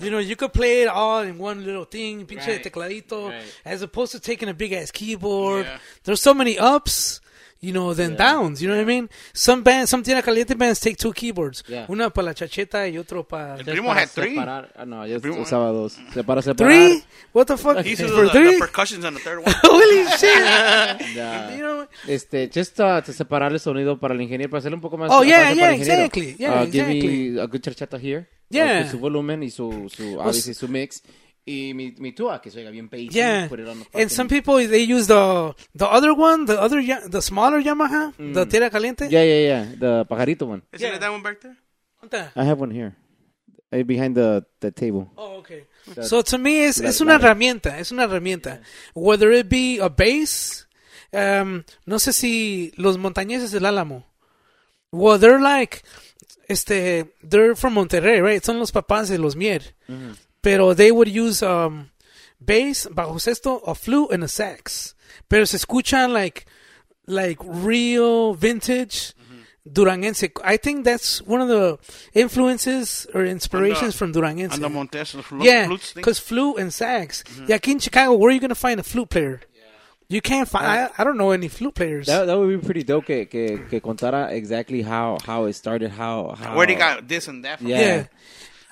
S4: You know, you could play it all in one little thing, pinche
S3: Right.
S4: tecladito,
S3: Right.
S4: as opposed to taking a big ass keyboard.
S3: Yeah.
S4: There's so many ups, you know, than downs. You know what I mean? Some bands, some Tierra Caliente bands take two keyboards.
S1: Yeah.
S4: Una para la chacheta y otro para.
S3: El primo had three.
S1: Separar. Ah, no, yo
S3: primo-
S1: usaba dos. Separa, separar.
S4: Three? What the fuck?
S3: He
S4: For
S3: used the, the
S4: three?
S3: percussions on the third one.
S4: Holy shit!
S1: Yeah.
S4: You know,
S1: Este, just uh, to separar el sonido para el ingeniero, para hacerlo un poco más.
S4: Oh, yeah,
S1: fácil
S4: yeah,
S1: para el ingeniero.
S4: exactly, yeah,
S1: Uh, give
S4: exactly.
S1: me a good chachata here.
S4: Yeah. Pues
S1: Uh, con su volumen y su, su, obviously, su mix. Y mi, mi tua, que suena bien bass.
S4: yeah.
S1: Put it on the fucking-
S4: And some people they use the the other one, the other Ya- the smaller Yamaha, the Tierra Caliente.
S1: Yeah, yeah, yeah. The pajarito one.
S2: Isn't
S4: Yeah.
S2: it that one back there?
S4: What the-
S1: I have one here. Eh, Behind the, the table.
S4: Oh, okay. So to me es,
S1: la-
S4: es una
S1: la-
S4: herramienta, es una herramienta. Whether it be a bass, um, no sé si los montañeses del Álamo. Well, they're like, este, they're from Monterrey, right? Son los papás de los Mier. Pero they would use um, bass, bajo sexto, a flute, and a sax. Pero se escucha like like real vintage Duranguense. I think that's one of the influences or inspirations from Duranguense.
S3: And the Montes fl-
S4: yeah,
S3: flutes thing. Mm-hmm.
S4: because flute and sax. Yeah, aquí in Chicago, where are you gonna find a flute player? You can't find. I, I don't know any flute players.
S1: That, that would be pretty dope que, que, que contara exactly how, how it started, how, how
S3: where they got this and that from.
S1: Yeah.
S4: yeah.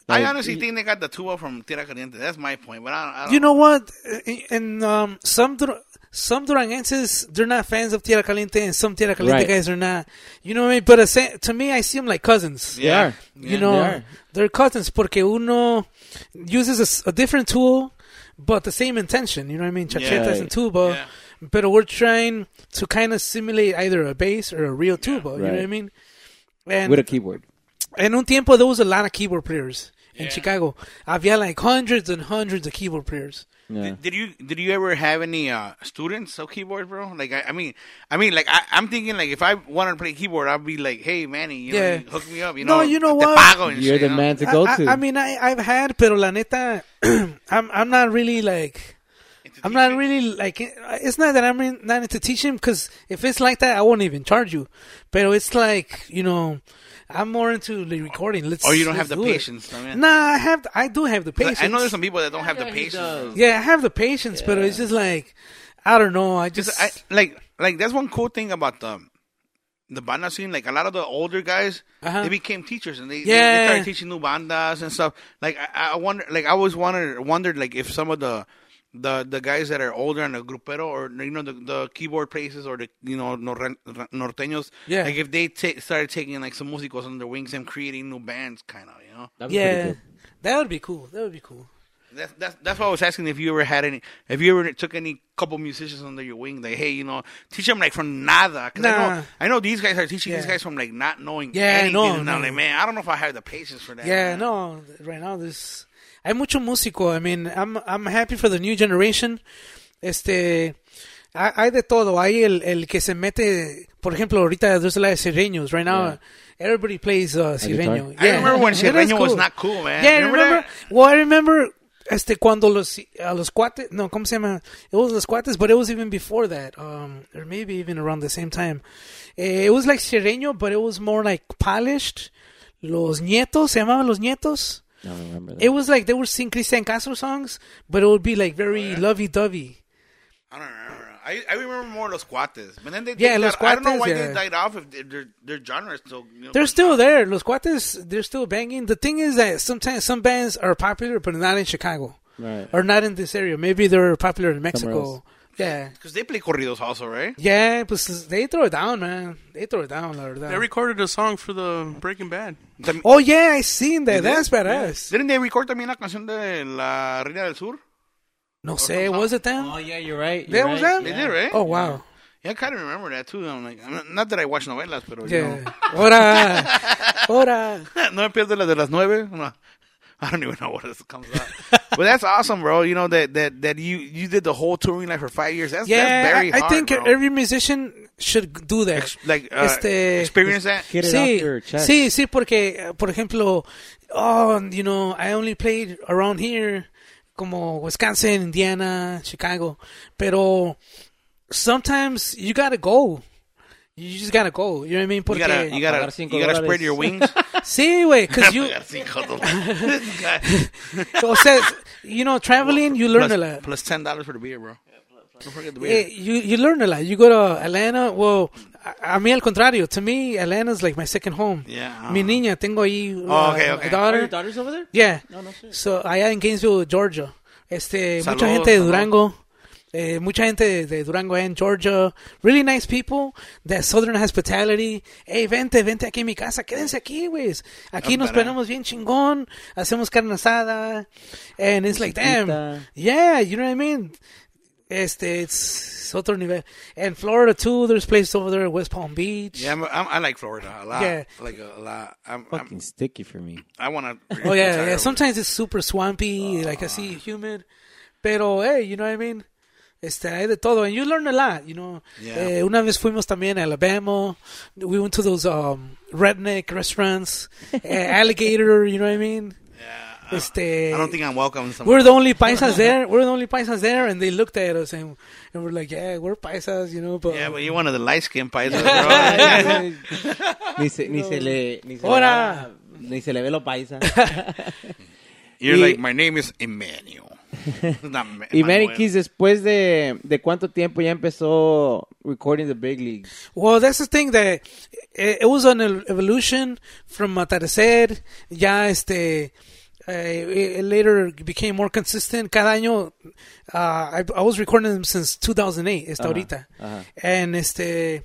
S3: I
S1: Like,
S3: honestly think they got the tuba from Tierra Caliente. That's my point. But I don't, I don't
S4: You know what? And um, some Dur- some Duranguenses, they're not fans of Tierra Caliente, and some Tierra Caliente
S1: Right.
S4: guys are not. You know what I mean? But I say- to me, I see them like cousins.
S3: Yeah.
S4: You know,
S1: they
S4: they
S1: are.
S4: are cousins porque uno uses a s- a, different tool, but the same intention. You know what I mean? Chachetas
S1: Right.
S4: and tuba. But we're trying to kind of simulate either a bass or a real tuba. You know what I
S1: Right.
S4: mean? And
S1: with a keyboard.
S4: En un tiempo, there was a lot of keyboard players in Chicago. Había like hundreds and hundreds of keyboard players.
S1: Yeah.
S3: Did you did you ever have any uh, students of keyboard, bro? Like I, I mean, I mean, like I, I'm thinking, like if I wanted to play keyboard, I'd be like, hey, Manny, you
S4: Yeah.
S3: know, hook me up, you
S4: No,
S3: know,
S4: you know
S3: te
S4: what?
S3: pago and
S1: You're
S3: shit,
S1: the
S3: you know?
S1: man to
S4: I-
S1: go
S4: I,
S1: to.
S4: I mean, I, I've had, pero la neta, I'm, I'm not really like, I'm not really like, it's not that I'm in, not into teaching because if it's like that, I won't even charge you. But it's like, you know, I'm more into the recording. Let's.
S3: Or Oh, you don't have
S4: let's
S3: the
S4: do it.
S3: patience, I mean.
S4: Nah, I have, I do have the
S3: Like,
S4: patience.
S3: I know there's some people that don't have the patience. bro.
S4: Yeah, I have the patience, but it's just like, I don't know. I just,
S3: Just I, like like that's one cool thing about the the banda scene. Like a lot of the older guys,
S4: Uh-huh.
S3: they became teachers and they, they- they
S4: Yeah.
S3: started teaching new bandas and stuff. Like I, I wonder, like I always wondered wondered like if some of the the the guys that are older and the grupero or you know the, the keyboard places or the you know nor- norteños,
S4: Yeah.
S3: like if they ta started taking like some musicos under their wings and creating new bands, kind of you know.
S1: That'd be pretty
S4: yeah,
S1: dope.
S4: that would be cool. That would be cool.
S3: That's, that's that's why I was asking if you ever had any, if you ever took any couple musicians under your wing, like, hey, you know, teach them like from nada. 'Cause I know,
S4: Nah.
S3: I know these guys are teaching these
S4: Yeah.
S3: guys from like not knowing
S4: Yeah,
S3: anything.
S4: no,
S3: and I'm
S4: no.
S3: like, man, I don't know if I have the patience for that.
S4: Yeah,
S3: man.
S4: no, right now there's hay mucho músico. I mean, I'm I'm happy for the new generation. Este hay hay de todo, hay el, el que se mete, por ejemplo, ahorita there's a lot of Sirenios. Right now everybody plays uh, Sireno.
S1: guitar.
S3: I remember when
S4: It is
S3: Sireno was not cool, man.
S4: Yeah, I
S3: Remember
S4: remember,
S3: that?
S4: well, I remember este cuando los a los cuates, no, ¿cómo se llama? It was los cuates, but it was even before that. Um or maybe even around the same time. Eh, it was like Sireno, but it was more like polished. Los Nietos, se llamaban Los Nietos.
S1: I don't remember that.
S4: It was like they were singing Cristian Castro songs, but it would be like
S3: Oh,
S4: very lovey dovey.
S3: I don't remember. I, I remember more los cuates, but then they
S4: Yeah,
S3: they-
S4: Los
S3: I don't know
S4: Cuates,
S3: why
S4: yeah.
S3: they died off if they- their their genre is still. You know,
S4: They're still there. Los Cuates, they're still banging. The thing is that sometimes some bands are popular, but not in Chicago
S1: Right.
S4: or not in this area. Maybe they're popular in
S1: Somewhere
S4: Mexico. Yeah.
S3: because they play corridos also, right?
S4: Yeah, pues they throw it down, man. They throw it down, la verdad.
S2: They recorded a song for the Breaking Bad.
S3: Tam-
S4: oh, yeah, I seen
S3: Did
S4: that.
S3: they?
S4: That's badass.
S3: Didn't they record también la canción de la Reina del Sur?
S4: No say, was it them?
S5: Oh yeah, you're right.
S4: That
S5: You're
S4: was
S5: right.
S4: them?
S3: They did, right?
S4: Oh, wow.
S3: Yeah, I kind of remember that too. I'm like, I'm not, not that I watch novelas, pero you know.
S4: Yeah. Ora. Ora.
S3: no me pierdo la de las nueve. No. I don't even know what this comes out. but that's awesome, bro. You know that that that you you did the whole touring life for five years. That's
S4: Yeah,
S3: that's very
S4: I, I
S3: hard,
S4: think
S3: bro.
S4: every musician should do that.
S3: Ex- like uh, experience that.
S1: Get it
S4: sí,
S1: off your chest.
S4: sí, sí, porque, eh, por ejemplo, oh, you know, I only played around here, como Wisconsin, Indiana, Chicago, pero sometimes you gotta go. You just gotta go. You know what I mean?
S3: You
S4: Porque,
S3: gotta you
S1: Apagar
S3: gotta
S1: cinco
S3: you gotta spread
S1: dólares.
S3: your wings.
S4: sí, güey, because you,
S3: Apagar cinco dólares. This guy.
S4: o sea, you know, traveling, you learn a
S3: Plus-
S4: lot.
S3: plus ten dollars for the beer, bro. Don't forget the
S4: Eh,
S3: beer.
S4: you you learn a lot. You go to Atlanta. Well, a, a mí al contrario. To me, Atlanta's like my second home.
S3: Yeah. uh-huh.
S4: Mi niña, tengo ahí uh,
S3: Ah. Oh, okay, okay.
S4: a
S5: Are your
S4: daughter.
S5: daughters over there?
S4: Yeah.
S5: No, no shit.
S4: So allá en Gainesville, Georgia. Este,
S3: Saludos,
S4: mucha gente de
S3: saludos.
S4: Durango. eh, mucha gente de, de Durango allá en Georgia. Really nice people. That Southern hospitality. Hey, vente, vente aquí a mi casa. Quédense aquí, güey. Aquí nos
S3: Ándale.
S4: ponemos bien chingón. Hacemos carne asada. And it's like, damn.
S1: Musiquita.
S4: Yeah, you know what I mean? Este, it's otro nivel. And Florida, too. There's places over there, West Palm Beach.
S3: Yeah, I'm, I'm, I like Florida a lot.
S4: Yeah.
S3: Like a lot. I'm,
S1: Fucking
S3: I'm,
S1: sticky for me.
S3: I want to.
S4: Oh yeah, yeah. Sometimes it's super swampy, like I see
S3: Ah.
S4: humid. Pero hey, you know what I mean? Este, hay de todo, and you learn a lot, you know.
S3: Yeah.
S4: Eh, una vez fuimos también a Alabama. We went to those um, redneck restaurants, eh, alligator. You know what I mean?
S3: Yeah,
S4: este,
S3: I don't think I'm welcome. somewhere.
S4: we're the only paisas there. We're the only paisas there, and they looked at us and, and we're like, yeah, we're paisas, you know. But
S3: Yeah, but you're one of the light skinned paisas, bro.
S1: ni, se, ni se le. Ni se
S4: Ahora.
S1: Le, ni se le ve lo paisa.
S3: You're
S1: Y-
S3: like, my name is Emmanuel. It's not Ma-
S1: y Manny
S3: Manuel.
S1: Keys, después de, de cuánto tiempo ya empezó recording the big leagues.
S4: Well, that's the thing that eh, it, it was an el- evolution from Atardecer. Ya este. Uh, it, it later became more consistent. Cada año, uh, I, I was recording them since 2008, hasta ahorita. And este,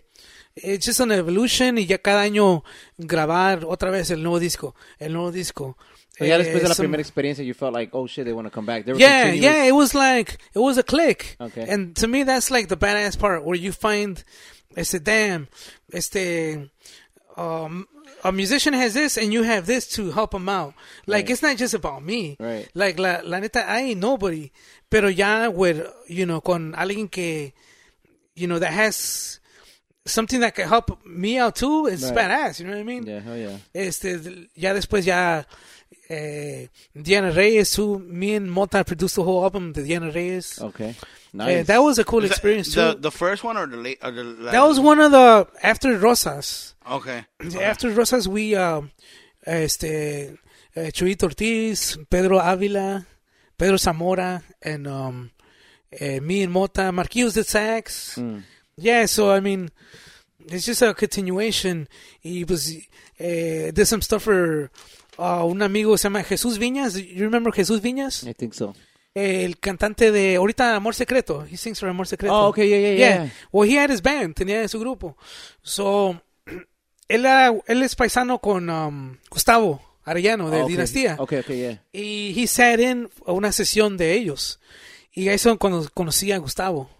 S4: it's just an evolution. Y ya cada año grabar otra vez el nuevo disco, el nuevo disco.
S1: So ya
S4: Eh,
S1: después de la
S4: some-
S1: primera experiencia, you felt like, oh shit, they want to come back. They were
S4: yeah,
S1: continuous-
S4: yeah, it was like it was a click.
S1: Okay.
S4: And to me, that's like the badass part where you find, it's a damn, it's the, um, a musician has this and you have this to help him out. Like it's not just about me.
S1: Right.
S4: Like la, la neta, I ain't nobody. Pero ya with you know con alguien que, you know that has something that can help me out too. It's
S1: Right.
S4: badass. You know what I mean?
S1: Yeah, hell yeah.
S4: Este, ya después ya eh, Diana Reyes, who me and Mota produced the whole album, the Diana Reyes.
S1: Okay.
S4: Eh,
S1: Oh, Nice.
S4: that was a cool
S3: Is that
S4: experience too.
S3: The, the first one or the late? Or the last
S4: that was one of the after Rosas.
S3: Okay.
S4: After Rosas, we um, este uh, Chuy Ortiz, Pedro Avila, Pedro Zamora, and um, eh, me and Mota, Marquillos did sax.
S1: Mm,
S4: Yeah, so I mean, it's just a continuation. He was uh, did some stuff for uh, un amigo se llama Jesús Viñas. You remember Jesús Viñas?
S1: I think so.
S4: Eh, el cantante de ahorita Amor Secreto. He sings for Amor Secreto.
S1: Oh, okay, yeah, yeah, yeah.
S4: Well, he had his band, tenía su grupo. So, él, era- él es paisano con um, Gustavo Arellano de
S1: Oh, okay.
S4: Dinastía.
S1: Okay, okay, yeah.
S4: Y he sat in a una sesión de ellos. Y ahí es donde cono- conocí a Gustavo.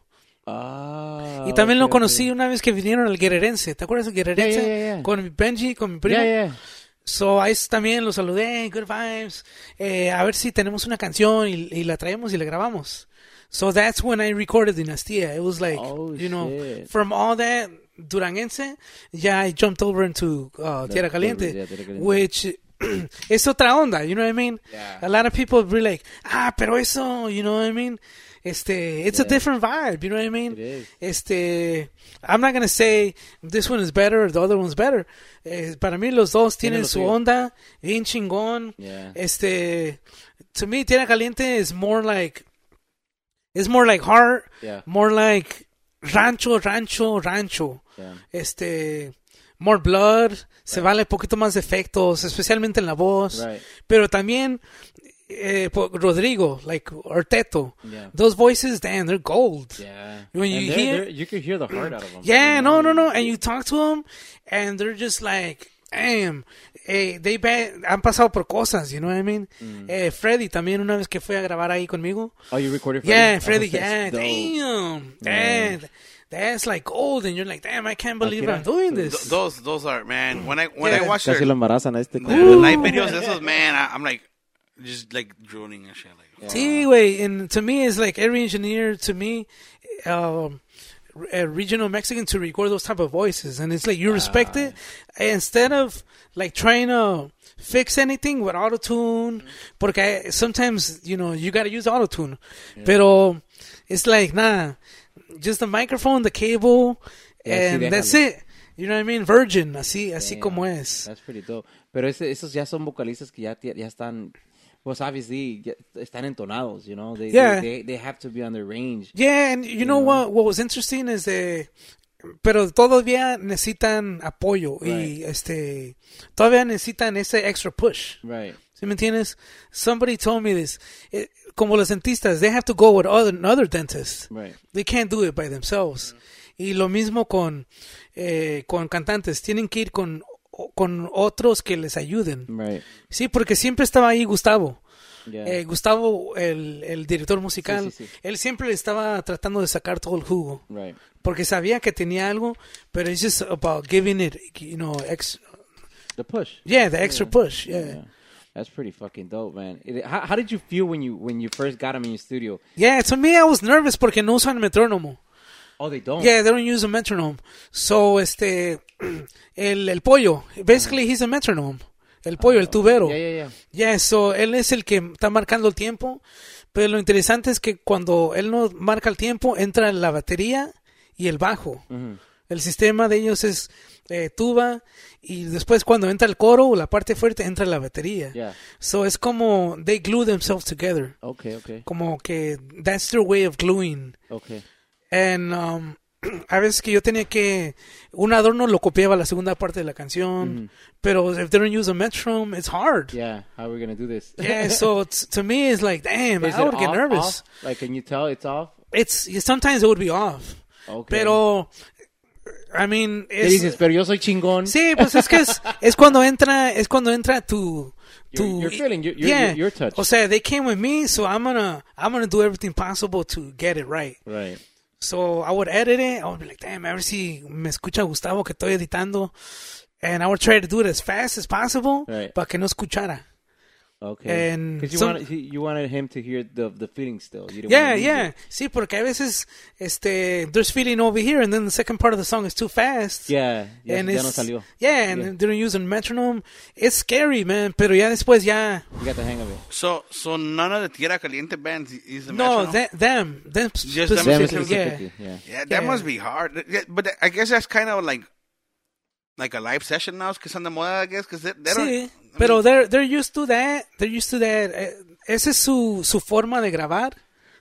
S1: Ah.
S4: y también
S1: okay,
S4: lo conocí
S1: okay.
S4: una vez que vinieron al Guerrerense. ¿Te acuerdas del Guerrerense?
S1: Yeah, yeah, yeah, yeah.
S4: Con mi Benji, con mi primo.
S1: Yeah, yeah.
S4: So, ahí es- también los saludé, good vibes. Eh, a ver si tenemos una canción y, y la traemos y la grabamos. So that's when I recorded Dinastía. It was like,
S1: Oh,
S4: you know,
S1: shit.
S4: from all that Duranguense, yeah, I jumped over into uh, Tierra Caliente,
S1: yeah, Tierra Caliente.
S4: which es otra onda, you know what I mean? A lot of people be like, ah, pero eso, you know what I mean? Este, it's a different vibe, you know what I mean?
S1: It is.
S4: Este, I'm not gonna say this one is better or the other one's better. Eh, para mí los dos
S1: Tienen
S4: tienen
S1: lo
S4: su
S1: suyo.
S4: onda, bien chingón.
S1: Yeah.
S4: Este, to me, Tierra Caliente is more like, it's more like heart,
S1: Yeah.
S4: more like rancho, rancho, rancho.
S1: Yeah.
S4: Este, more blood, se vale poquito más de efectos, especialmente en la voz.
S1: Right.
S4: Pero también, eh, po- Rodrigo, like, Orteto.
S1: Yeah.
S4: Those voices, damn, they're gold.
S1: Yeah.
S4: When you
S1: And they're-
S4: hear-
S1: they're- you could hear the heart out of them.
S4: Yeah, no, no, no. And you talk to them, and they're just like, damn, eh, they be- han pasado por cosas, you know what I mean?
S1: Mm.
S4: Eh, Freddy también una vez que fue a grabar ahí conmigo.
S1: Oh, you recorded Freddy?
S4: Yeah, Freddy,
S1: Oh,
S4: yeah,
S1: that's dope.
S4: damn,
S1: Yeah.
S4: damn, that's like gold, and you're like, damn, I can't believe
S1: Akira.
S4: I'm doing
S3: Th-
S4: this.
S3: those those are man. When I when I
S4: Yeah.
S3: watch their,
S1: Casi
S3: their
S1: lo embarazan a este.
S3: the live videos, this is man. I, I'm like just like drooling and shit. Like,
S4: Sí, güey, and to me it's like every engineer to me, um, re- a regional Mexican to record those type of voices, and it's like you respect
S1: Ah.
S4: it instead of like trying to fix anything with auto tune.
S1: Mm-hmm.
S4: Porque I- sometimes you know you gotta use auto tune, pero it's like nah, just the microphone, the cable,
S1: así
S4: and that's
S1: déjalo.
S4: it. You know what I mean? Virgin, así, así como es.
S1: That's pretty dope. Pero ese, esos ya son vocalistas que ya, tie- ya están, pues obviously, ya están entonados, you know? They,
S4: Yeah.
S1: They, they, they have to be on their range.
S4: Yeah, and you know what? What was interesting is the, pero todavía necesitan apoyo y este, todavía necesitan ese extra push.
S1: Right.
S4: ¿Sí me entiendes? Somebody told me this. Eh, como los dentistas, they have to go with other another dentist.
S1: Right.
S4: They can't do it by themselves. Y lo mismo con eh, con cantantes, tienen que ir con con otros que les ayuden.
S1: Right.
S4: Sí, porque siempre estaba ahí Gustavo.
S1: Yeah.
S4: Eh, Gustavo, el, el director musical,
S1: Sí, sí, sí.
S4: él siempre le estaba tratando de sacar todo el jugo,
S1: right.
S4: porque sabía que tenía algo, pero it's just about giving it, you know, ex
S1: The push.
S4: yeah, the extra push, yeah.
S1: Yeah. That's pretty fucking dope, man. It- how, how did you feel when you when you first got him in your studio?
S4: Yeah, to me I was nervous porque no usan metrónomo.
S1: Oh, they don't.
S4: Yeah, they don't use a metronome. So, este, el, el pollo, basically he's a metronome. El pollo, el tubero.
S5: Yeah, yeah, yeah.
S4: Ya, eso, él es el que está marcando el tiempo, pero lo interesante es que cuando él no marca el tiempo, entra la batería y el bajo. El sistema de ellos es eh, tuba y después cuando entra el coro o la parte fuerte, entra la batería.
S5: Yeah.
S4: So es como they glue themselves together.
S5: Okay, okay,
S4: Como que that's their way of gluing.
S5: okay.
S4: And, um, a veces que yo tenía que un adorno lo copiaba la segunda parte de la canción, pero if they don't use a metronome, it's hard.
S5: Yeah, how are we gonna do this?
S4: Yeah, so it's, to me, it's like, damn,
S5: Is
S4: I
S5: it
S4: would get
S5: off-
S4: nervous.
S5: off? Like, can you tell it's off?
S4: It's sometimes it would be off.
S5: Okay.
S4: Pero, I mean,
S5: ¿Qué dices? "Mm."
S4: es,
S5: Pero yo soy chingón.
S4: sí, pues es que es, es cuando entra, es cuando entra tu, tu,
S5: Your- your feeling, your- your-
S4: yeah.
S5: your- your touch.
S4: O sea, they came with me, so I'm gonna, I'm gonna do everything possible to get it right.
S5: Right.
S4: So I would edit it. I would be like, damn, a ver si me escucha Gustavo que estoy editando. And I would try to do it as fast as possible
S5: Right.
S4: para que no escuchara.
S5: Okay.
S4: And
S5: Because you
S4: some-
S5: wanted you wanted him to hear the the feeling still. You didn't
S4: Yeah,
S5: wanna lose
S4: yeah.
S5: it.
S4: Sí, porque a veces, este, there's feeling over here and then the second part of the song is too fast.
S5: Yeah. Ya,
S4: and
S5: ya no
S4: it's-
S5: salió.
S4: Yeah, and they don't use a metronome. It's scary, man. Pero ya después ya...
S5: You got the hang of it.
S3: So, so none of the Tierra Caliente bands is the
S4: No,
S3: metronome?
S4: the- them. Them
S3: Just them
S5: Them
S4: specifically, yeah.
S5: specifically. Yeah.
S3: yeah, that
S4: yeah.
S3: must be hard. Yeah, But I guess that's kind of like, like a live session now, because on the moda, I guess, because they, they don't. I
S4: Sí,
S3: mean,
S4: pero they're, they're used to that. They're used to that. Eh, Esa es su, su forma de grabar.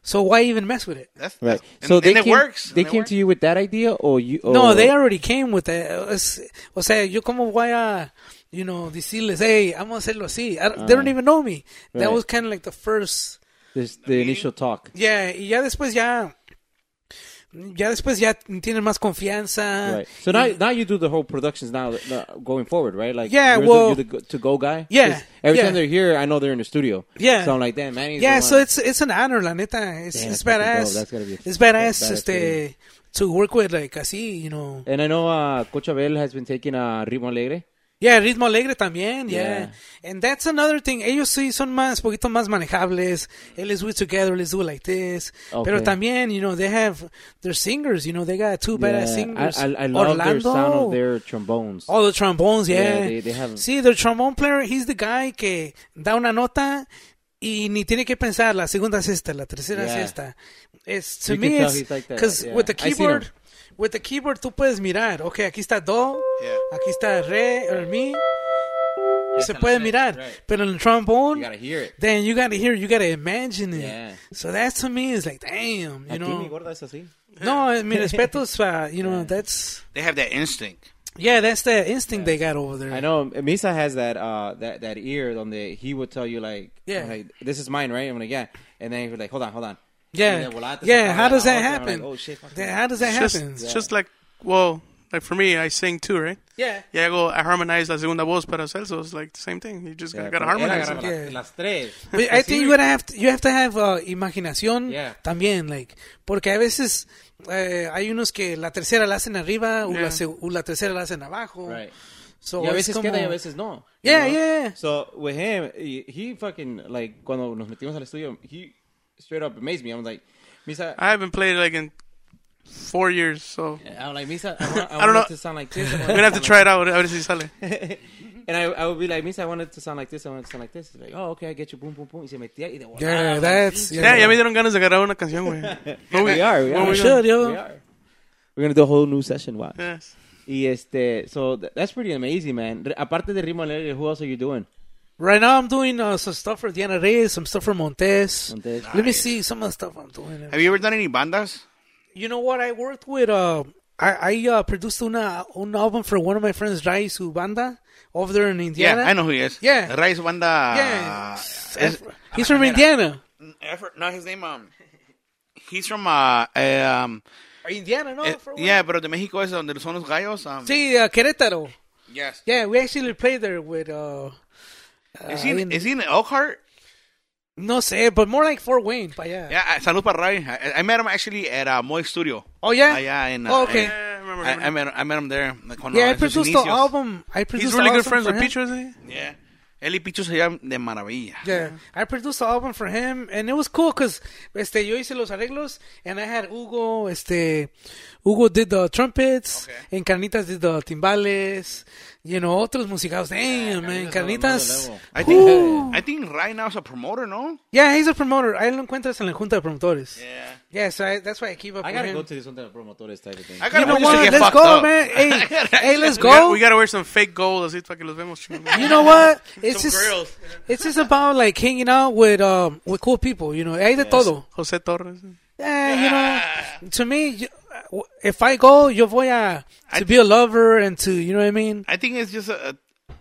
S4: So why even mess with it?
S3: that's,
S1: Right.
S3: that's- and,
S1: so they
S3: and it
S1: came,
S3: works.
S1: They
S3: and it
S1: came
S3: works.
S1: to you with that idea, or you? Or,
S4: No, they already came with that. Uh, Es- o sea, yo como voy a, you know, decirles, hey, vamos a hacerlo así. I- they don't even know me. That
S1: Ah. Right.
S4: was kind of like the first.
S1: This, the initial talk.
S4: Yeah, y ya después ya, ya después ya tienen más confianza.
S1: Right. So now, now you do the whole productions now uh, going forward, right? Like
S4: Yeah,
S1: you're the-
S4: well-
S1: you're the go- to go guy.
S4: Yeah,
S1: 'Cause Every
S4: yeah.
S1: time they're here, I know they're in the studio.
S4: Yeah.
S1: So I'm like, damn, Manny's.
S4: Yeah,
S1: the
S4: so
S1: one."
S4: it's it's an honor, la neta. It's,
S1: Damn, that's
S4: it's
S1: fucking dope.
S4: badass.
S1: That's gotta be a-
S4: it's badass,
S1: badass
S4: este, to work with like así, you know.
S1: And I know uh, Coach Abel has been taking uh, Ritmo Alegre.
S4: Yeah, Ritmo Alegre también, yeah.
S1: Yeah.
S4: And that's another thing. Ellos sí son más, poquito más manejables. Eh, Let's do it together, let's do it like this.
S1: Okay.
S4: Pero también, you know, they have their singers, you know, they got two badass
S1: Yeah.
S4: singers.
S1: I, I, I love their sound of their trombones.
S4: All the trombones, yeah.
S1: Yeah, they- they have-
S4: Sí, the trombone player, he's the guy que da una nota y ni tiene que pensar, la segunda es esta, la tercera
S1: Yeah.
S4: es esta. It's, to
S1: You can
S4: me,
S1: tell
S4: it's,
S1: he's like that,
S4: because
S1: yeah.
S4: with
S1: I
S4: the
S1: seen
S4: keyboard,
S1: him.
S4: with the keyboard tú puedes mirar, ok, aquí está do,
S3: Yeah.
S4: aquí está re, or mi, se puede mirar, pero en el trombone,
S5: You gotta hear it.
S4: then you gotta hear, you gotta imagine it.
S5: Yeah.
S4: So that to me is like, damn, you
S5: Aquí mi
S4: know.
S5: gorda es así.
S4: No, mi respetos, uh, you know, that's,
S3: They have that instinct.
S4: yeah, that's the instinct they got over there.
S1: I know Misa has that uh that that ear on the he would tell you like
S4: Yeah.
S1: I'm like, this is mine right I'm like yeah and then he would like hold on hold on
S4: Yeah.
S1: And then volate,
S4: Yeah,
S1: se
S4: how
S1: acaba
S4: does
S1: la
S4: that
S1: otra. I'm
S4: happen?
S1: like, oh, shit, fuck.
S4: Yeah, how does that
S2: It's just,
S4: happen?
S2: it's just like, well, like for me, I sing too, right?
S4: yeah.
S2: Yeah, I go, I harmonize la segunda voz para Celso. It's like the same thing. You just gotta, gotta harmonize it.
S4: agarraba Yeah.
S5: Las tres.
S4: But I think you gotta have to, you have to have uh, imaginación
S5: Yeah.
S4: también, like porque a veces eh, hay unos que la tercera la hacen arriba o, la,
S2: Yeah.
S4: se- o la tercera la hacen abajo.
S5: Right.
S4: So
S1: y a
S4: es
S1: veces
S4: como-
S1: queda y a veces no. you
S4: Yeah,
S1: know?
S4: yeah.
S1: So with him, he, he fucking like cuando nos metimos al estudio, he straight up amazed me. I'm like, Misa,
S2: I haven't played like in four years, so
S1: I'm like Misa, I, want, I,
S2: I
S1: want
S2: don't know.
S1: it to sound like this. I want
S2: I'm gonna have to try it out. A ver si sale.
S1: And I, I would be like, Misa, I want it to sound like this. I want it to sound like this. He's like, oh, okay, I get you. Boom, boom, boom. Y se metía y de volada.
S4: Yeah, that's
S2: Yeah, ya me dieron ganas de agarrar una canción, güey. No,
S1: We are, we
S2: Where
S1: are.
S2: we
S4: We should, yo.
S1: We are. We're gonna do a whole new session. Watch.
S2: Yes.
S1: Y este, so th- that's pretty amazing, man. Re- aparte de Rimo Alegre, who else are you doing?
S4: Right now I'm doing uh, some stuff for Diana Reyes, some stuff for Montes.
S1: Montes.
S4: Let me see some of the stuff I'm doing.
S3: Have you ever done any bandas?
S4: You know what? I worked with. Uh, I I uh, produced una un album for one of my friends, Rai su banda, over there in
S3: Yeah,
S4: Indiana.
S3: I know who he is.
S4: Yeah.
S3: Raiz Banda.
S4: Yeah.
S3: Es-
S4: He's from Indiana.
S3: Effort- no, his name. Um, he's from uh, eh, um,
S4: Indiana, no?
S3: eh,
S4: Oh, for what?
S3: yeah, pero de México es donde son los gallos. Um,
S4: Sí, uh, Querétaro.
S3: Yes.
S4: Yeah, we actually played there with, uh,
S3: Is he,
S4: I didn't-
S3: is he in Elkhart?
S4: no sé, but more like Fort Wayne, para allá.
S3: Yeah, uh, salud para Ray. I, I met him actually at uh, Moy Studio.
S4: Oh, yeah?
S3: Allá en, uh,
S4: Oh, okay.
S3: en-
S2: Yeah, I remember.
S3: I, I met I met him there. Like, cuando-
S4: Yeah, I
S3: en sus
S4: produced the
S3: inicios.
S4: album. I produced
S2: He's
S4: the
S2: really good
S4: album
S2: friends
S4: for
S2: with
S4: him.
S2: Pichu, isn't he?
S3: Yeah. Él y Pichu se llevan de maravilla.
S4: Yeah, I produced the album for him, and it was cool because este, yo hice los arreglos, and I had Hugo. Este, Hugo did the trumpets,
S3: Okay.
S4: and Carnitas did the timbales. You know, otros musicados. Damn,
S5: on
S4: man.
S5: another
S4: Carnitas.
S5: level.
S3: I think I think right now is a promoter, no?
S4: Yeah, he's a promoter. Ahí lo encuentras en la junta de promotores. Yeah,
S3: Yeah.
S4: so I- that's why I keep up
S5: I
S4: with
S5: gotta
S4: him.
S5: go to this one that promotores type of thing.
S3: I
S4: you
S3: gotta
S4: know
S3: we used to
S4: what?
S3: get
S4: Let's
S3: fucked
S4: go,
S3: up.
S4: man. Hey, hey, let's
S2: We gotta,
S4: go.
S2: we gotta wear some fake gold, así para que los vemos. chingón.
S4: you know what? It's
S2: Some
S4: just
S2: grills.
S4: it's just about like hanging out with um with cool people. You know, hay de todo.
S2: José Torres.
S4: Eh, you know, to me, you- uh, if I go, yo voy a to be a lover and to you know what I mean.
S3: I think it's just a, a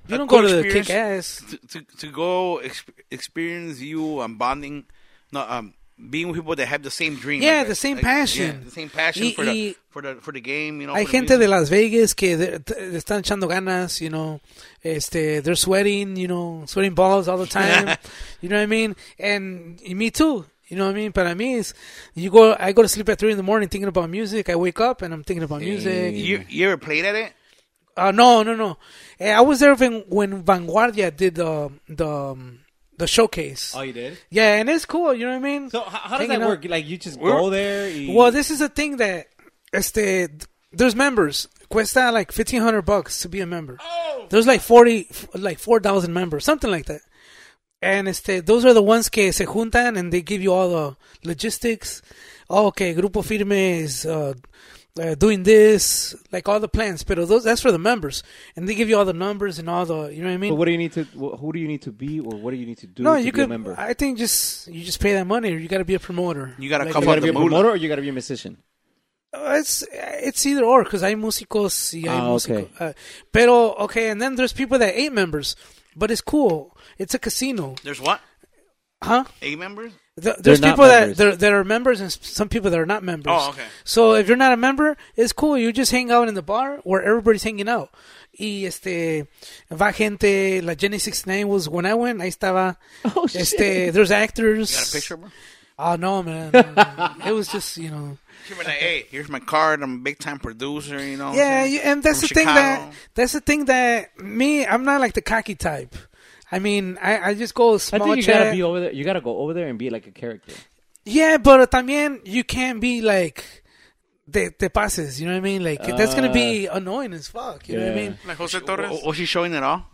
S4: You
S3: a
S4: don't
S3: cool
S4: go to the
S3: experience
S4: kick ass.
S3: to, to, to go exp- experience you and bonding, no, um, being with people that have the same dream.
S4: Yeah,
S3: like
S4: the
S3: that.
S4: same
S3: yeah,
S4: passion.
S3: the same passion
S4: Y-
S3: for the
S4: y-
S3: for the for the game. You know,
S4: Hay
S3: for the
S4: gente de
S3: music.
S4: Las Vegas que de- te- le están echando ganas, you know. Este, they're sweating, you know, sweating balls all the time. you know what I mean? And y me too. You know what I mean? Para mí es, you go, I go to sleep at three in the morning thinking about music. I wake up and I'm thinking about music.
S3: You you ever played at it?
S4: Uh, no, no, no. Eh, I was there when, when Vanguardia did the the um, the showcase.
S5: Oh, you did?
S4: yeah, and it's cool. You know what I mean?
S5: So, how, how does
S4: Hanging
S5: that
S4: out.
S5: work? Like, you just
S3: We're-
S5: go there? You,
S4: Well, this is the thing that este there's members. Cuesta like fifteen hundred bucks to be a member.
S1: Oh!
S4: There's like forty, f- like four thousand members, something like that. And este, those are the ones que se juntan and they give you all the logistics. Oh, okay, Grupo Firme is uh, uh, doing this, like all the plans. Pero those that's for the members, and they give you all the numbers and all the you know what I mean.
S1: But what do you need to? wh- Who do you need to be, or what do you need to do?
S4: no,
S1: to
S4: you
S1: be a
S4: could.
S1: member.
S4: I think just you just pay that money, or you got to be a promoter.
S3: You gotta
S4: Like,
S3: come
S1: you
S3: out
S1: gotta be
S3: the
S1: a
S3: mood.
S1: promoter, or you gotta be a musician.
S4: Uh, It's it's either or because hay músicos y hay
S1: Ah,
S4: músicos.
S1: okay.
S4: Uh, pero okay, and then there's people that ain't members, but it's cool. It's a casino,
S3: There's what
S4: huh?
S3: eight members?
S4: Th- there's
S1: not
S4: people that
S1: members.
S4: that that are members and s- some people that are not members.
S3: Oh, okay.
S4: So if you're not a member, it's cool. You just hang out in the bar where everybody's hanging out. Y este va gente. La Jenny 69 was when I went. Ahí estaba.
S1: Oh, shit.
S4: este, there's actors.
S3: Got a picture, bro?
S4: Oh no, man. it was just you know.
S3: She was like, hey, here's my card. I'm a big time producer. You know. what I'm
S4: Yeah,
S3: saying?
S4: you, and that's
S3: From
S4: the thing that
S3: Chicago.
S4: that's the thing that me I'm not like the cocky type. I mean, I, I just go
S1: I
S4: small
S1: think you
S4: chat.
S1: gotta be over there. You gotta go over there and be like a character.
S4: yeah, but también you can't be like te, te passes. You know what I mean? Like that's gonna be
S3: Uh,
S4: annoying as fuck. You know what I
S1: yeah.
S4: mean?
S2: Like José
S3: W-
S2: Torres.
S3: w- Was she showing it all?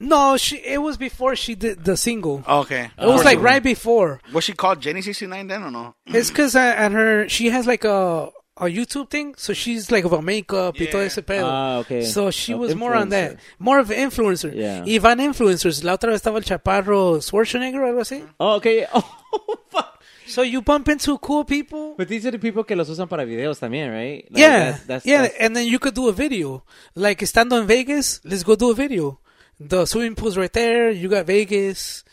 S4: No, she it was before she did the single.
S3: Okay.
S4: Oh, it was like right before.
S3: Was she called Jenny sixty nine then or no?
S4: It's because at her she has like a a YouTube thing, so she's like about makeup y todo
S2: Yeah.
S4: ese pedo.
S1: Ah, okay.
S4: So she
S1: Of
S4: was more on that,
S1: influencer.
S4: more of an influencer.
S1: Yeah.
S4: Y van influencers. La otra vez estaba el chaparro Schwarzenegger o algo así.
S1: Oh, okay. Oh, fuck.
S4: So you bump into cool people.
S1: But these are the people que los usan para videos también, right? Like,
S4: yeah,
S1: that's- that's-
S4: yeah,
S1: that's-
S4: and then you could do a video. Like estando in Vegas, let's go do a video. The swimming pool's right there. You got Vegas.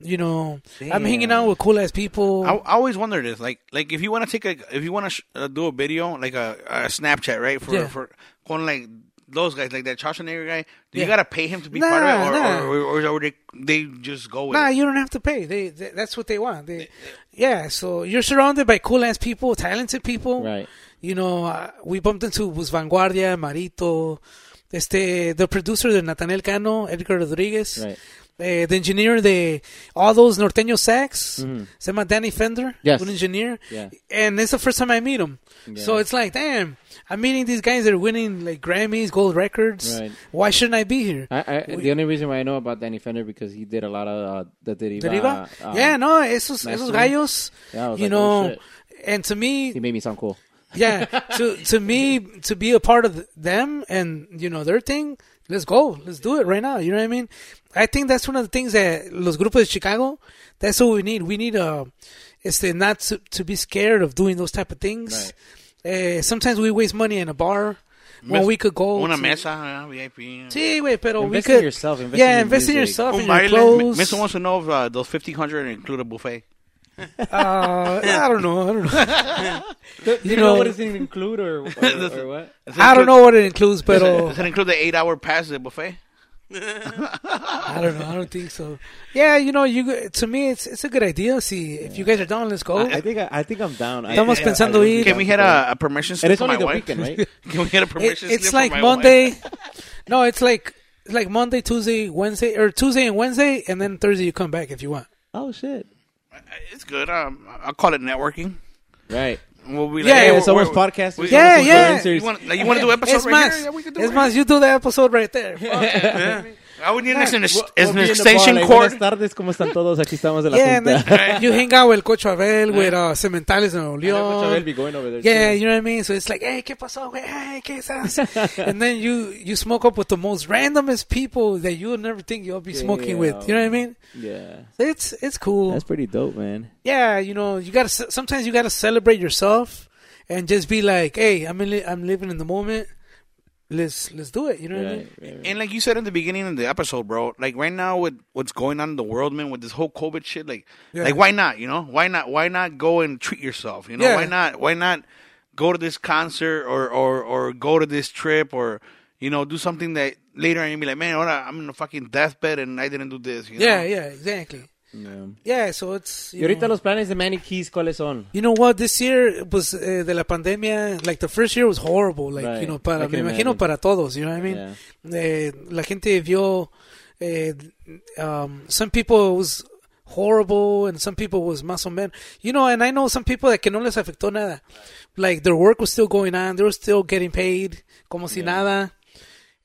S4: You know, I'm hanging out with cool ass people.
S3: I, I always wonder this, like, like if you want to take a, if you want to sh- uh, do a video, like a, a Snapchat, right? For
S4: Yeah.
S3: for going like those guys, like that Schwarzenegger guy, do you
S4: Yeah.
S3: gotta pay him to be part of it, or,
S4: Nah,
S3: or, or, or they they just go with
S4: Nah,
S3: it?
S4: you don't have to pay. They, they that's what they want. They, yeah. So you're surrounded by cool ass people, talented people.
S1: Right.
S4: You know, uh, we bumped into was Vanguardia, Marito, este, the producer de Nathaniel Cano, Edgar Rodriguez,
S1: Right.
S4: eh, the engineer de all those norteño sax, se llama Danny Fender,
S1: Mm-hmm. Yes.
S4: an engineer.
S1: Yeah.
S4: And it's the first time I meet him. So it's like, damn, I'm meeting these guys that are winning like Grammys, gold records.
S1: Right.
S4: Why shouldn't I be here?
S1: I, I, the only reason why I know about Danny Fender because he did a lot of uh, the Deriva.
S4: Deriva?
S1: uh,
S4: yeah, no, esos,
S1: Master.
S4: esos gallos,
S1: Yeah, I was
S4: you
S1: like, oh,
S4: know,
S1: shit.
S4: and to
S1: He
S4: me,
S1: made me sound cool.
S4: yeah, to to me, to be a part of them and you know their thing, let's go, let's do it right now. You know what I mean? I think that's one of the things that los grupos de Chicago. That's what we need. We need uh, este not to, to be scared of doing those type of things. Eh, sometimes we waste money in a bar when we could go.
S3: Una
S4: to-
S3: mesa, uh, VIP.
S4: Sí, güey, pero we
S1: Invest in
S4: could.
S1: yourself, invest in
S4: yeah,
S1: your
S4: invest in
S1: music.
S4: yourself,
S2: Un
S4: in your
S2: baile.
S4: clothes.
S3: Mister wants to know if uh, those fifteen hundred include a buffet.
S4: Uh, I don't know. I don't know.
S5: Do you,
S4: you
S5: know,
S4: know-
S5: what does it include or, or, or what?
S3: Does it
S4: I don't
S3: include-
S4: know what it includes, but
S3: Does it include the eight-hour pass to the buffet?
S4: I don't know. I don't think so. Yeah, you know, you to me, it's it's a good idea. See, if you guys are down, let's go.
S1: Oh, I think I, I think I'm down. I-
S4: Estamos
S1: I-
S4: pensando
S1: I-
S4: ir.
S3: Can we get a, a permission
S1: And
S3: slip
S1: it's
S3: for
S1: only
S3: my
S1: the
S3: wife?
S1: weekend, right?
S3: Can we get a
S4: It-
S3: permission slip?
S4: it's
S3: for
S4: like
S3: my wife?
S4: Monday. no, it's like it's like Monday, Tuesday, Wednesday, or Tuesday and Wednesday, and then Thursday you come back if you want.
S1: oh shit!
S3: It's good. Um, I'll call it networking.
S1: Right. Eh,
S3: We'll be
S1: Yeah,
S3: like, hey,
S1: it's
S3: we're-
S1: almost
S3: we're-
S1: podcast.
S3: we-
S1: Yeah,
S3: we-
S1: yeah.
S3: You want like, you want to do episode
S4: Es
S3: right
S4: más,
S3: here? Yeah, we can do
S4: es
S3: it.
S4: más, you do the episode right there. Fuck.
S3: I would need an, ex-
S1: We'll
S3: an
S1: be in the
S3: extension
S1: bar, like,
S3: cord.
S1: Buenas tardes, ¿cómo están todos? Aquí estamos de la
S4: yeah, and
S1: punta.
S4: then you hang out with Coach Abel, with uh, Cementales
S5: Chabel
S4: and
S5: be
S4: Oleon.
S5: going over there.
S4: Yeah,
S5: too.
S4: you know what I mean? So it's like, hey, ¿qué pasó, güey? Hey, ¿qué estás? and then you, you smoke up with the most randomest people that you would never think you'll be smoking with. You know what I mean?
S1: yeah.
S4: It's, it's cool.
S1: That's pretty dope, man.
S4: yeah, you know, you gotta ce- sometimes you gotta celebrate yourself and just be like, hey, I'm in li- I'm living in the moment. Let's let's do it. You know what I mean?
S1: Right, right, right.
S3: And like you said in the beginning of the episode, bro, like right now with what's going on in the world, man, with this whole COVID shit, like,
S4: Yeah.
S3: like why not? You know, why not? Why not go and treat yourself? You know,
S4: Yeah.
S3: why not? Why not go to this concert or or or go to this trip or you know do something that later on you be like, man, ahora I'm in a fucking deathbed and I didn't do this. You
S4: Yeah,
S3: know?
S4: yeah, exactly.
S1: Yeah.
S4: Yeah, so it's
S1: Y
S4: you,
S1: ahorita
S4: know,
S1: los planes de Manny Keys, ¿cuáles son?
S4: you know what this year was uh, de la pandemia. Like the first year was horrible. Like
S1: Right.
S4: you know, para
S1: I
S4: me
S1: can
S4: imagino
S1: imagine.
S4: para todos. You know what I mean?
S1: Yeah.
S4: Eh, la gente vio. eh, um, some people was horrible and some people was más o menos. You know, and I know some people that que no les afectó nada. Like their work was still going on, they were still getting paid, como si nada.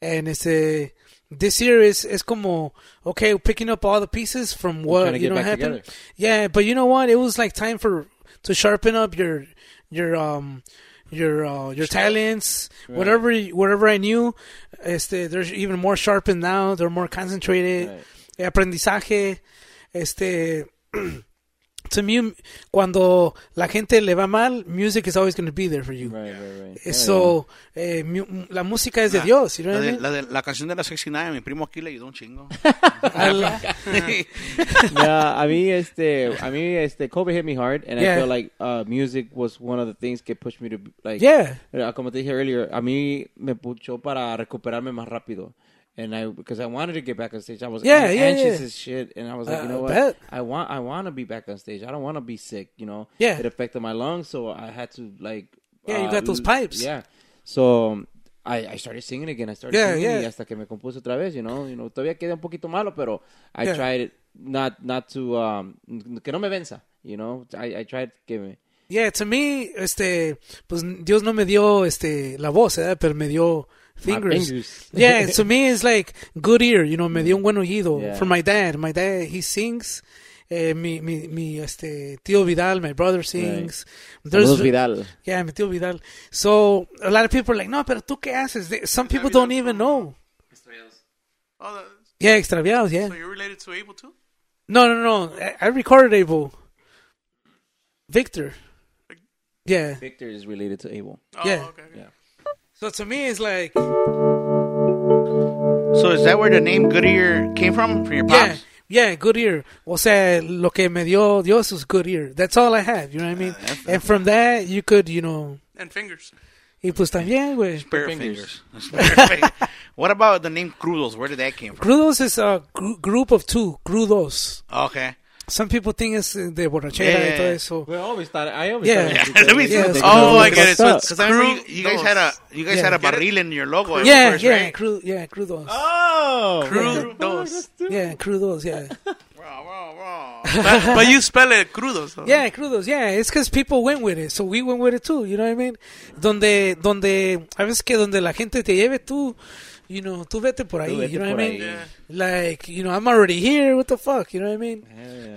S4: And este, this year is es como okay, picking up all the pieces
S1: Trying
S4: from
S1: to
S4: what you
S1: get
S4: know
S1: back
S4: happened.
S1: together.
S4: Yeah, but you know what? It was like time for to sharpen up your your um your uh, your talents, whatever whatever I knew, este, they're even more sharpened now. They're more concentrated. Eh, Aprendizaje, este. To me, cuando la gente le va mal, music is always going to be there for you.
S1: Right, right, right.
S4: Eh, So, eh, mu- la música es de Dios, you know
S3: La,
S4: what I
S3: de-
S4: mean?
S3: la de- la canción de la sexy nine, mi primo aquí le ayudó un chingo.
S1: yeah, I mean, este, I mean, este, COVID hit me hard, and
S4: Yeah.
S1: I feel like uh, music was one of the things that pushed me to like.
S4: Yeah.
S1: Uh, Como te dije earlier, a mí me puchó para recuperarme más rápido. And I, because I wanted to get back on stage, I was
S4: Yeah,
S1: an-
S4: yeah,
S1: anxious
S4: yeah.
S1: as shit, and I was like,
S4: I-
S1: you
S4: I
S1: know what,
S4: bet.
S1: I want, I want to be back on stage. I don't want to be sick, you know.
S4: Yeah.
S1: It affected my lungs, so I had to like. uh,
S4: Yeah, you got those
S1: l-
S4: pipes.
S1: Yeah. So I, I started singing again. I started
S4: Yeah,
S1: singing y
S4: yeah.
S1: hasta que me compuse otra vez, you know. You know, todavía queda un poquito malo, pero I
S4: Yeah.
S1: tried it not not to um que no me venza, you know. I I tried que me
S4: Yeah, to me, este, pues Dios no me dio este la voz, ¿verdad? pero me dio fingers.
S1: fingers.
S4: yeah, to me it's like good ear, you know, me dio un buen oído.
S1: Yeah.
S4: For my dad, my dad he sings. Eh, mi, mi, mi, este, tío Vidal, my brother sings. There's-
S1: Saludos, Vidal.
S4: Yeah, mi tío Vidal. So, a lot of people are like, no, pero tú qué haces? They- Some people don't even know.
S2: Oh, the,
S4: Yeah, extraviados, yeah.
S2: so you're related to Abel too?
S4: No, no, no. I, I recorded Abel. Victor. Yeah.
S1: Victor is related to Abel.
S2: Oh,
S4: Yeah.
S2: Okay, okay.
S4: So to me, it's like,
S3: so is that where the name Goodyear came from? From your
S4: yeah,
S3: pops?
S4: yeah, good ear. O sea, lo que me dio Dios is good ear. That's all I have. You know what I mean? and from that, you could, you know,
S2: And fingers.
S4: y pues también, güey.
S3: Spare fingers.
S1: Fingers.
S3: Spare fingers. what about the name Crudos? Where did that came from?
S4: Crudos is a gr- group of two. Crudos.
S3: Okay.
S4: Some people think it's eh, de borrachera
S3: Yeah, yeah,
S4: y todo
S3: yeah.
S4: eso.
S5: We always thought. I always
S4: Yeah.
S5: thought. it was
S3: Let me see.
S4: Yeah, it's
S3: oh,
S4: Crudos.
S3: I get it. So it's
S2: Cause I remember
S3: Cru- you guys had a you guys
S4: Yeah.
S3: had a
S2: Get it?
S3: barril in your logo. at
S4: Yeah,
S3: first,
S4: yeah,
S3: right?
S4: cru- yeah, crudos.
S5: Oh,
S2: Crudos.
S4: Yeah, crudos, yeah.
S3: Raw, raw, raw.
S2: but, but you spell it crudos. though.
S4: Yeah, crudos. Yeah, it's because people went with it, so we went with it too. You know what I mean? Donde, donde, a veces que donde la gente te lleve tú, you know, tú vete por ahí.
S1: vete
S4: you know what
S1: por
S4: I mean?
S1: ahí. Yeah.
S4: Like, you know, I'm already here. What the fuck? You know what I mean?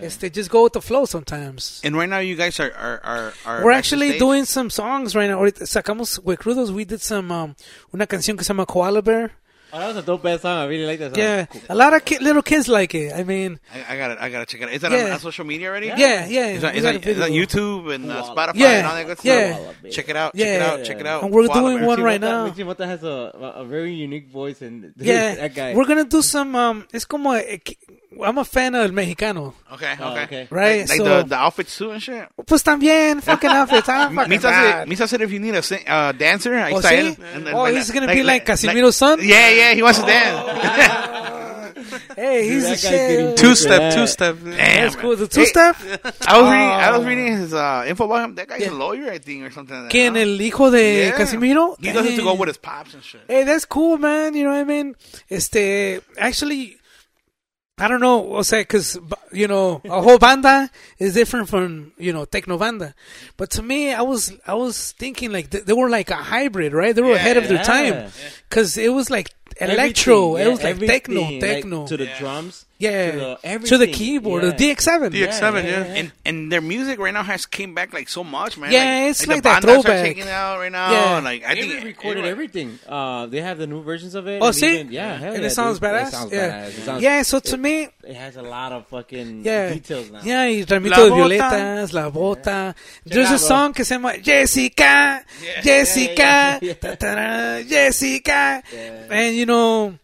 S4: Este, just go with the flow sometimes.
S3: and right now you guys are are are, are
S4: We're
S3: back to
S4: actually
S3: stage?
S4: doing some songs right now. Ahorita sacamos with crudos. We did some um, una canción que se llama Koala Bear.
S5: Oh, that was a dope ass song. I really like that song.
S4: Yeah, a lot of ki- little kids like it. I mean,
S3: I, I gotta I gotta check it. out. Is that on,
S4: Yeah.
S3: on social media already?
S4: yeah, yeah.
S3: Is that,
S4: we
S3: is that,
S4: got a
S3: is that
S4: video.
S3: YouTube and uh, Spotify
S4: Yeah.
S3: and all that good stuff?
S4: Yeah.
S3: Check it out. Check it
S4: Yeah.
S3: out. Check it out.
S4: And we're
S3: Koala
S4: doing
S3: bear.
S4: one right
S5: Mota-
S4: now.
S5: Richie Mota has a, a a very unique voice, and
S4: Yeah,
S5: that guy.
S4: we're gonna do some. Um, it's como eh, que- I'm a fan of El Mexicano,
S3: Oh, Okay. Okay.
S5: okay.
S4: right?
S3: Like
S4: so,
S3: the the outfits too and shit.
S4: pues también fucking outfits. ah, fucking
S3: Misa said,
S4: bad.
S3: Misa said if you need a sing, uh, dancer, I
S4: Oh,
S3: saw
S4: see?
S3: him. And then
S4: Oh,
S3: baila-
S4: he's gonna be like Casimiro's son?
S3: Yeah, yeah, he wants to dance.
S4: Hey, he's
S5: that
S4: a
S5: guy's getting
S4: shit.
S5: too-
S2: Two step,
S5: Yeah.
S2: two step.
S3: Damn.
S4: That's cool. The two step.
S3: I was reading, I was reading his uh, info about him. That guy's
S4: Oh. Yeah.
S3: a lawyer, I think, or something. Like that,
S4: Que en
S3: huh?
S4: el hijo de
S3: Yeah.
S4: Casimiro.
S3: He doesn't have to go
S4: Damn.
S3: with his pops and shit.
S4: Hey, that's cool, man. You know what I mean? Este, actually, I don't know, o sea, because you know a whole banda is different from you know techno banda, but to me, I was I was thinking like th- they were like a hybrid, right? They were ahead of their
S5: Yeah.
S4: time because it was like electro,
S5: Everything,
S4: it was
S5: yeah,
S4: like techno,
S5: everything,
S4: techno,
S5: like, to the drums,
S4: yeah,
S5: to the,
S4: to the
S5: everything,
S4: keyboard,
S5: yeah.
S4: the DX7,
S2: DX7, yeah.
S3: And and their music right now has came back like so much, man.
S4: Yeah, it's like
S3: the
S4: that
S3: bandas are
S4: throwback.
S3: taking it out right now.
S4: Yeah.
S3: and, like I
S5: They
S3: think
S5: recorded everything. Uh, they have the new versions of it.
S4: Oh,
S5: and
S4: see,
S5: even- yeah, hell
S4: and
S5: yeah,
S4: it sounds
S5: dude.
S4: badass.
S5: It sounds
S4: yeah,
S5: badass. It, sounds,
S4: yeah. So to me,
S5: it has a lot of fucking
S4: Yeah.
S5: details now.
S4: Yeah, y Ramito
S3: La
S4: de
S3: Bota.
S4: Violetas, La Bota. There's a
S5: bro.
S4: song que se llama Jessica, Jessica, ta, ta, ta, Jessica. And you know,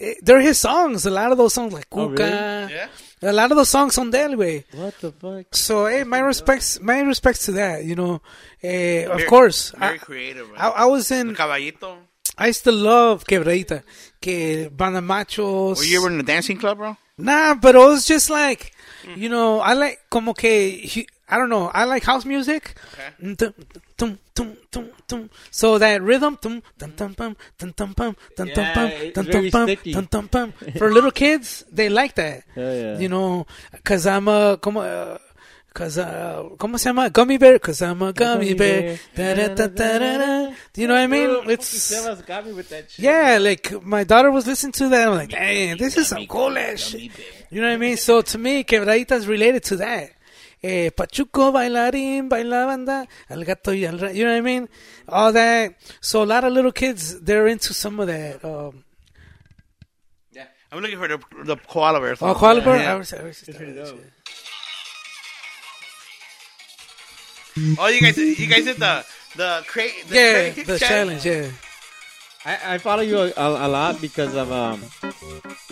S4: eh, they're his songs. A lot of those songs, like
S5: really?
S4: Cuca.
S3: Oh, Yeah.
S4: A lot of those songs on del, güey.
S5: What the fuck?
S4: So, hey, my respects, my respects to that, you know. Eh, of course.
S3: very
S4: I,
S3: creative. Man.
S4: I, I was in,
S3: Caballito.
S4: I still love Quebradita. Que Banda Machos.
S3: Were you ever in the dancing club, bro?
S4: Nah, but it was just like, you know, I like como que he, I don't know. I like house music. Mm, tum, tum, tum, tum, tum. So that rhythm, tum, tum, tum, pum, tum, tum, pum, tum, tum,
S5: Yeah,
S4: pum,
S5: it's
S4: tum,
S5: very
S4: tum, pum,
S5: sticky.
S4: tum, tum, pum. For little kids, they like that.
S5: Yeah, yeah.
S4: You know, cause I'm a como. Uh, Cause uh, ¿cómo se llama? Gummy bear. Cause I'm a
S5: gummy
S4: gummy bear.
S5: bear.
S4: Da, da, da, da, da, da. Do you know what I mean?
S5: Fucking
S4: It's
S5: Sebas got me with that shit.
S4: yeah, like my daughter was listening to that. I'm like, dang, this is some cool ass shit. You know what I mean? So to me, quebraditas related to that. Eh, Pachuco, bailarín, baila banda, al gato y al ra- You know what I mean? All that. So a lot of little kids, they're into some of that. Um,
S3: I'm looking for the the koala bear.
S4: oh, Koala Bear? I
S3: Yeah.
S4: was- I was just-
S3: Oh, you guys, you guys did the the crate. The
S4: Yeah,
S3: crate
S4: the challenge, yeah.
S1: I, I follow you a, a, a lot because of um,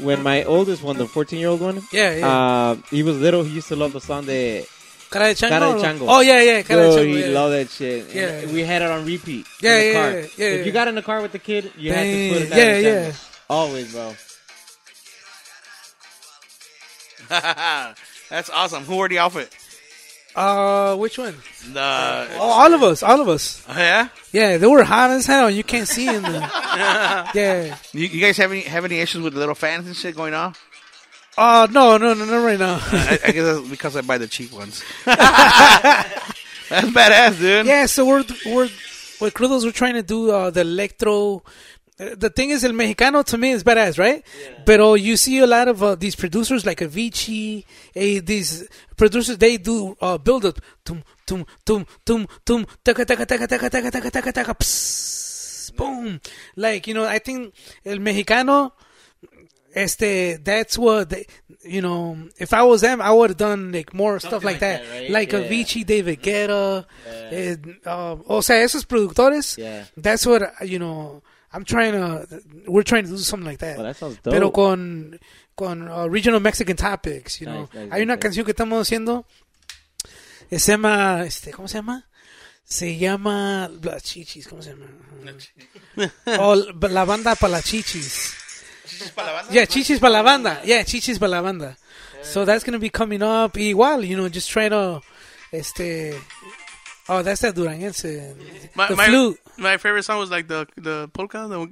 S1: when my oldest one, the 14 year old one,
S4: Yeah, yeah.
S1: Uh, he was little. He used to love the song de
S4: Cara de chango.
S1: Cara de
S4: or-
S1: chango.
S4: Oh, yeah, yeah, cara
S1: Bro,
S4: de chango.
S1: he
S4: yeah.
S1: loved that shit. And
S4: Yeah.
S1: we had it on repeat.
S4: Yeah,
S1: in the
S4: yeah,
S1: car.
S4: yeah, yeah,
S1: If
S4: yeah.
S1: you got in the car with the kid, you had to put it down.
S4: Dang, yeah,
S1: and
S4: yeah.
S1: chant it. Always, bro.
S3: That's awesome. Who wore the outfit?
S4: Uh, which one?
S3: The
S4: Oh, all of us, all of us.
S3: oh, Uh, yeah.
S4: Yeah, they were hot as hell. You can't see in them. yeah.
S3: You, you guys have any have any issues with little fans and shit going on?
S4: Oh no, no, no, no, right now.
S3: I, I guess that's because I buy the cheap ones. that's badass, dude.
S4: yeah, so we're we're what Crudos were trying to do uh, the electro. uh, The thing is, El Mexicano to me is badass, right? But oh, you see a lot of uh, these producers like Avicii, eh, these producers they do uh, build up, tum tum tum tum tum, taka taka taka taka taka taka taka taka, psss, boom. Like you know, I think El Mexicano este that's what they, you know if i was them i would have done like more stuff like,
S5: like
S4: that,
S5: that, right?
S4: like
S5: Yeah.
S4: avicii david guetta and, um, o sea esos productores
S5: Yeah.
S4: that's what you know i'm trying to we're trying to do something like that
S1: Well, that sounds
S4: pero
S1: dope.
S4: con con uh, regional mexican topics you know
S1: Nice, nice,
S4: hay una
S1: nice.
S4: canción que estamos haciendo eh, se llama este cómo se llama se llama las chichis cómo se llama o la la banda para las chichis yeah, chichis para la banda. Yeah, chichis para la banda. So
S1: Eh.
S4: that's gonna be coming up. Igual, you know, just trying to, este. Oh, that's that Duranguense.
S2: My,
S4: the
S2: my,
S4: flute.
S2: my favorite song was like the the polka. The,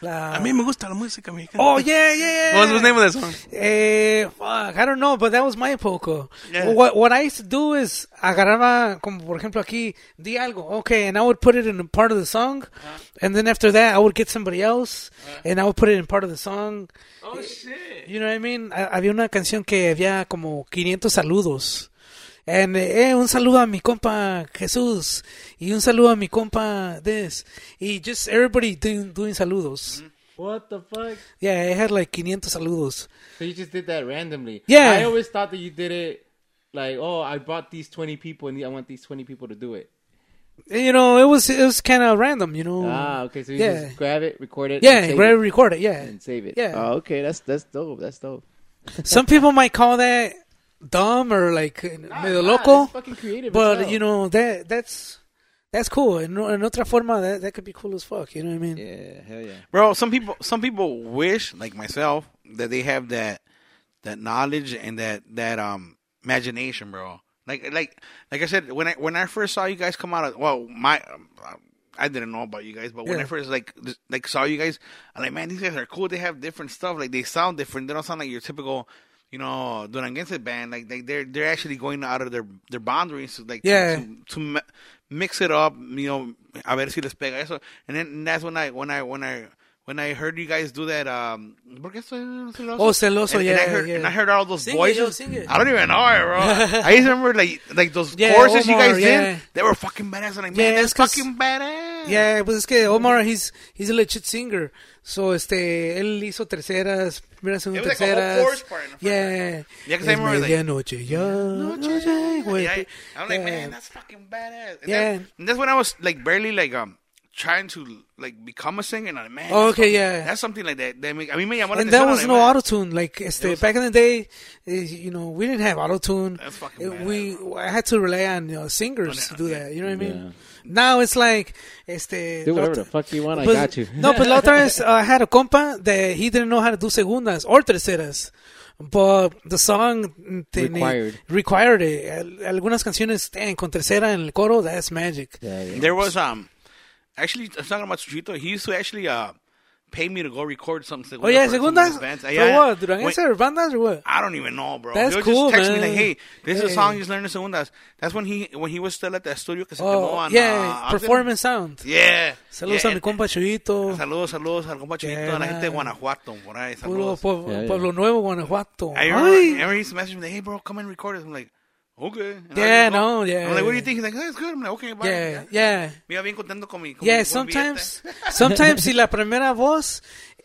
S4: La...
S2: a mí me gusta la música mexicana.
S4: Ah. Oh yeah, yeah. yeah.
S2: What was the name of that song?
S4: Eh, fuck, I don't know, but that was my poco.
S2: Yeah.
S4: What what I used to do is agarraba como por ejemplo aquí di algo, okay, and I would put it in a part of the song,
S2: Uh-huh.
S4: and then after that I would get somebody else, and I would put it in part of the song.
S2: Oh shit!
S4: You know what I mean? Ha- Había una canción que había como 500 saludos. And, eh, eh, un saludo a mi compa Jesús y un saludo a mi compa this y just everybody doing, doing saludos.
S2: Mm-hmm.
S5: What the fuck?
S4: Yeah, I had like 500 saludos.
S5: So you just did that randomly.
S4: Yeah.
S5: I always thought that you did it like, oh, I brought these 20 people and I want these 20 people to do it.
S4: You know, it was it was kind of random, you know.
S5: Ah, okay. So you
S4: Yeah.
S5: just grab it, record it.
S4: yeah,
S5: and save
S4: grab
S5: it.
S4: and record it. Yeah.
S5: and save it.
S4: Yeah.
S5: Oh, okay, that's that's dope. That's dope.
S4: Some people might call that dumb or like medio loco,
S5: it's Ah, fucking creative.
S4: but you know that that's that's cool. In, in otra forma, that that could be cool as fuck. You know what I mean?
S1: Yeah, hell yeah.
S3: bro. Some people some people wish, like myself, that they have that that knowledge and that that um imagination, bro. Like like like I said when I when I first saw you guys come out of well my um, I didn't know about you guys, but when
S4: Yeah.
S3: I first like just, like saw you guys, I'm like man, these guys are cool. They have different stuff. Like they sound different. They don't sound like your typical. you know, Duranguense band, like they, they're they're actually going out of their their boundaries, to, like
S4: Yeah.
S3: to, to mi- mix it up, you know, a ver si les pega eso. And then and that's when I when I when I when I heard you guys do that, um, ¿por qué estoy celoso?
S4: Oh, celoso,
S3: and, and I
S4: yeah,
S3: heard,
S4: yeah.
S3: And I heard all those
S4: Sing it,
S3: voices.
S4: yo, sing it.
S3: I don't even know it, bro. I just remember like like those
S4: Yeah,
S3: courses you
S4: Omar,
S3: guys
S4: yeah.
S3: did. They were fucking badass. I'm like,
S4: Yeah,
S3: man, that's
S4: it's 'cause-
S3: fucking badass.
S4: Yeah, pues es que Omar, he's, he's a legit singer. So, este, él hizo terceras, primera, segunda,
S3: It was like a whole
S4: terceras.
S3: chorus part in the front,
S4: yeah.
S3: Yeah, 'cause I
S4: Es
S3: remember, like-
S4: medianoche, ya. Noche, güey.
S3: Oh,
S4: Eh,
S3: Yeah, I- I'm like,
S4: Yeah.
S3: man, that's fucking badass. And
S4: Yeah.
S3: that- and that's when I was like barely like um trying to like become a singer. And I'm like, man,
S4: Oh,
S3: that's
S4: okay,
S3: fucking-
S4: yeah.
S3: that's something like that. that make, I mean, me, I
S4: And there was no auto tune. Like este,
S3: was-
S4: back in the day, eh, you know, we didn't have auto tune.
S3: That's fucking badass,
S4: We I had to rely on you know, singers to
S3: On-
S4: do that. You know what I mean? Now it's like este.
S1: Do whatever
S4: la
S1: the
S4: otra-
S1: fuck you want, I
S4: Pues-
S1: got you.
S4: no, but la otra vez uh, I had a compa that he didn't know how to do segundas or terceras. But the song te-
S1: Required.
S4: required it. Al- Algunas canciones eh, con tercera en el coro, that's magic.
S3: There was um actually I was talking about Chuchito. He used to actually uh pay me to go record some segundas.
S4: Oh yeah,
S3: for some of his
S4: segundas.
S3: bands.
S4: For
S3: Yeah, Ah, yeah.
S4: what? Duranguense
S3: When-
S4: or bandas or what?
S3: I don't even know, bro.
S4: That's
S3: They'll
S4: cool,
S3: just text me
S4: man.
S3: like, "Hey, this is a
S4: Hey.
S3: song you just learned in segundas." That's when he when he was still at that studio que se quemó
S4: Oh,
S3: on
S4: yeah,
S3: uh, Ogden.
S4: performance sound.
S3: Yeah.
S4: Saludos
S3: yeah,
S4: a mi
S3: and-
S4: compa Chuyito.
S3: Saludos, saludos al compa Chuchito, a la gente de Guanajuato, por ahí,
S4: Puro
S3: saludos.
S4: pueblo,
S1: Yeah, yeah.
S4: pueblo Nuevo, Guanajuato.
S3: I remember, I
S4: Ay.
S3: remember he's messaging me, like, hey, bro, come and record it. I'm like, okay. And I
S4: Yeah,
S3: just go.
S4: no, yeah,
S3: I'm like, what do you
S4: yeah.
S3: think? He's like, oh, it's good. I'm like, okay, bye.
S4: Yeah,
S3: Ya.
S4: yeah.
S3: Me iba bien contento con mi. Con
S4: Yeah,
S3: mi- con mi
S4: sometimes,
S3: billete.
S4: sometimes si la primera voz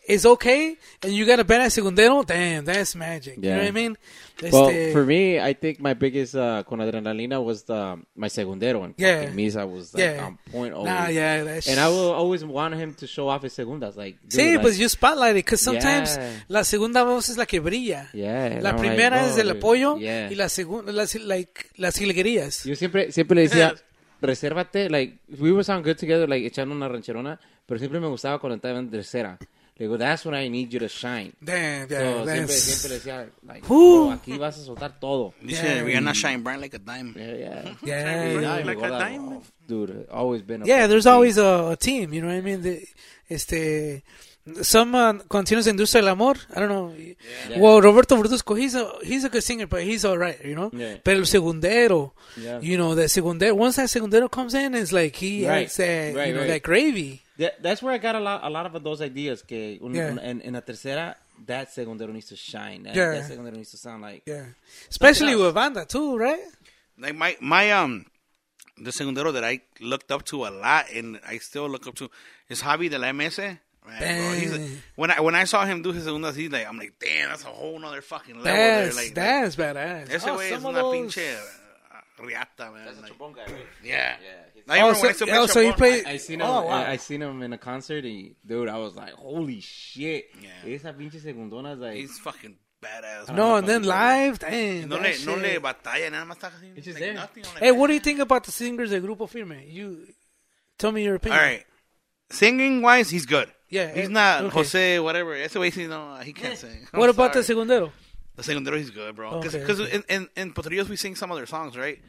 S4: is okay and you got a bad segundero, damn, that's magic. You
S1: Yeah.
S4: know what I mean?
S1: Well,
S4: Este,
S1: for me, I think my biggest uh, con adrenalina was the, um, my segundero and
S4: Yeah.
S1: fucking Misa was like
S4: Yeah.
S1: on point. Always.
S4: Nah, yeah, that's
S1: And I will always want him to show off his segundas, like dude,
S4: Sí,
S1: like,
S4: pues you spotlight it, because sometimes
S1: Yeah.
S4: la segunda voz es la que brilla.
S1: Yeah, and
S4: la
S1: I'm
S4: primera
S1: like,
S4: es del
S1: "Whoa,
S4: apoyo
S1: yeah."
S4: y la segunda, las, like, las jilguerías.
S1: Yo siempre, siempre le decía, resérvate, like, we were sound good together, like, echando una rancherona, pero siempre me gustaba cuando estaba en tercera. Le digo, that's when I need you to shine.
S4: Damn, yeah,
S1: So, siempre,
S4: that's-
S1: siempre le decía, like,
S4: Whew.
S1: "Bro, aquí vas a soltar todo.
S3: Dice, Rihanna shine bright like a diamond.
S1: Yeah, yeah.
S4: Yeah,
S1: And I
S2: Like
S1: go,
S2: a
S1: like,
S2: diamond.
S1: "Oh, dude, always been a
S4: Yeah, there's
S1: fucking
S4: always a, a team. You know what I mean? The, este, some uh, continues industria del amor. I don't know. Well, Roberto Verduzco, he's a he's a good singer, but he's all right. You know.
S1: Yeah.
S4: Pero el segundero,
S1: Yeah.
S4: you know, the segundero. Once that segundero comes in, it's like he
S1: Right.
S4: adds that
S1: Right,
S4: you know
S1: right.
S4: that gravy.
S1: Tha- that's where I got a lot, a lot of those ideas. Que un,
S4: Yeah.
S1: un- en, en la tercera, that secondero needs to shine. That,
S4: Yeah.
S1: that secondero needs to sound like.
S4: Yeah. Especially
S1: else.
S4: with banda too, right?
S3: Like, my, my, um, the segundero that I looked up to a lot and I still look up to is Javi de la MS. Man, bro, he's a-
S4: Damn.
S3: when I when I saw him do his segundas, he's like, I'm like, damn, that's a whole nother fucking level.
S4: That's
S3: there. Like,
S4: that's badass.
S3: Ese
S1: Oh,
S3: güey es
S1: some of
S3: una
S1: those-
S3: pinche uh, riata, man. like, Yeah.
S1: he's-
S3: I remember
S4: Oh,
S3: when I
S4: so-
S3: still played
S4: oh, so he
S3: Chapon,
S4: played-
S1: I seen him.
S4: Oh, wow.
S1: I, I seen him in a concert, and dude, I was like, "Holy shit!"
S3: Yeah.
S1: Esa pinche segundona is like,
S3: He's fucking badass.
S4: No, and then live, damn.
S3: No
S4: that
S3: le, no
S4: shit.
S3: le batalla, nada más está así.
S1: It's just
S3: like
S1: there.
S3: nothing, I'm like,
S4: Hey, what do you think about the singers del Grupo Firme? You tell me your
S3: All
S4: opinion.
S3: right. Singing wise, he's good.
S4: Yeah,
S3: He's
S4: eh,
S3: not
S4: okay. Eh,
S3: Jose, whatever. That's the way he, no, he can't sing. I'm
S4: What about
S3: sorry.
S4: the segundero?
S3: The secondero he's good, bro. Because
S4: Okay, okay.
S3: in, in, in Potrillos we sing some of their songs, right?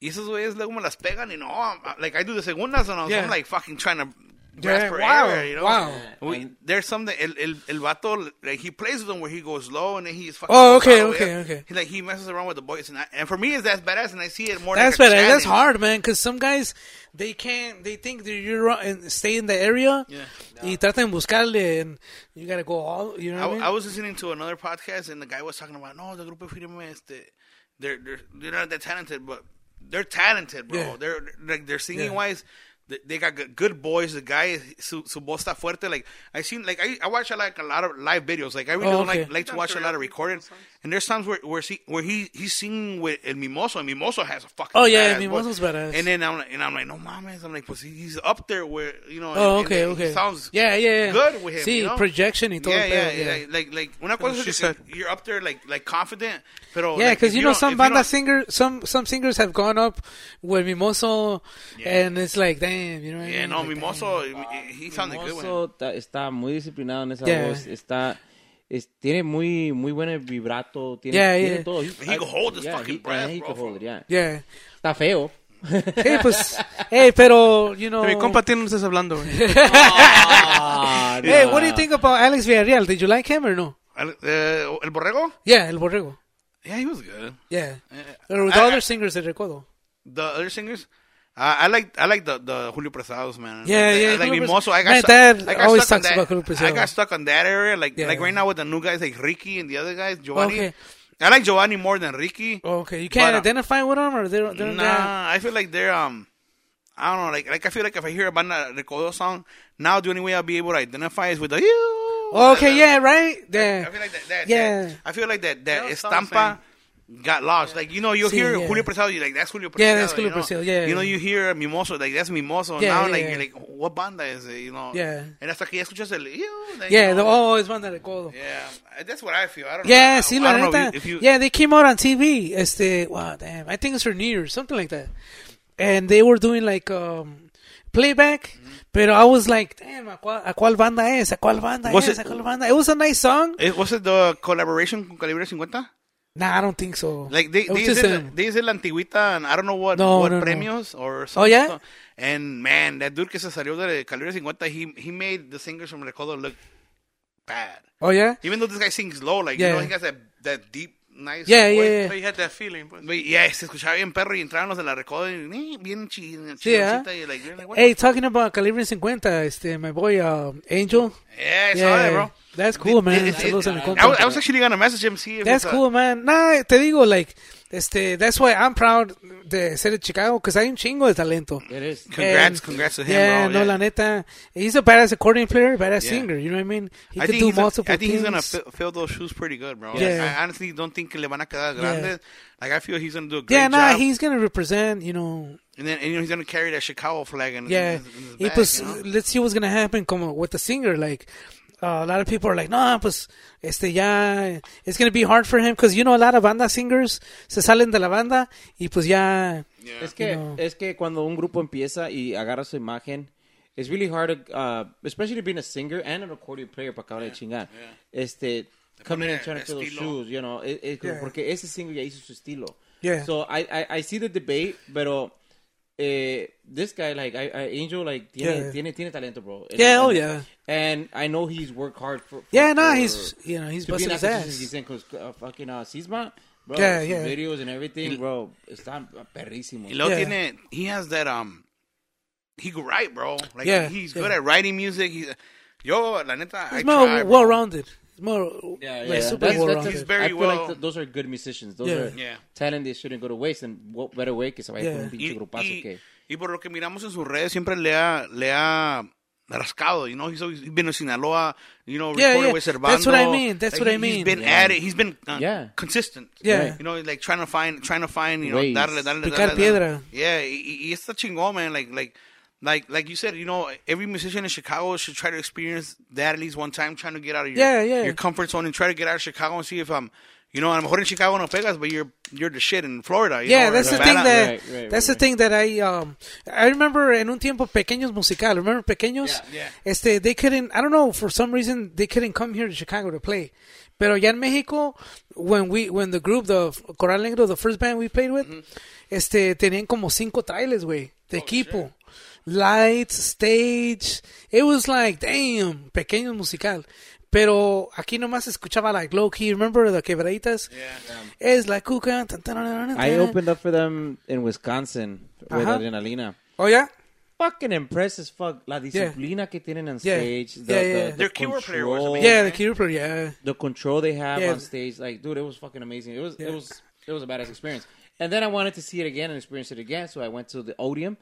S3: Y esos güeyes luego me las pegan y no, I'm, like I do the segundas and I was,
S4: Yeah.
S3: I'm like fucking trying to
S4: Yeah,
S3: grasp for
S4: wow,
S3: air, you know?
S4: wow.
S3: We, there's some that el, el, el vato, like he plays with them where he goes low and then he's fucking.
S4: Oh,
S3: goes
S4: okay,
S3: all the way
S4: okay,
S3: up.
S4: okay.
S3: He like he messes around with the boys and I, and for me is that's badass and I see it more.
S4: That's
S3: like a
S4: better.
S3: challenge.
S4: That's hard, man. Because some guys they can't. They think that you're wrong and stay in the area.
S3: Yeah.
S4: Y tratan de buscarle, and you gotta go all. You know
S3: I,
S4: what I mean?
S3: I was listening to another podcast and the guy was talking about no, the Grupo Firme, este, they're they're they're not that talented, but they're talented, bro.
S4: Yeah.
S3: They're like they're singing
S4: Yeah.
S3: wise. They, they got good, good voice. The guy, su, su voz está fuerte. Like I seen, like I, I watch a, like a lot of live videos. Like I really
S4: Oh,
S3: don't like
S4: okay.
S3: like to watch a lot of recording. And there's times where where, see, where he he's singing with El Mimoso. And Mimoso has a fucking
S4: Oh, yeah,
S3: badass
S4: El
S3: voice.
S4: Mimoso's badass.
S3: And then I'm like, and I'm like, no mames. I'm like, pues he's up there where you know. and-
S4: oh,
S3: and
S4: okay,
S3: he
S4: okay.
S3: Sounds
S4: yeah, yeah, yeah.
S3: good with him.
S4: See,
S3: you know?
S4: projection y todo.
S3: yeah,
S4: el
S3: yeah,
S4: pedo,
S3: yeah, Like, like una cosa
S2: what she
S3: es que
S2: said.
S3: you're up there like like confident, pero
S4: Yeah,
S3: like,
S4: because
S3: if
S4: you know
S3: don't-
S4: some
S3: if you
S4: banda
S3: don't-
S4: singer, some some singers have gone up with Mimoso, and it's like, damn, you know. What I
S3: Yeah,
S4: mean?
S3: no,
S4: Like,
S3: Mimoso, he sounded good. When,
S1: Hermoso, ta- está muy disciplinado en esa
S4: Yeah.
S1: voz. Está, es- tiene muy, muy buen vibrato. Tiene,
S4: Yeah,
S1: tiene
S4: yeah.
S1: todo.
S3: He can hold his fucking
S1: he-
S3: breath,
S1: he
S3: bro.
S1: can hold it, yeah.
S4: Yeah.
S1: Está feo.
S4: Hey, pues, hey, pero you know.
S2: Mi compa tiene ustedes hablando, güey.
S1: Ah,
S4: Hey,
S1: no.
S4: what do you think about Alex Villarreal? Did you like him or no?
S3: El, eh, el Borrego?
S4: Yeah, El Borrego.
S3: Yeah, he was good.
S4: Yeah.
S3: Uh,
S4: Or with
S3: I-
S4: the
S3: I-
S4: other singers that recuerdo.
S3: The other singers? Uh, I like I like the, the Julio Presados man.
S4: Yeah,
S3: like,
S4: yeah,
S3: I like
S4: Julio
S3: Mimoso. I got
S4: Man,
S3: stu-
S4: Dad
S3: I got
S4: always
S3: stuck on
S4: talks
S3: that-
S4: about Julio Preciado.
S3: I got stuck on that area. Like
S4: Yeah.
S3: like right now with the new guys like Ricky and the other guys, Giovanni.
S4: Okay.
S3: I like Giovanni more than Ricky.
S4: Oh, Okay, you can't
S3: But, uh,
S4: identify with them or they're, they're not.
S3: Nah, I feel like they're um, I don't know. Like like I feel like if I hear a banda Recodo song now, the only way I'll be able to identify is with the you.
S4: Oh, Okay, yeah, right? Yeah.
S3: I feel like that. that
S4: Yeah.
S3: that- I feel like that. That
S2: Yeah, sounds
S3: estampa got lost. Like you know, you
S4: Sí,
S3: hear
S4: yeah.
S3: Julio Preciado, you're like that's Julio Preciado.
S4: Yeah, that's Julio
S3: you know?
S4: Preciado, yeah.
S3: You know, you hear Mimoso, like that's Mimoso.
S4: Yeah,
S3: now,
S4: yeah,
S3: like
S4: yeah.
S3: you're like, what banda is it? You know.
S4: Yeah.
S3: And hasta que ya escuchas el, "Ew," then,
S4: Yeah,
S3: you
S4: the,
S3: know,
S4: oh, it's banda recuerdo.
S3: Yeah, that's what I feel. I don't. know.
S4: Yeah,
S3: I-
S4: see,
S3: I
S4: la
S3: don't know
S4: neta.
S3: if you- if you-
S4: yeah, they came out on TV. Este, wow, damn. I think it's for New Year's, something like that. And they were doing like um, playback.
S3: Mm-hmm.
S4: But I was like, damn, ¿a cuál, a cuál banda es? ¿A cuál banda
S3: Was
S4: es?
S3: it-
S4: ¿A cuál banda? It was a nice song.
S3: Eh, was it the collaboration con Calibre 50?
S4: Nah, I don't think so.
S3: Like they,
S4: It was
S3: they,
S4: just
S3: did, the-
S4: them.
S3: they did la antigüita and I don't know what
S4: No,
S3: what
S4: no, no.
S3: premios or something.
S4: Oh, yeah?
S3: And man, that dude que se salió de Calibre 50, he he made the singers from Recodo look bad.
S4: Oh, yeah?
S3: Even though this guy sings low, like you
S4: Yeah.
S3: know, he has that that deep, nice.
S4: Yeah,
S3: voice.
S4: yeah,
S2: But
S4: yeah.
S2: you had that feeling. But
S3: But yeah, se escuchaba bien perro y entraban los de la recodo y eh, bien chido,
S4: Sí, ¿ah?
S3: y like, you're like, what?
S4: Hey, talking about Calibre 50, este, my boy um, Angel.
S3: yeah, I saw
S4: yeah,
S3: that, bro.
S4: that's cool, man.
S3: It- it-
S4: Saludos a mi
S3: it-
S4: compa.
S3: I was, I was actually gonna message him see if
S4: That's
S3: it's, uh,
S4: cool, man. Nah, te digo, like, este, that's why I'm proud de ser de Chicago, because hay un chingo de talento.
S5: It is.
S3: Congrats,
S4: And-
S3: congrats to him,
S4: Yeah,
S3: bro.
S4: no, la neta. He's a badass accordion player, badass
S3: Yeah.
S4: singer, you know what I mean? He
S3: I
S4: could
S3: think,
S4: do
S3: he's gonna-
S4: multiple
S3: I think he's gonna
S4: things.
S3: fill, fill those shoes pretty good, bro.
S4: Yeah.
S3: I honestly don't think que le van a quedar
S4: Yeah.
S3: grandes. Like I feel he's gonna do a great
S4: yeah, nah,
S3: job,
S4: he's gonna represent, you know.
S3: and then and, you know he's gonna carry that Chicago flag. In,
S4: Yeah,
S3: in his, in his
S4: y
S3: bag,
S4: pues,
S3: you know?
S4: let's see what's gonna happen como with the singer, like. uh, a lot of people are like, no, pues, este ya, it's gonna be hard for him, because you know, a lot of banda singers se salen de la banda, y pues ya,
S1: Es que,
S4: No.
S1: es que cuando un grupo empieza y agarra su imagen, it's really hard, to, uh, especially being a singer and an accordion player, para acabar de chingar. Este, coming in and trying to fill those
S3: estilo.
S1: shoes, you know, it- it-
S4: Yeah.
S1: porque ese singer ya hizo su estilo.
S4: Yeah.
S1: So, I, I, I see the debate, pero... eh, this guy, like, I, I- Angel, like, tiene,
S4: Yeah.
S1: tiene, tiene talento, bro. And-
S4: Yeah, oh,
S1: and-
S4: yeah.
S1: And I know he's worked hard for. for-
S4: Yeah, no,
S1: for-
S4: he's- you know, he's
S1: to be in
S4: busting his
S1: that position
S4: ass.
S1: He's in, 'cause, uh, fucking uh, Sisma, bro.
S4: Yeah,
S1: sus
S4: yeah.
S1: Videos and everything, bro. Están perrísimos.
S3: Y luego
S4: Yeah.
S3: tiene, he has that um, he could write, bro. Like
S4: Yeah,
S3: he's
S4: yeah.
S3: good at writing music. He's, yo, la neta, I
S4: it's more
S3: try, bro.
S4: well-rounded. It's more,
S1: Yeah, yeah.
S4: like, super
S1: That's- that's-
S4: well-rounded.
S3: He's very
S1: I feel
S3: well-
S1: like th- those are good musicians. Those
S4: Yeah.
S1: are
S3: Yeah.
S1: talent they shouldn't go to waste. And what better way que se vaya
S4: Yeah.
S1: con un
S3: Y,
S1: pinche grupazo
S3: y-
S1: que.
S3: y por lo que miramos en sus redes siempre le ha, le ha rascado, you know, he's always he's been in Sinaloa, you know,
S4: Yeah,
S3: recorded
S4: yeah.
S3: with Cervando.
S4: That's what I mean. That's what I
S3: he- He's
S4: mean.
S3: been at it. He's been uh,
S1: Yeah.
S3: consistent.
S4: Yeah.
S3: You know, like trying to find, trying to find, you know,
S1: Ways.
S3: darle, darle, darle,
S4: Picar
S3: darle.
S4: piedra.
S3: Yeah, y, y está chingón, man. Like, like, like, like you said, you know, every musician in Chicago should try to experience that at least one time, trying to get out of your,
S4: Yeah, yeah.
S3: your comfort zone and try to get out of Chicago and see if I'm, you know, a lo mejor en Chicago no pegas, but you're, you're the shit in Florida. You
S4: Yeah,
S3: know, or
S4: that's
S3: in
S4: the thing
S3: Nevada.
S4: that
S1: Right, right,
S4: that's
S1: right,
S4: the thing that I um I remember en un tiempo pequeños musical. Remember pequeños?
S3: Yeah,
S4: Este they couldn't I don't know for some reason they couldn't come here to Chicago to play. Pero ya en México when we when the group the Coral Negro the first band we played with
S3: Mm-hmm.
S4: este tenían como cinco trailers güey
S3: Oh,
S4: de equipo. Lights, stage. It was like, damn, pequeños musical. Pero aquí nomás escuchaba like low key. Remember the quebraditas? Es la cuca. tan, tan, tan, tan,
S1: I
S4: tan.
S1: opened up for them in Wisconsin with
S4: Ajá.
S1: Adrenalina.
S4: Oh yeah,
S1: Fucking impressed as fuck. La disciplina que tienen on
S4: Yeah.
S1: stage. The,
S4: Yeah,
S1: the-
S4: yeah.
S1: the
S3: Their keyboard player was
S1: control-
S3: amazing.
S4: yeah, the Cuper, yeah,
S1: the control they have
S4: Yeah.
S1: on stage, like dude, it was fucking amazing. It was
S4: Yeah.
S1: it was it was a badass experience. And then I wanted to see it again and experience it again, so I went to the Odeum.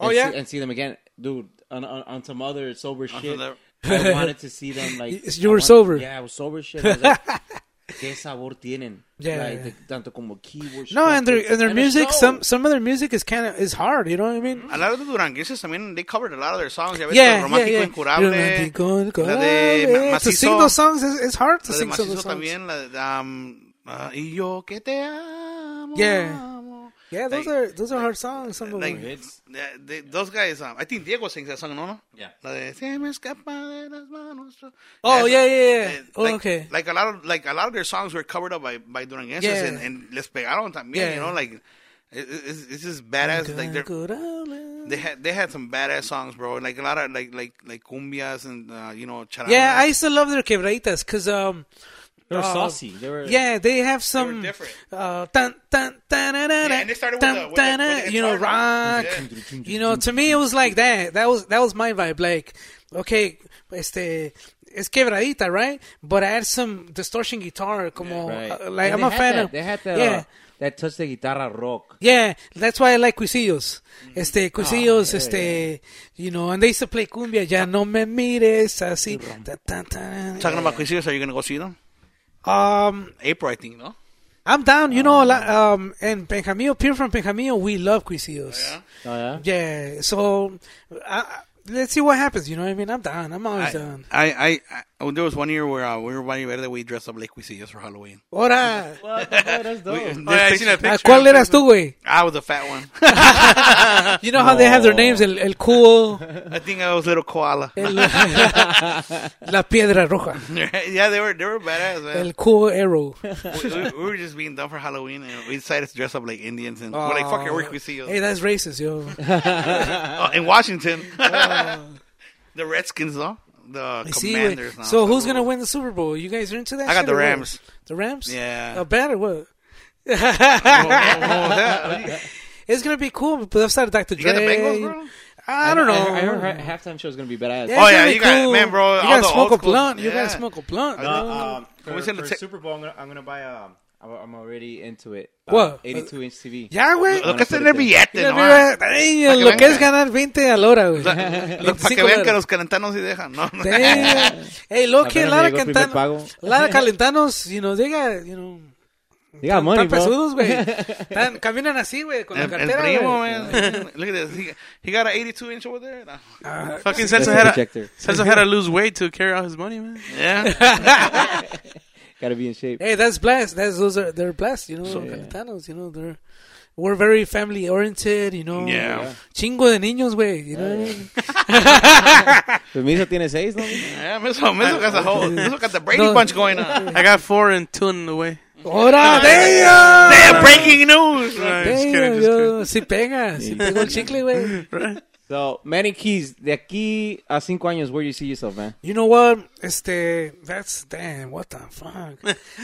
S4: Oh,
S1: and
S4: yeah?
S1: see, and see them again, dude, on on, on some other sober shit.
S3: that-
S1: I wanted to see them like
S4: You-
S1: I
S4: you were
S1: wanted-
S4: sober.
S1: Yeah, I was sober shit. I was like, qué sabor tienen.
S4: Yeah,
S1: like,
S4: yeah.
S1: the- tanto como keyboard.
S4: No, and their
S1: structures,
S4: and their music,
S1: show.
S4: some some of their music is kind of is hard. You know what I mean?
S3: A lot of the Durangueses, I mean, they covered Mm-hmm. a lot of their songs. Ya ves,
S4: Yeah,
S3: la
S4: yeah,
S3: Romántico
S4: yeah.
S3: Incurable.
S4: Romántico
S3: La de
S4: Incurable.
S3: Ma-
S4: To sing
S3: Macizo.
S4: those songs is it's hard to
S3: La de
S4: sing some of
S3: Macizo
S4: those songs.
S3: también. La de, um, ah, y yo que te amo.
S4: Yeah.
S3: amo.
S4: Yeah, those
S3: Like-
S4: are those are hard songs. Some of
S3: Like,
S4: them.
S3: the- the- those guys, um, I think Diego sings that song, ¿no? no?
S5: Yeah.
S3: La de, se me escapa de las manos.
S4: Oh,
S3: That's-
S4: yeah, yeah, yeah.
S3: uh,
S4: Oh,
S3: like,
S4: okay.
S3: Like a lot of, like a lot of their songs were covered up by, by Durangueses
S4: Yeah.
S3: and, and les pegaron también,
S4: Yeah.
S3: you know, like, it, it- it's, it's just badass. Like, they're,
S4: Incurable.
S3: They had they had some badass songs, bro. Like a lot of like like like cumbias and uh, you know charanas.
S4: Yeah, I used to love their quebraditas because um,
S5: They were
S4: uh,
S5: saucy. They were.
S4: Yeah, they have some.
S3: different.
S4: Uh, dun, dun, dun, dun, dun,
S3: and they started with
S4: dun,
S3: the- with the-
S4: dun,
S3: with the
S4: dun, you know,
S3: guitar,
S4: rock.
S3: right?
S4: You know, to me it was like that. That was that was my vibe. Like, okay, este. Es quebradita, right? But add some distortion guitar, como
S5: Right.
S4: uh, like
S5: And
S4: I'm a
S5: they had
S4: fan
S5: that-
S4: of.
S5: They had that.
S4: yeah,
S5: uh, that touch de guitarra
S1: Oh,
S5: rock.
S4: Yeah, that's why I like Cuisillos.
S3: Mm-hmm.
S5: Oh,
S4: Este, Cuisillos, este, you know, and they used to play cumbia, ya no me mires así. Ta, ta, ta.
S3: Talking about Cuisillos, are you going to go see them?
S4: Um,
S3: April, I think, no?
S4: I'm down, you know, la-
S3: Oh.
S4: um, and Benjamín, Pierre from Benjamín, we love Cuisillos.
S5: Oh, yeah?
S4: yeah? so, I, I- let's see what happens, you know what I mean? I'm down, I'm always
S3: I,
S4: down.
S3: I, I, I, well, there was one year where uh, we were Valle Verde, we dressed up like Cuisillos for Halloween.
S4: Ahora,
S5: that's dope.
S3: We- Ah,
S2: Oh, yeah, I
S3: this
S2: seen that
S4: ¿a
S2: picture.
S4: cuál eras tú, güey?
S3: I was a fat one.
S4: You know how they have their names, el, el cool,
S3: I think I was little koala.
S4: el, la piedra roja,
S3: yeah, they were they were badass, man.
S4: el cool arrow.
S3: we, we- we were just being dumb for Halloween, and we decided to dress up like Indians, and we're like, "Fuck it, we're
S2: Oh,
S3: Cuisillos."
S4: Hey, that's racist, yo.
S3: Oh, in Washington, the Redskins, though. The
S4: I see, wait.
S3: Commanders. no?
S4: So who's gonna win the Super Bowl? You guys are into that?
S3: I got
S4: shit
S3: the
S4: or what?
S3: Rams.
S4: The Rams?
S3: Yeah. Oh,
S4: A bad or what?
S3: What- what- what was that?
S4: It's gonna be cool. But I've started Dr.
S3: You
S4: Dre.
S3: got the Bengals, bro?
S4: I don't know.
S5: I, I heard her- halftime show is gonna be badass.
S4: Yeah,
S3: Oh,
S4: it's
S3: yeah,
S4: gonna be
S3: you got-
S4: cool.
S3: man, bro,
S4: You
S3: all
S4: gotta
S3: the
S4: smoke
S3: old
S4: a
S3: school-
S4: blunt. You
S3: yeah.
S4: gotta smoke a blunt. bro.
S5: Um, for,
S3: Who's in the
S5: for
S3: tip?
S5: Super Bowl, I'm gonna, I'm gonna buy um. I'm, I'm already into it.
S1: Um,
S5: Uh,
S4: What?
S5: 82 inch TV.
S4: Ya, güey.
S3: Lo que es tener billete,
S4: Mira,
S3: no
S4: mira,
S3: más.
S4: ay,
S3: Para que
S4: Lo que
S3: vean
S4: es ganar 20 al hora, güey.
S3: Lo- Para que vean que los calentanos sí dejan, ¿no?
S4: Damn. Hey, lo que
S1: Apenas
S4: Lara
S1: llegó el primer
S4: Cantano.
S1: pago.
S4: Lara Calentanos, you know, they got, you know.
S1: You got money,
S4: Están
S1: bro.
S4: pesudos, güey. Están- Caminan así, güey, con la
S3: El, el
S4: cartera,
S3: primo,
S4: güey.
S3: man. Look at this. He, he got an 82 inch over there. No.
S4: Uh,
S2: Fucking
S1: That's
S2: Celso
S1: a
S2: had, to,
S1: projector.
S2: Celso had to lose weight to carry out his money, man.
S3: Yeah.
S1: Gotta be in shape.
S4: Hey, that's blessed. That's those are they're blessed. You know,
S1: Yeah.
S4: Calentanos. You know, they're we're very family oriented. You know,
S3: Yeah.
S4: Chingo de niños, güey. You know,
S1: Pues mi hijo tiene seis, ¿no?
S3: yeah Miso, Miso got the whole, Miso got the Brady
S4: No.
S3: Bunch going on.
S2: I got four and two in the way.
S4: ahora damn,
S3: Damn, breaking news.
S2: I'm just kidding,
S4: damn,
S2: just kidding.
S4: yo, si pega, si pega el chicle, güey.
S1: So, Manny Keys, de aquí a cinco años, where do you see yourself, man?
S4: You know what? Este, that's damn. What the fuck?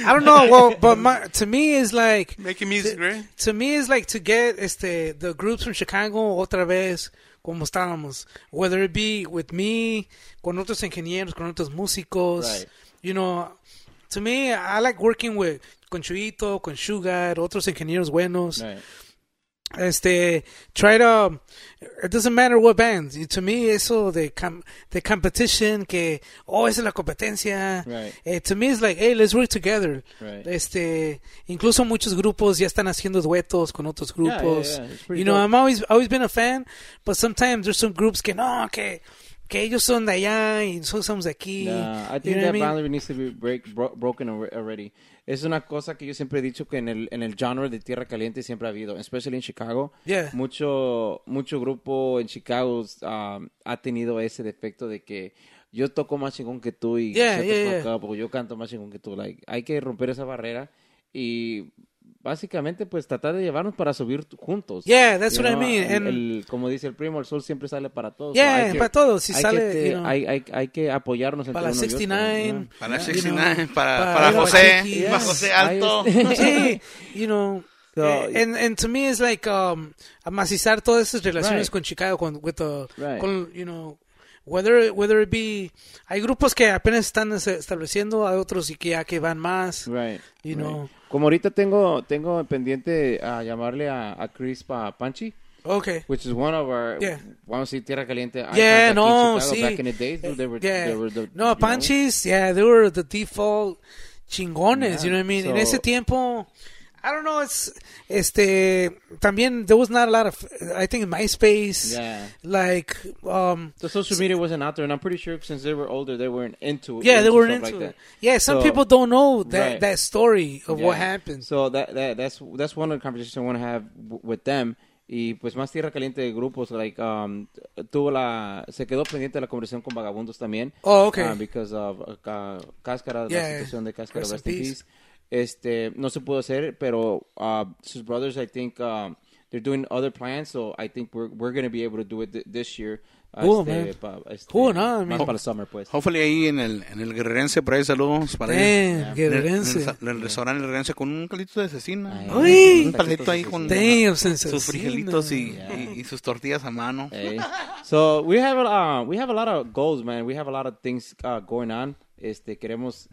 S4: I don't know. Well, but my to me is like
S2: Making music, right?
S4: to me it's like to get este the groups from Chicago otra vez como estábamos whether it be with me con otros ingenieros con otros músicos
S1: Right.
S4: you know to me I like working with con Chuito con Sugar otros ingenieros buenos este try to it doesn't matter what bands to me eso de com, the competition que oh esa es la competencia
S1: Right.
S4: Eh, to me it's like hey let's work together
S1: Right.
S4: este incluso muchos grupos ya están haciendo duetos con otros
S1: Yeah,
S4: grupos
S1: yeah, yeah. It's pretty
S4: you know
S1: dope.
S4: I'm always always been a fan but sometimes there's some groups que no que que ellos son de allá y nosotros somos de aquí
S1: Nah, I
S4: You
S1: think
S4: know what
S1: that
S4: I mean?
S1: boundary needs to be break, bro- broken alre- already. Es una cosa que yo siempre he dicho que en el, en el genre de Tierra Caliente siempre ha habido, especially en Chicago.
S4: Yeah.
S1: Mucho, mucho grupo en Chicago um, ha tenido ese defecto de que yo toco más chingón que tú y
S4: Yeah,
S1: shut the
S4: yeah,
S1: fuck
S4: yeah.
S1: up, o yo canto más chingón que tú. Like, hay que romper esa barrera y básicamente pues tratar de llevarnos para subir t- juntos.
S4: Yeah, that's
S1: You
S4: what I
S1: know,
S4: mean,
S1: el-
S4: and-
S1: el- como dice el primo, el sol siempre sale para todos.
S4: Yeah,
S1: hay que-
S4: para todos, si
S1: hay que
S4: sale,
S1: te-
S4: you know.
S1: hay, hay, hay que apoyarnos entre
S4: para la
S1: uno y otro,
S4: 69
S3: Para
S4: you know,
S3: 69, para,
S4: para-
S3: para
S4: para
S3: José,
S4: Chiquis.
S3: para José Alto.
S4: sí, you know.
S1: So-
S4: eh, and, and to me it's like um, amacizar todas esas relaciones
S1: Right.
S4: con Chicago, con, with the,
S1: Right.
S4: con, you know, whether, whether it be, hay grupos que apenas están es- estableciendo, hay otros y que ya que van más,
S1: Right.
S4: you
S1: right.
S4: know.
S1: Como ahorita tengo tengo pendiente a llamarle a, a Chris pa Panchi,
S4: Okay.
S1: which is one of our
S4: Yeah.
S1: vamos a decir Tierra Caliente. icons aquí
S4: Yeah,
S1: en
S4: no,
S1: Chicago.
S4: sí.
S1: Back in the days, dude, they were,
S4: yeah.
S1: they were the- you
S4: no,
S1: know.
S4: Panchis, yeah, they were the default chingones, you know what I mean? en
S1: So-
S4: ese tiempo, I don't know, it's, este, también there was not a lot of, I think MySpace,
S1: Yeah.
S4: like, um,
S1: The social media wasn't out there, and I'm pretty sure since they were older, they weren't into
S4: yeah, they
S1: into
S4: weren't
S1: stuff
S4: into
S1: like
S4: it.
S1: that.
S4: Yeah, some
S1: So-
S4: people don't know that
S1: Right.
S4: that story of what
S1: Yeah.
S4: happened.
S1: So that, that that's that's one of the conversations I want to have w- with them. Y pues más tierra caliente de grupos, like um, tuvo la se quedó pendiente de la conversación con vagabundos también.
S4: Oh, okay.
S1: Uh, because of uh, ca- cáscara,
S4: Yeah.
S1: la situación de cáscara,
S4: Rest in
S1: rest in
S4: peace.
S1: peace. Este no se pudo hacer, pero uh, sus uh, brothers, I think um, they're doing other plans, so I think we're we're gonna be able to do it th- this year.
S5: a
S4: Cool,
S5: este,
S4: man.
S5: pa- este,
S4: Cool, no,
S5: más
S4: I mean-
S5: para el summer, pues.
S3: Hopefully ahí en el, en el Guerrerense, por ahí saludos para ellos.
S4: Damn,
S3: En el- En el,
S4: guerrerense.
S3: sa- en el restaurante Guerrerense con un caldito de cecina.
S4: Uy.
S3: un caldito ahí con
S4: Damn,
S3: sus frigelitos y, y- y sus tortillas a mano.
S5: Hey.
S1: So we have a uh, we have a lot of goals, man. We have a lot of things uh, going on. Este queremos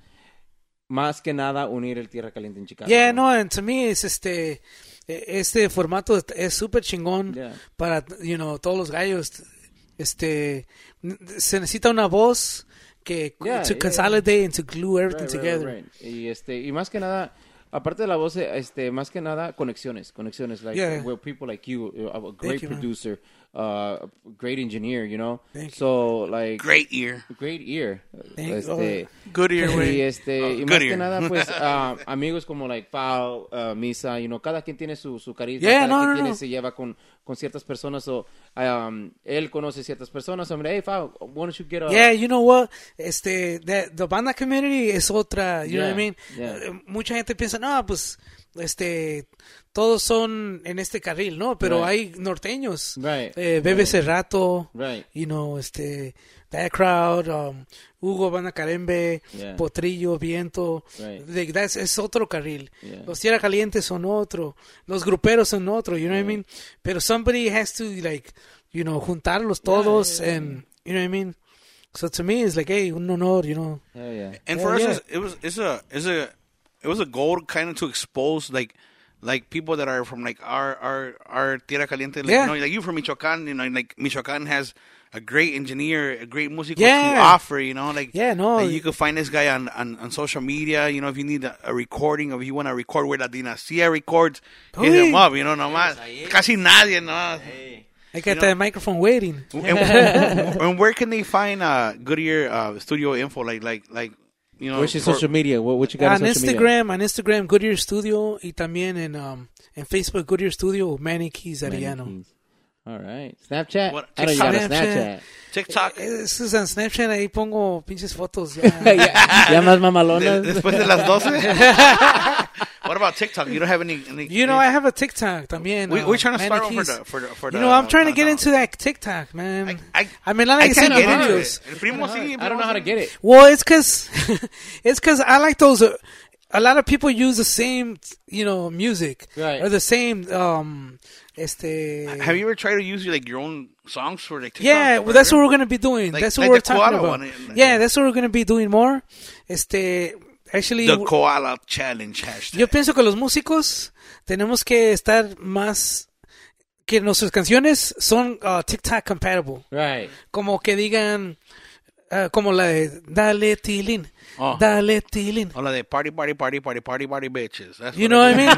S1: más que nada unir el Tierra Caliente en Chicago.
S4: Yeah,
S1: man.
S4: no, and to me es este eh, este formato es- es súper chingón
S1: Yeah.
S4: para you know todos los gallos. Este n- se necesita una voz que
S1: Yeah,
S4: to
S1: yeah,
S4: consolidate and to glue everything
S1: Right, right,
S4: together.
S1: right, right. Y este y más que nada aparte de la voz eh, este más que nada conexiones, conexiones like
S4: Yeah.
S1: well, people like you, you're a great
S4: you, man.
S1: producer, uh, great engineer, you know.
S4: Thank you.
S1: so like
S3: Great ear.
S1: great ear.
S4: Thank-
S1: este,
S2: Good ear,
S1: Y
S2: güey.
S1: este,
S4: Oh,
S1: y
S3: good
S1: más que
S3: ear.
S1: nada, pues, ah, amigos como like Pau, ah, Misa, you know, cada quien tiene su, su carisma,
S4: Yeah,
S1: cada
S4: no,
S1: quien
S4: no,
S1: tiene-
S4: no.
S1: se lleva con, con ciertas personas o um, él conoce ciertas personas. Hombre, hey, Pau, why don't you get a...
S4: Yeah, you know what? Este, the, the banda community es otra, you know what I
S1: Yeah,
S4: mean?
S1: yeah.
S4: Eh, Mucha gente piensa, no, pues, este, todos son en este carril, ¿no? Pero hay norteños.
S1: Right,
S4: Eh, Bebe Cerrato,
S1: Right.
S4: you know, este, That Crowd, um, Hugo Banda Carembe,
S1: Yeah.
S4: Potrillo, Viento.
S1: Right.
S4: Like, that's- es otro carril.
S1: Yeah.
S4: Los Tierra Calientes son otro. Los gruperos son otro, you know what I mean? Pero somebody has to, like, you know, juntarlos todos and, you know what I mean? So to me, it's like, hey, un honor, you know.
S1: Hell yeah.
S3: And
S4: Yeah,
S3: for us,
S4: yeah.
S3: it's- it was it's a it's a it was a goal kind of to expose like like people that are from like our our our tierra caliente. Like,
S4: Yeah.
S3: you know, like you from Michoacan, you know, like Michoacan has a great engineer, a great musical to
S4: Yeah.
S3: offer. You know, like
S4: Yeah, no.
S3: like, you could find this guy on, on on social media. You know, if you need a, a recording, or if you want to record where La Dinastía records, hit
S4: Uy.
S3: him up. You know, nomás casi nadie, no.
S4: I got
S3: know-
S4: that microphone waiting.
S3: and, and where can they find uh, Goodyear uh, studio info? Like like like you know,
S1: What's your
S3: for-
S1: social media? What, what you got
S4: Um, On
S1: on, social media?
S4: Ah, Instagram, on Instagram, Goodyear Studio, y también en, um, en Facebook, Goodyear Studio, Manny Keys Arellano.
S1: All right. Snapchat.
S3: What-
S1: I don't got a Snapchat.
S4: Snapchat.
S3: TikTok.
S4: Eh, Eso es en Snapchat, ahí pongo pinches fotos. ya.
S1: ya, ya más
S3: De-
S1: mamalonas.
S3: después de las 12. what about TikTok? You don't have any. any
S4: You know, I have a TikTok también.
S3: we,
S4: uh,
S3: we're trying to start
S4: Manny
S3: over
S4: Keys.
S3: the, for the. For the,
S4: You know, I'm trying to
S3: uh,
S4: get
S3: no.
S4: into that TikTok, man.
S3: I- I-
S4: mean, I like
S3: I
S4: to see
S3: can't
S4: the
S3: get into
S4: videos.
S3: it. El primo sí.
S1: I don't know how to get it.
S4: Well, it's because it's because I like those. Uh, a lot of people use the same, you know, music
S1: Right.
S4: or the same. Um, este.
S3: Have you ever tried to use like your own songs for like TikTok?
S4: yeah, well, that's what we're gonna be doing.
S3: Like-
S4: that's what
S3: like
S4: we're
S3: the koala
S4: talking about.
S3: one. eh,
S4: yeah, that's what we're gonna be doing more. Este, actually,
S3: The koala challenge hashtag.
S4: Yo pienso que los músicos tenemos que estar más que nuestras canciones son uh, TikTok compatible.
S1: Right.
S4: Como que digan uh, como la de Dale Tilín,
S3: Oh.
S4: Dale Tilín.
S3: Hola de party, party, party, party, party, party, bitches. That's
S4: You know what I mean?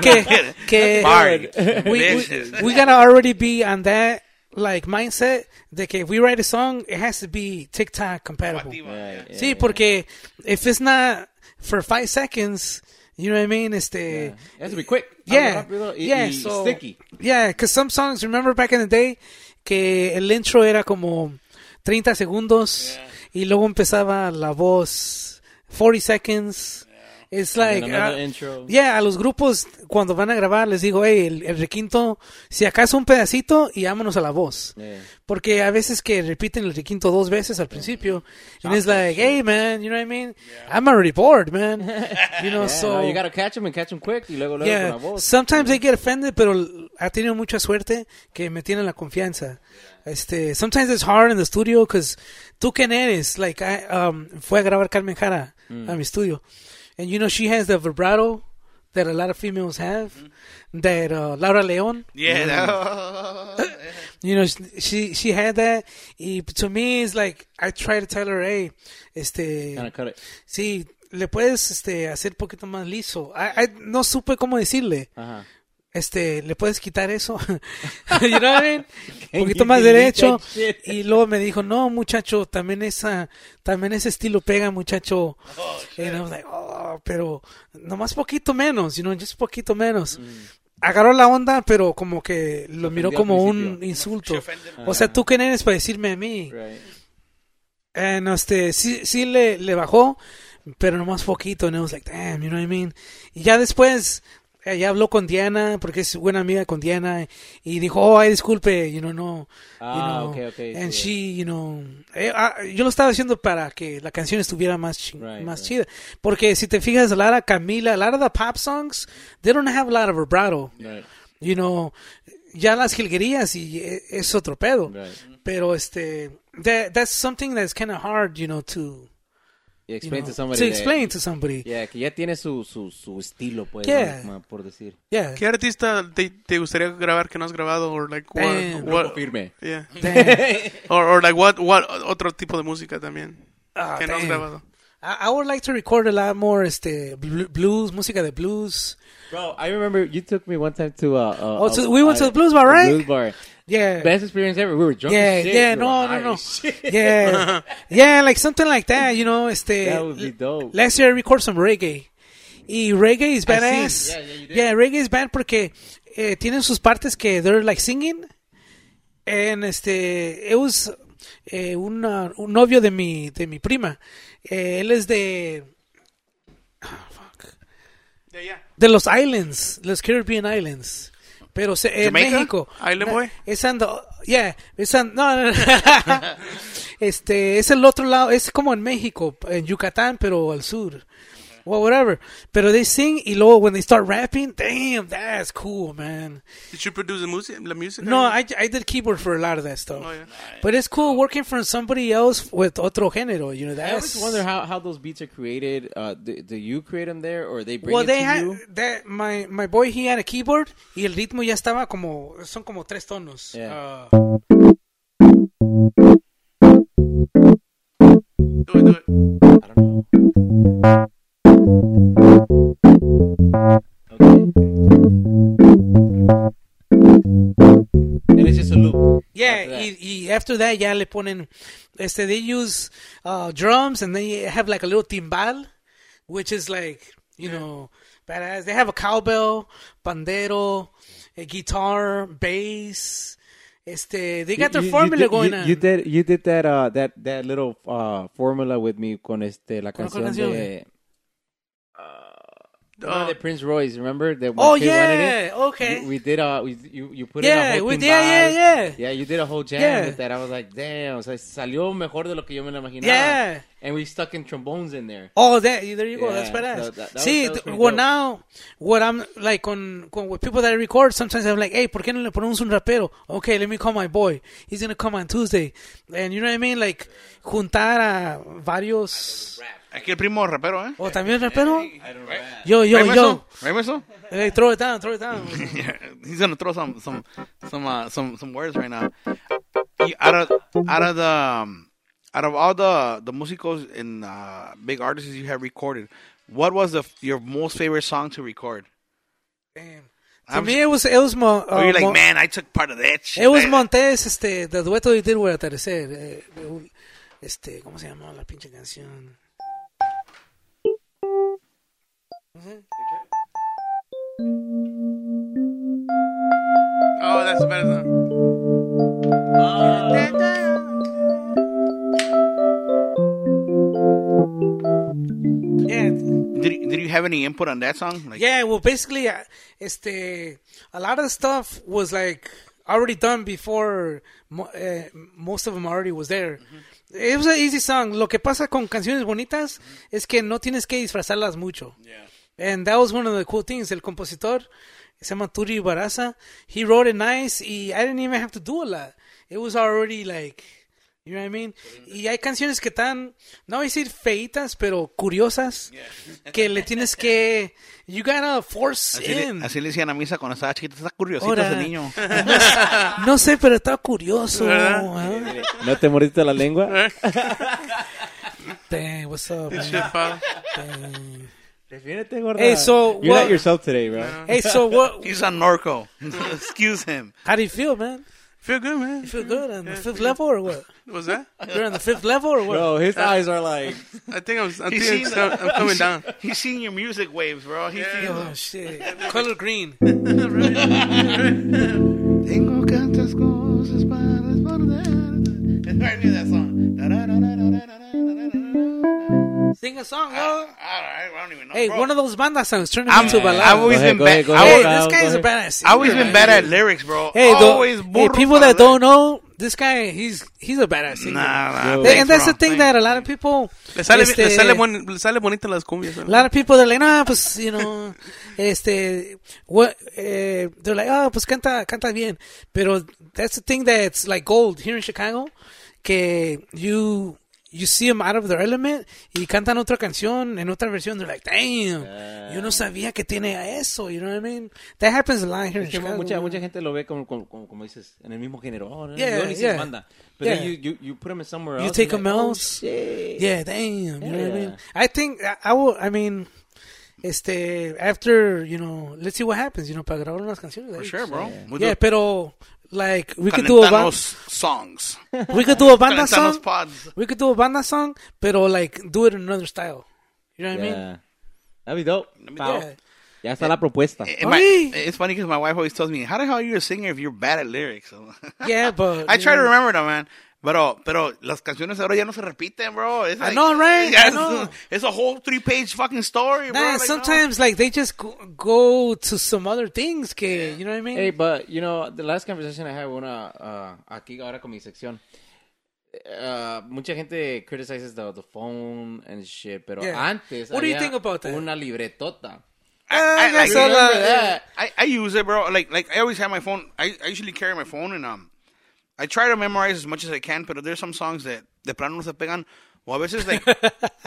S4: Que,
S3: Party,
S4: que we,
S3: bitches.
S4: we, we gotta already be on that like mindset de que if we write a song, it has to be TikTok compatible.
S3: Activa, yeah.
S4: Sí, porque if it's not for five seconds, you know what I mean? Este,
S1: It has to be quick. Algo
S4: Yeah,
S1: rápido y-
S4: yeah,
S1: y
S4: so,
S1: sticky.
S4: Yeah, because some songs, remember back in the day, que el intro era como 30 segundos y luego empezaba la voz 40 seconds. It's like,
S1: then another
S4: uh,
S1: intro.
S4: yeah, a los grupos cuando van a grabar les digo, hey, el, el requinto, si acaso un pedacito y vámonos a la voz.
S1: Yeah.
S4: Porque a veces que repiten el requinto dos veces al principio, and it's like, hey man, you know what I mean? I'm already bored, man. You know,
S1: Yeah,
S4: so
S1: no, you gotta catch them and catch them quick y luego luego
S4: Yeah,
S1: con la voz.
S4: sometimes they get offended, pero l- ha tenido mucha suerte que me tienen la confianza. Este, sometimes it's hard in the studio because tú quién eres, like I, um, fue a grabar Carmen Jara
S1: Mm.
S4: a mi estudio, and you know she has the vibrato that a lot of females have,
S1: Mm-hmm.
S4: that uh, Laura León,
S3: Yeah. that-
S4: you know she- she she had that. Y to me it's like I try to tell her, hey, este,
S1: Kinda cut it.
S4: sí, le puedes este hacer poquito más liso. I- I no supe cómo decirle
S1: Ajá.
S4: este, le puedes quitar eso. you know what I mean? Un poquito
S1: you
S4: más
S1: delete
S4: derecho.
S1: that shit?
S4: Y luego me dijo, no, muchacho, también esa, también ese estilo pega, muchacho. And I was like, oh, pero nomás poquito menos, you know, just poquito menos. Agarró la onda, pero como que Mm. lo miró
S1: al
S4: como un
S1: principio.
S4: insulto.
S3: Se ofende.
S4: O sea, ¿tú quién eres para decirme a mí?
S1: Right.
S4: Eh, no, este, sí, sí le, le bajó, pero nomás poquito, and I was like, damn, you know what I mean? Y ya después, eh, ya habló con Diana, porque es buena amiga con Diana, y dijo, oh, ay, disculpe, you know, no.
S5: Ah,
S4: you know,
S5: okay, okay,
S4: And
S5: sí.
S4: she, you know, eh, ah, yo lo estaba haciendo para que la canción estuviera más, chi-
S5: Right,
S4: más
S5: right.
S4: chida. Porque si te fijas, Lara, Camila, a lot of the pop songs, they don't have a lot of vibrato.
S5: Right.
S4: you know, ya las jilguerías y e- es otro pedo.
S5: Right.
S4: Pero este, that, that's something that's kind of hard, you know, to,
S5: Y
S4: you
S5: explain
S4: know,
S5: to somebody.
S4: to
S5: that-
S4: explain to somebody.
S5: Yeah, que ya tiene su, su, su estilo, pues, ¿no?
S4: Yeah.
S5: Como por decir.
S4: Yeah.
S2: ¿Qué artista te, te gustaría grabar que no has grabado? Or like what,
S4: Damn.
S2: what-
S5: Firme.
S2: yeah.
S4: Damn.
S2: Or, or like what, what otro tipo de música también
S4: Ah,
S2: que no has
S4: damn.
S2: grabado.
S4: I, I would like to record a lot more este bl- blues, música de blues.
S5: Bro, I remember you took me one time to uh, uh
S4: Oh,
S5: uh,
S4: so we went
S5: uh,
S4: to the blues bar, right?
S5: Blues bar.
S4: Yeah.
S5: Best experience ever. We were drunk.
S4: yeah,
S5: as shit.
S4: yeah,
S5: We were
S4: no,
S5: high
S4: no, no.
S5: as shit.
S4: Yeah. yeah, like something like that, you know, este
S5: That would be dope. Ah,
S4: Last year I record some reggae. Y reggae is badass.
S5: Yeah, yeah, you did.
S4: reggae is bad porque eh, tienen sus partes que they're like singing. And este, it was eh, una- un novio de mi, de mi prima. Eh, él es de, ah, de los islands, los Caribbean islands. Pero se, en
S3: Jamaica?
S4: México.
S2: Island
S4: No,
S2: boy?
S4: Es ando, yeah, es and- no, no, no. este, es el otro lado, es como en México, en Yucatán, pero al sur. Well, whatever. Pero they sing y luego when they start rapping, damn, that's cool, man.
S2: Did you produce the music? La music?
S4: No, I, I did keyboard for a lot of that stuff.
S2: Oh, yeah.
S4: But it's cool working for somebody else with otro género, you know,
S5: I
S4: that's...
S5: always wonder how, how those beats are created. Uh, do, do you create them there, or they bring
S4: Well,
S5: it
S4: they
S5: to
S4: had
S5: you?
S4: that- my my boy he had a keyboard y el ritmo ya estaba como son como tres tonos.
S5: Yeah.
S4: Uh,
S2: Do it, do it.
S5: I don't know. Okay. And it's just a loop.
S4: yeah,
S5: After that.
S4: y, y after that ya le ponen este they use uh, drums and they have like a little timbal which is like, you know, badass. They have a cowbell, pandero, a guitar, bass. Este they got their
S1: You- you
S4: formula
S1: did-
S4: going
S1: you,
S4: on.
S1: you did you did that uh, that that little uh, formula with me con este la
S4: ¿Cuál-
S1: canción,
S4: cuál
S1: de
S5: The uh, one that Prince Royce, remember? The
S4: Oh,
S5: one kid wanted it?
S4: yeah, okay.
S5: We, we did a we, you you put
S4: Yeah,
S5: in a whole
S4: we-
S5: timbal.
S4: yeah, yeah, yeah.
S5: Yeah, you did a whole jam
S4: Yeah.
S5: with that. I was like, damn, o sea, salió mejor de lo que yo me lo imaginaba.
S4: Yeah.
S5: And we stuck in trombones in there.
S4: Oh, that there you go.
S5: Yeah,
S4: That's badass.
S5: so that- that was-
S4: See,
S5: that was pretty
S4: well
S5: dope.
S4: now, what I'm like on, con- with people that I record, sometimes I'm like, hey, ¿por qué no le ponemos un rapero? Okay, let me call my boy. He's gonna come on Tuesday, and you know what I mean, like juntar a varios.
S3: Aquí el primo rapero, ¿eh?
S4: O también rapero. Yo, yo, yo.
S3: ¿Remeso? ¿Remeso?
S4: Hey, throw it down, throw it down.
S3: He's gonna throw some some some uh, some some words right now. You- out of out of the um, out of all the the musicos and uh, big artists you have recorded, what was the your most favorite song to record?
S4: Damn. Eh, To
S3: I'm-
S4: me, it was it was mo, uh,
S3: Or you're like,
S4: mo-
S3: man, I took part of that. Shit.
S4: It was
S3: I-
S4: Montes, este, the dueto de Dirwell Atardecer. eh, eh, este, ¿cómo se llamaba la pinche canción?
S2: Oh, that's a better song.
S4: Yeah,
S3: Did, did you have any input on that song? Like,
S4: yeah. Well, basically, uh, este, a lot of the stuff was like already done before. Mo eh, most of them already was there. It was an easy song. Lo que pasa con canciones bonitas es que no tienes que disfrazarlas mucho. And that was one of the cool things. El compositor se llama Turi Baraza. He wrote it nice. Y I didn't even have to do a lot. It was already like, you know what I mean? Y hay canciones que están, no voy a decir feitas, pero curiosas. Que le tienes que, you gotta force
S3: Así
S4: in.
S3: le, así le decían a misa cuando estaba chiquita. Está curiosito
S4: Ahora.
S3: ese niño.
S4: No sé, pero está curioso. ¿eh?
S1: no te mordiste la lengua
S4: Dang, what's up, man?
S2: Shit, pa.
S4: Dang.
S1: Refiérete, gorda.
S4: Hey, so uh,
S1: you're
S4: what-
S1: not yourself today bro
S4: Hey, so what?
S3: He's on Norco. Excuse him.
S4: How do you feel, man?
S2: Feel good, man.
S4: You feel good on the fifth level or what?
S2: What's that?
S4: You're on the fifth level or what?
S1: bro his eyes are like
S2: I think I'm, I
S3: He's
S2: think
S3: seen
S2: I'm, I'm coming down.
S3: He's seen your music waves, bro. He's seen
S4: Oh shit! Color green.
S3: Tengo tantas cosas para recordar. I knew that song.
S4: Sing a song,
S3: All
S4: bro.
S3: right, I don't even know.
S4: Hey,
S3: bro.
S4: one of those bandas songs turned
S3: I'm,
S4: into a
S3: I've
S4: ballad.
S3: always
S6: ahead,
S3: been
S6: go
S3: bad.
S6: ahead, go
S3: I
S6: ahead.
S4: Hey,
S3: always,
S6: I'll
S4: this guy
S6: go
S4: is a
S6: ahead.
S4: badass.
S3: I always
S4: singer,
S3: been
S4: man.
S3: bad at lyrics, bro. Oh,
S4: Hey, the-
S3: always
S4: hey,
S3: burro
S4: people
S3: para
S4: that
S3: la-
S4: don't know, this guy, he's he's a badass singer.
S3: Nah, nah,
S4: And-
S3: thanks,
S4: and that's
S3: bro.
S4: the thing
S3: Thanks.
S4: that a lot of people,
S2: Le sale,
S4: este,
S2: le, sale buen, le sale bonita las cumbias.
S4: a lot of people, they're like, nah, pues, you know, este, what, eh, they're like, oh, pues canta, canta bien. Pero that's the thing that's like gold here in Chicago, que you, you see them out of their element y cantan otra canción en otra versión. They're like, damn, yo
S1: Ah.
S4: no sabía que tiene eso, you know what I mean? That happens a lot here in
S1: Es que
S4: Chicago.
S1: mucha,
S4: man.
S1: mucha gente lo ve como, como, como, como dices, en el mismo género. Oh, no,
S4: Yeah,
S1: yo ni
S4: yeah,
S1: se manda. But then
S4: yeah.
S1: you, you, you put them in somewhere
S4: You
S1: else.
S4: take
S1: and
S4: them
S1: like, oh,
S4: out.
S1: shit.
S4: Yeah, damn. You know what I
S1: Yeah.
S4: mean? I think I, I will. I mean, este, after you know, let's see what happens. You know, para grabar unas canciones.
S3: For
S4: ahí.
S3: sure, bro. We do
S4: Yeah, pero like we could do a
S3: Calentanos
S4: band,
S3: songs.
S4: we could do a banda
S3: Calentanos
S4: song,
S3: pods.
S4: we could do a banda song, pero like do it in another style. You know what I mean?
S1: Yeah. That'd be dope. Pao.
S4: Yeah.
S1: Ya está la propuesta.
S4: Eh,
S3: And my-
S4: Ay.
S3: it's funny because my wife always tells me, "How the hell are you a singer if you're bad at lyrics?"
S4: Yeah, but
S3: I try to
S4: you know,
S3: remember that, man. Pero, pero las canciones ahora ya no se repiten, bro. It's
S4: I know, right? I
S3: Yes,
S4: know.
S3: It's a whole three-page fucking story, bro.
S4: Nah,
S3: Like, oh. no.
S4: sometimes like they just go, go to some other things. Que you know what I mean?
S1: Hey, but you know, the last conversation I had with una uh, aquí ahora con mi sección. Uh, mucha gente criticizes the, the phone and shit, pero
S4: Yeah.
S1: antes
S4: What do you
S1: había
S4: think about that?
S1: una libretota.
S3: I, I,
S4: yeah,
S3: like-
S4: so
S1: Remember
S4: la-
S1: that?
S3: I, I use it, bro. Like, like I always have my phone. I, I usually carry my phone, and um, I try to memorize as much as I can. But there's some songs that de plano no se pegan. Well, a veces like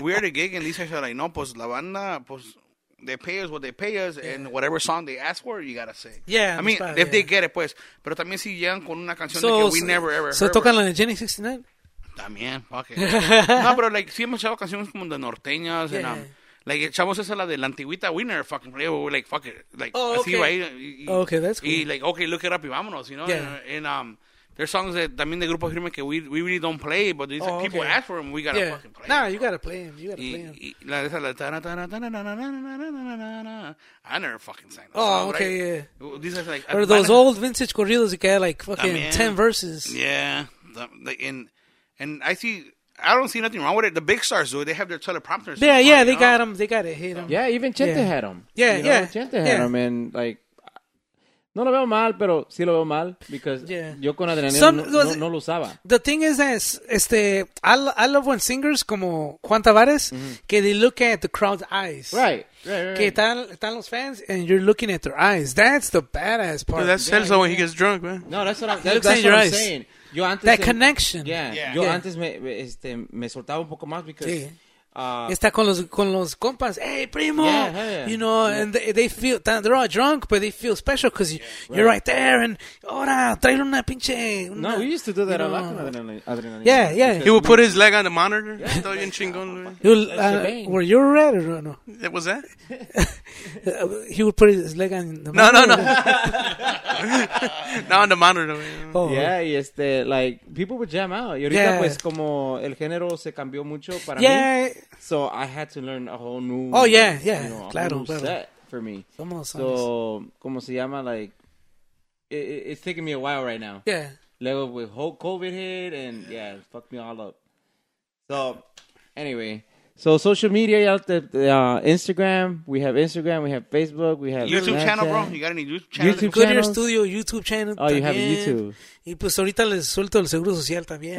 S3: we're at a gig, and these guys are like, "No, pues la banda, pues." They pay us what they pay us, and whatever song they ask for, you gotta say.
S4: Yeah,
S3: I mean,
S4: that's right,
S3: if they
S4: yeah.
S3: get it, pues. Pero también si llegan con una canción de
S4: so
S3: que we never ever
S4: so
S3: heard.
S4: tocan la de Jenny 69.
S3: También, fuck it. No, pero like, sí hemos echado canciones como de norteñas. and,
S4: Yeah.
S3: um, like, echamos esa la de la antigüita Winner, fucking play. we were like, fuck it. Like,
S4: Oh,
S3: así
S4: okay.
S3: va ahí. y-
S4: Oh, okay, that's
S3: Y
S4: cool.
S3: like, okay, look it up y vámonos, you know?
S4: Yeah.
S3: And, and, um, there's songs that también de Grupo Firme que we, we really don't play, but these
S4: Oh,
S3: people
S4: okay.
S3: ask for them, we gotta
S4: Yeah,
S3: fucking play.
S4: nah, you gotta play him. You gotta
S3: Y,
S4: play 'em. him.
S3: y la de esa, la tana, tana, tana, na, na, na, na, na, na, na, na. I never fucking sang that.
S4: Oh,
S3: song,
S4: okay,
S3: right? These are like,
S4: Or those
S3: Atlanta-
S4: old vintage corridos you got like fucking
S3: También.
S4: 10 verses.
S3: Yeah, the, the, and and I see. I don't see nothing wrong with it. The big stars do. it. They have their teleprompters.
S4: Yeah, yeah, they
S3: you know?
S4: got 'em. They got it. Hit 'em.
S1: Yeah, even Chente
S4: Yeah.
S1: had them.
S4: Yeah,
S1: you
S4: yeah,
S1: Know? Chente had
S4: yeah.
S1: 'em and like no lo veo mal, pero sí lo veo mal because
S4: Yeah.
S1: yo con adrenalina
S4: Some-
S1: no, no,
S4: was-
S1: no lo usaba.
S4: The thing is that, este, I, lo- I love when singers como Juan Tavares, que they look at the crowd's eyes.
S1: Mm-hmm. Right, right, right.
S4: Que están, están los fans and you're looking at their eyes. That's the badass part.
S2: Dude, that's Celso when he gets drunk, man.
S1: No, that's what I'm, that's,
S4: looks in
S1: that's
S4: your
S1: what I'm
S4: eyes.
S1: saying. Yo antes
S4: That
S1: en-
S4: connection.
S1: Yeah.
S3: Yeah.
S1: Yo
S4: Yeah.
S1: antes me me- este me soltaba un poco más because
S4: Sí.
S1: uh,
S4: Está con los, con los compas. Hey, primo.
S1: Yeah, hell yeah.
S4: You know, and they, they feel, they're all drunk, but they feel special because you, you're right there and, ahora, trae una pinche. Una,
S1: no, we used to do that
S4: you
S1: a lot
S4: know.
S1: con adrenalina. adrenalina.
S4: Yeah, yeah.
S2: He would put his leg on the monitor. Estaba bien chingón, güey.
S4: He will, uh,
S1: Shebang.
S4: were you red or no? no?
S2: What was that?
S4: Uh, he would put his leg on the
S2: No, no, no.
S4: monitor.
S2: no, on the monitor, güey.
S4: Oh.
S1: Yeah, y este, like, people would jam out. Y ahorita,
S4: Yeah.
S1: pues, como el género se cambió mucho para mí,
S4: Yeah.
S1: so I had to learn a whole new,
S4: Oh, yeah, yeah,
S1: you know, a
S4: claro,
S1: whole new
S4: claro.
S1: set for me.
S4: Somos-
S1: So, como se llama, like, it, it- it's taking me a while right now.
S4: Yeah.
S1: Luego, with whole COVID hit, and yeah, it fucked me all up. So, anyway, so social media, y'all, the, the, uh, Instagram, we have Instagram, we have Facebook, we have
S3: YouTube
S1: Snapchat.
S3: channel, bro. You got any YouTube channel?
S1: YouTube
S4: Goodyear
S1: channels?
S4: Studio YouTube channel.
S1: Oh, you have a
S4: también.
S1: YouTube.
S4: Y pues ahorita les suelto el seguro social también.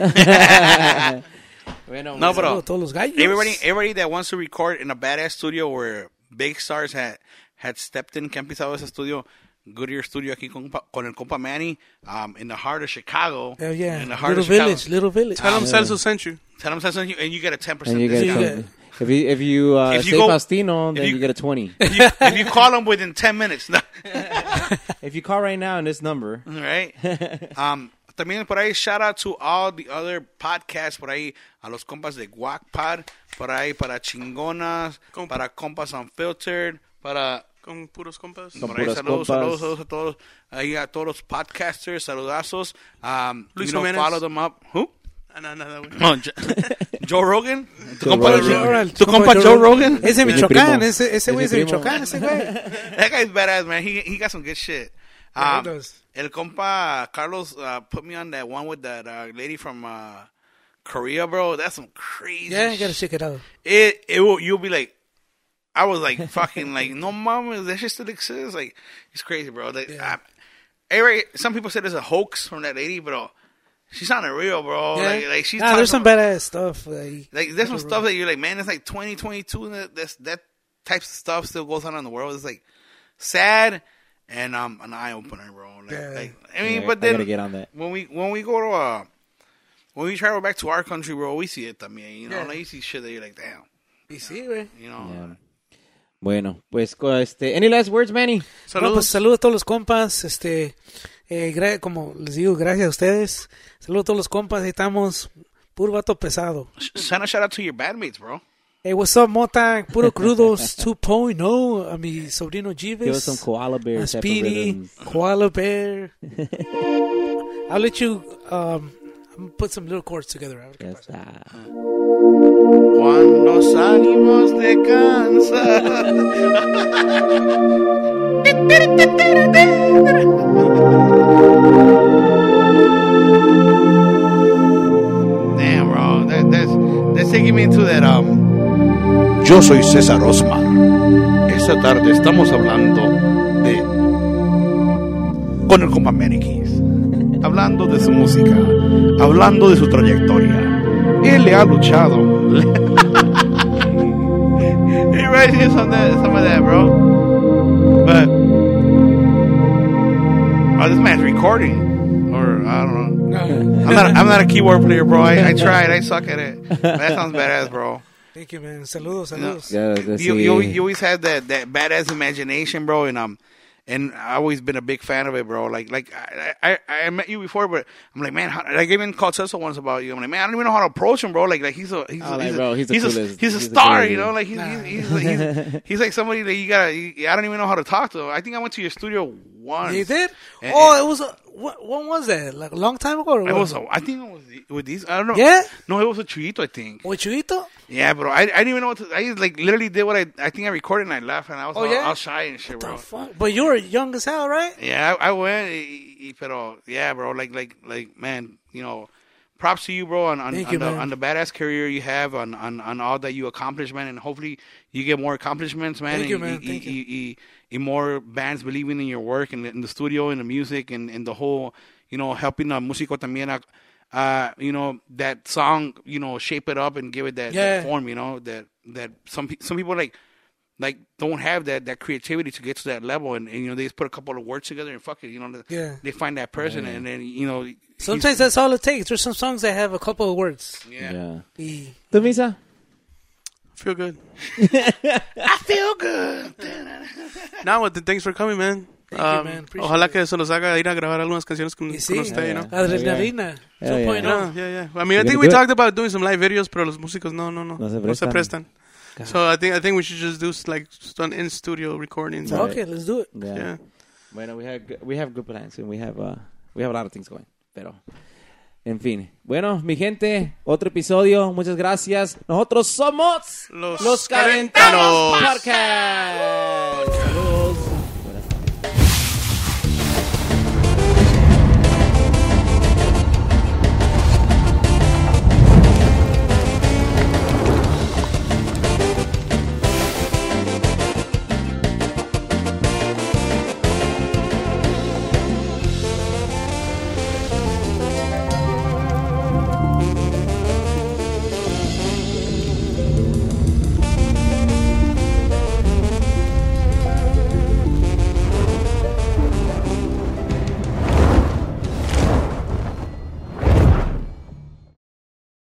S1: Bueno,
S3: No,
S1: pues,
S3: bro.
S4: Saludo a todos los gallos.
S3: Everybody, everybody that wants to record in a badass studio where big stars had had stepped in, que han pisado ese estudio. Goodyear Studio aquí con, pa- con el compa Manny um, in the heart of Chicago.
S4: Hell Eh, yeah.
S3: In the heart
S4: Little
S3: of Chicago.
S4: village, little village.
S2: Tell him Celso sent you.
S3: Tell them something, and you get a 10%
S6: And you get
S3: discount.
S4: Yeah.
S6: something. If you if you uh,
S3: If you
S6: say
S3: go-
S6: Faustino, then
S3: you-
S6: you, get a twenty.
S3: If you, if you call them within 10 minutes. No.
S6: if you call right now in this number,
S3: All right. um, también por ahí, shout out to all the other podcasts por ahí, a los compas de Guac Pod, por ahí para Chingonas,
S2: Compa.
S3: para Compas Unfiltered, para...
S2: Con puros compas.
S3: Por ahí,
S6: puras compas.
S3: saludos, saludos, saludos a todos, ahí a todos los podcasters, saludazos. Um,
S2: Luis
S3: you know,
S2: Jiménez.
S3: follow them up. Who?
S2: Ah, no, nada, güey.
S3: No, Jo- Joe Rogan. Tu
S6: Joe
S3: compa,
S6: Rogan.
S3: Joe- tu compa Joe Rogan.
S4: Es de
S6: mi
S4: Michoacán.
S6: primo.
S4: Ese ese
S6: Es
S4: güey
S6: mi
S4: es de
S6: primo.
S4: Michoacán, ese güey.
S3: That guy's badass, man. He he got some good shit.
S4: Yeah, he
S3: Um,
S4: does.
S3: El compa Carlos uh, put me on that one with that uh, lady from uh, Korea, bro. That's some crazy.
S4: Yeah, you
S3: shit.
S4: gotta check it out.
S3: it it will you'll be like I was like fucking like no mama that shit still exists like it's crazy bro like
S4: Yeah.
S3: I, every- some people said it's a hoax from that lady bro she's sounding real bro
S4: Yeah.
S3: Oh, like, like she's
S4: nah, there's some
S3: talking-
S4: badass stuff. Like,
S3: like there's some stuff that you're like man it's like 2022 and that that's, that types of stuff still goes on in the world it's like sad and um an eye opener bro like,
S4: Yeah.
S3: like I mean
S1: Yeah,
S3: but
S1: I
S3: then
S1: gotta get on that.
S3: when we when we go to uh when we travel back to our country bro we see it también you know like you see shit that you're like damn
S4: y sí, güey.
S3: you know
S1: Yeah. Bueno, pues co- este, any last words, Manny?
S4: Bueno, pues saludo a todos los compas, este, eh, gra- como les digo, gracias a ustedes. Saludo a todos los compas, ahí estamos, puro vato pesado.
S3: uh, Sh- Send a shout out to your bandmates, bro.
S4: Hey, what's up, Mota? Puro Crudos 2.0, oh, a mi sobrino
S1: Give us some
S4: Gives,
S1: koala bear
S4: a
S1: type of
S4: Speedy,
S1: rhythms.
S4: Koala Bear. I'll let you, um, I'm gonna put some little chords together. a ver qué
S1: Ya
S4: pasa.
S1: está.
S3: Cuando salimos de Kansas. Damn, bro. That, that's, that's taking me into that, um... Yo soy César Osmar. Esta tarde estamos hablando de... Con el compa Manny Keys. hablando de su música, hablando de su trayectoria. Él le ha luchado. It reminds me of some of that, some of that, bro. But oh, this man's recording, or I don't know. I'm not. I'm not a keyboard player, bro. I, I tried. I suck at it. But that sounds badass, bro.
S4: Thank you, man. Saludos, saludos.
S1: Ya,
S3: You,
S1: sí.
S3: you, you always had that, that badass imagination, bro, and um, and I always been a big fan of it, bro. Like like I I, I I met you before, but I'm like, man, how, like I even called Cecil once about you. I'm like, man, I don't even know how to approach him, bro. Like like he's a he's a,
S1: Oh, like,
S3: he's,
S1: bro,
S3: a,
S1: he's the
S3: he's, a,
S1: coolest-
S3: he's a
S1: he's the
S3: star,
S1: coolest
S3: you know.
S1: dude.
S3: Like he's he's, he's, he's, he's like somebody that you gotta. You, I don't even know how to talk to. I think I went to your studio once.
S4: You did?
S3: And-
S4: oh, it was, a, what, when was that? Like a long time ago? Or
S3: Eh, It
S4: what?
S3: was, a, I think it was with these. I don't know.
S4: Yeah?
S3: No, it was a Chuyito, I think.
S4: ¿O Chuyito?
S3: Yeah, bro. I, I didn't even know what to. I just like literally did what I. I think I recorded and I left and I was
S4: Oh,
S3: all,
S4: yeah?
S3: all shy and shit, bro. Eh,
S4: The fuck? But you were young as hell, right?
S3: Yeah, I, I went, y- y- pero yeah, bro. Like, like, like, man, you know, props to you, bro, on on,
S4: Thank
S3: on,
S4: you,
S3: the,
S4: man.
S3: on the badass career you have, on, on on all that you accomplish, man, and hopefully you get more accomplishments, man.
S4: Thank
S3: and
S4: you, man.
S3: and-
S4: Thank
S3: and-
S4: you.
S3: and- and more bands believing in your work and in the studio and the music and, and the whole, you know, helping the músico también. Uh, uh, you know that song, you know, shape it up and give it that,
S4: Yeah.
S3: that form. You know that that some pe- some people like like don't have that that creativity to get to that level and, and you know they just put a couple of words together and fuck it you know the-
S4: Yeah.
S3: they find that person and then you know he's-
S4: Sometimes that's all it takes. There's some songs that have a couple of words.
S3: yeah.
S1: Ya.
S4: Y-
S1: ¿Tú, Misa?
S2: Feel good.
S3: I feel good
S2: Now, with the- thanks for coming, man. Um,
S4: Thank you, man. Appreciate
S2: ojalá que se nos haga ir a grabar algunas canciones con,
S4: y
S2: con
S4: sí,
S2: usted, you know?
S4: adrenalina. oh.
S1: Yeah, yeah.
S4: 2.0.
S2: Yeah, Ah, yeah, yeah. I mean, I
S1: gonna
S2: think we
S1: do it?
S2: talked about doing some live videos, pero los músicos no, no, no,
S1: No se prestan.
S2: prestan. So I think I think we should just do s- like just an in studio recording.
S1: Right.
S4: Okay, let's do it.
S1: Ya.
S2: Yeah.
S1: Bueno, we have good- we have good plans and we have uh, we have a lot of things going. Pero en fin, bueno, mi gente, otro episodio. Muchas gracias. Nosotros somos
S2: Los
S1: Los Calentanos
S2: Calentanos.
S1: Podcast.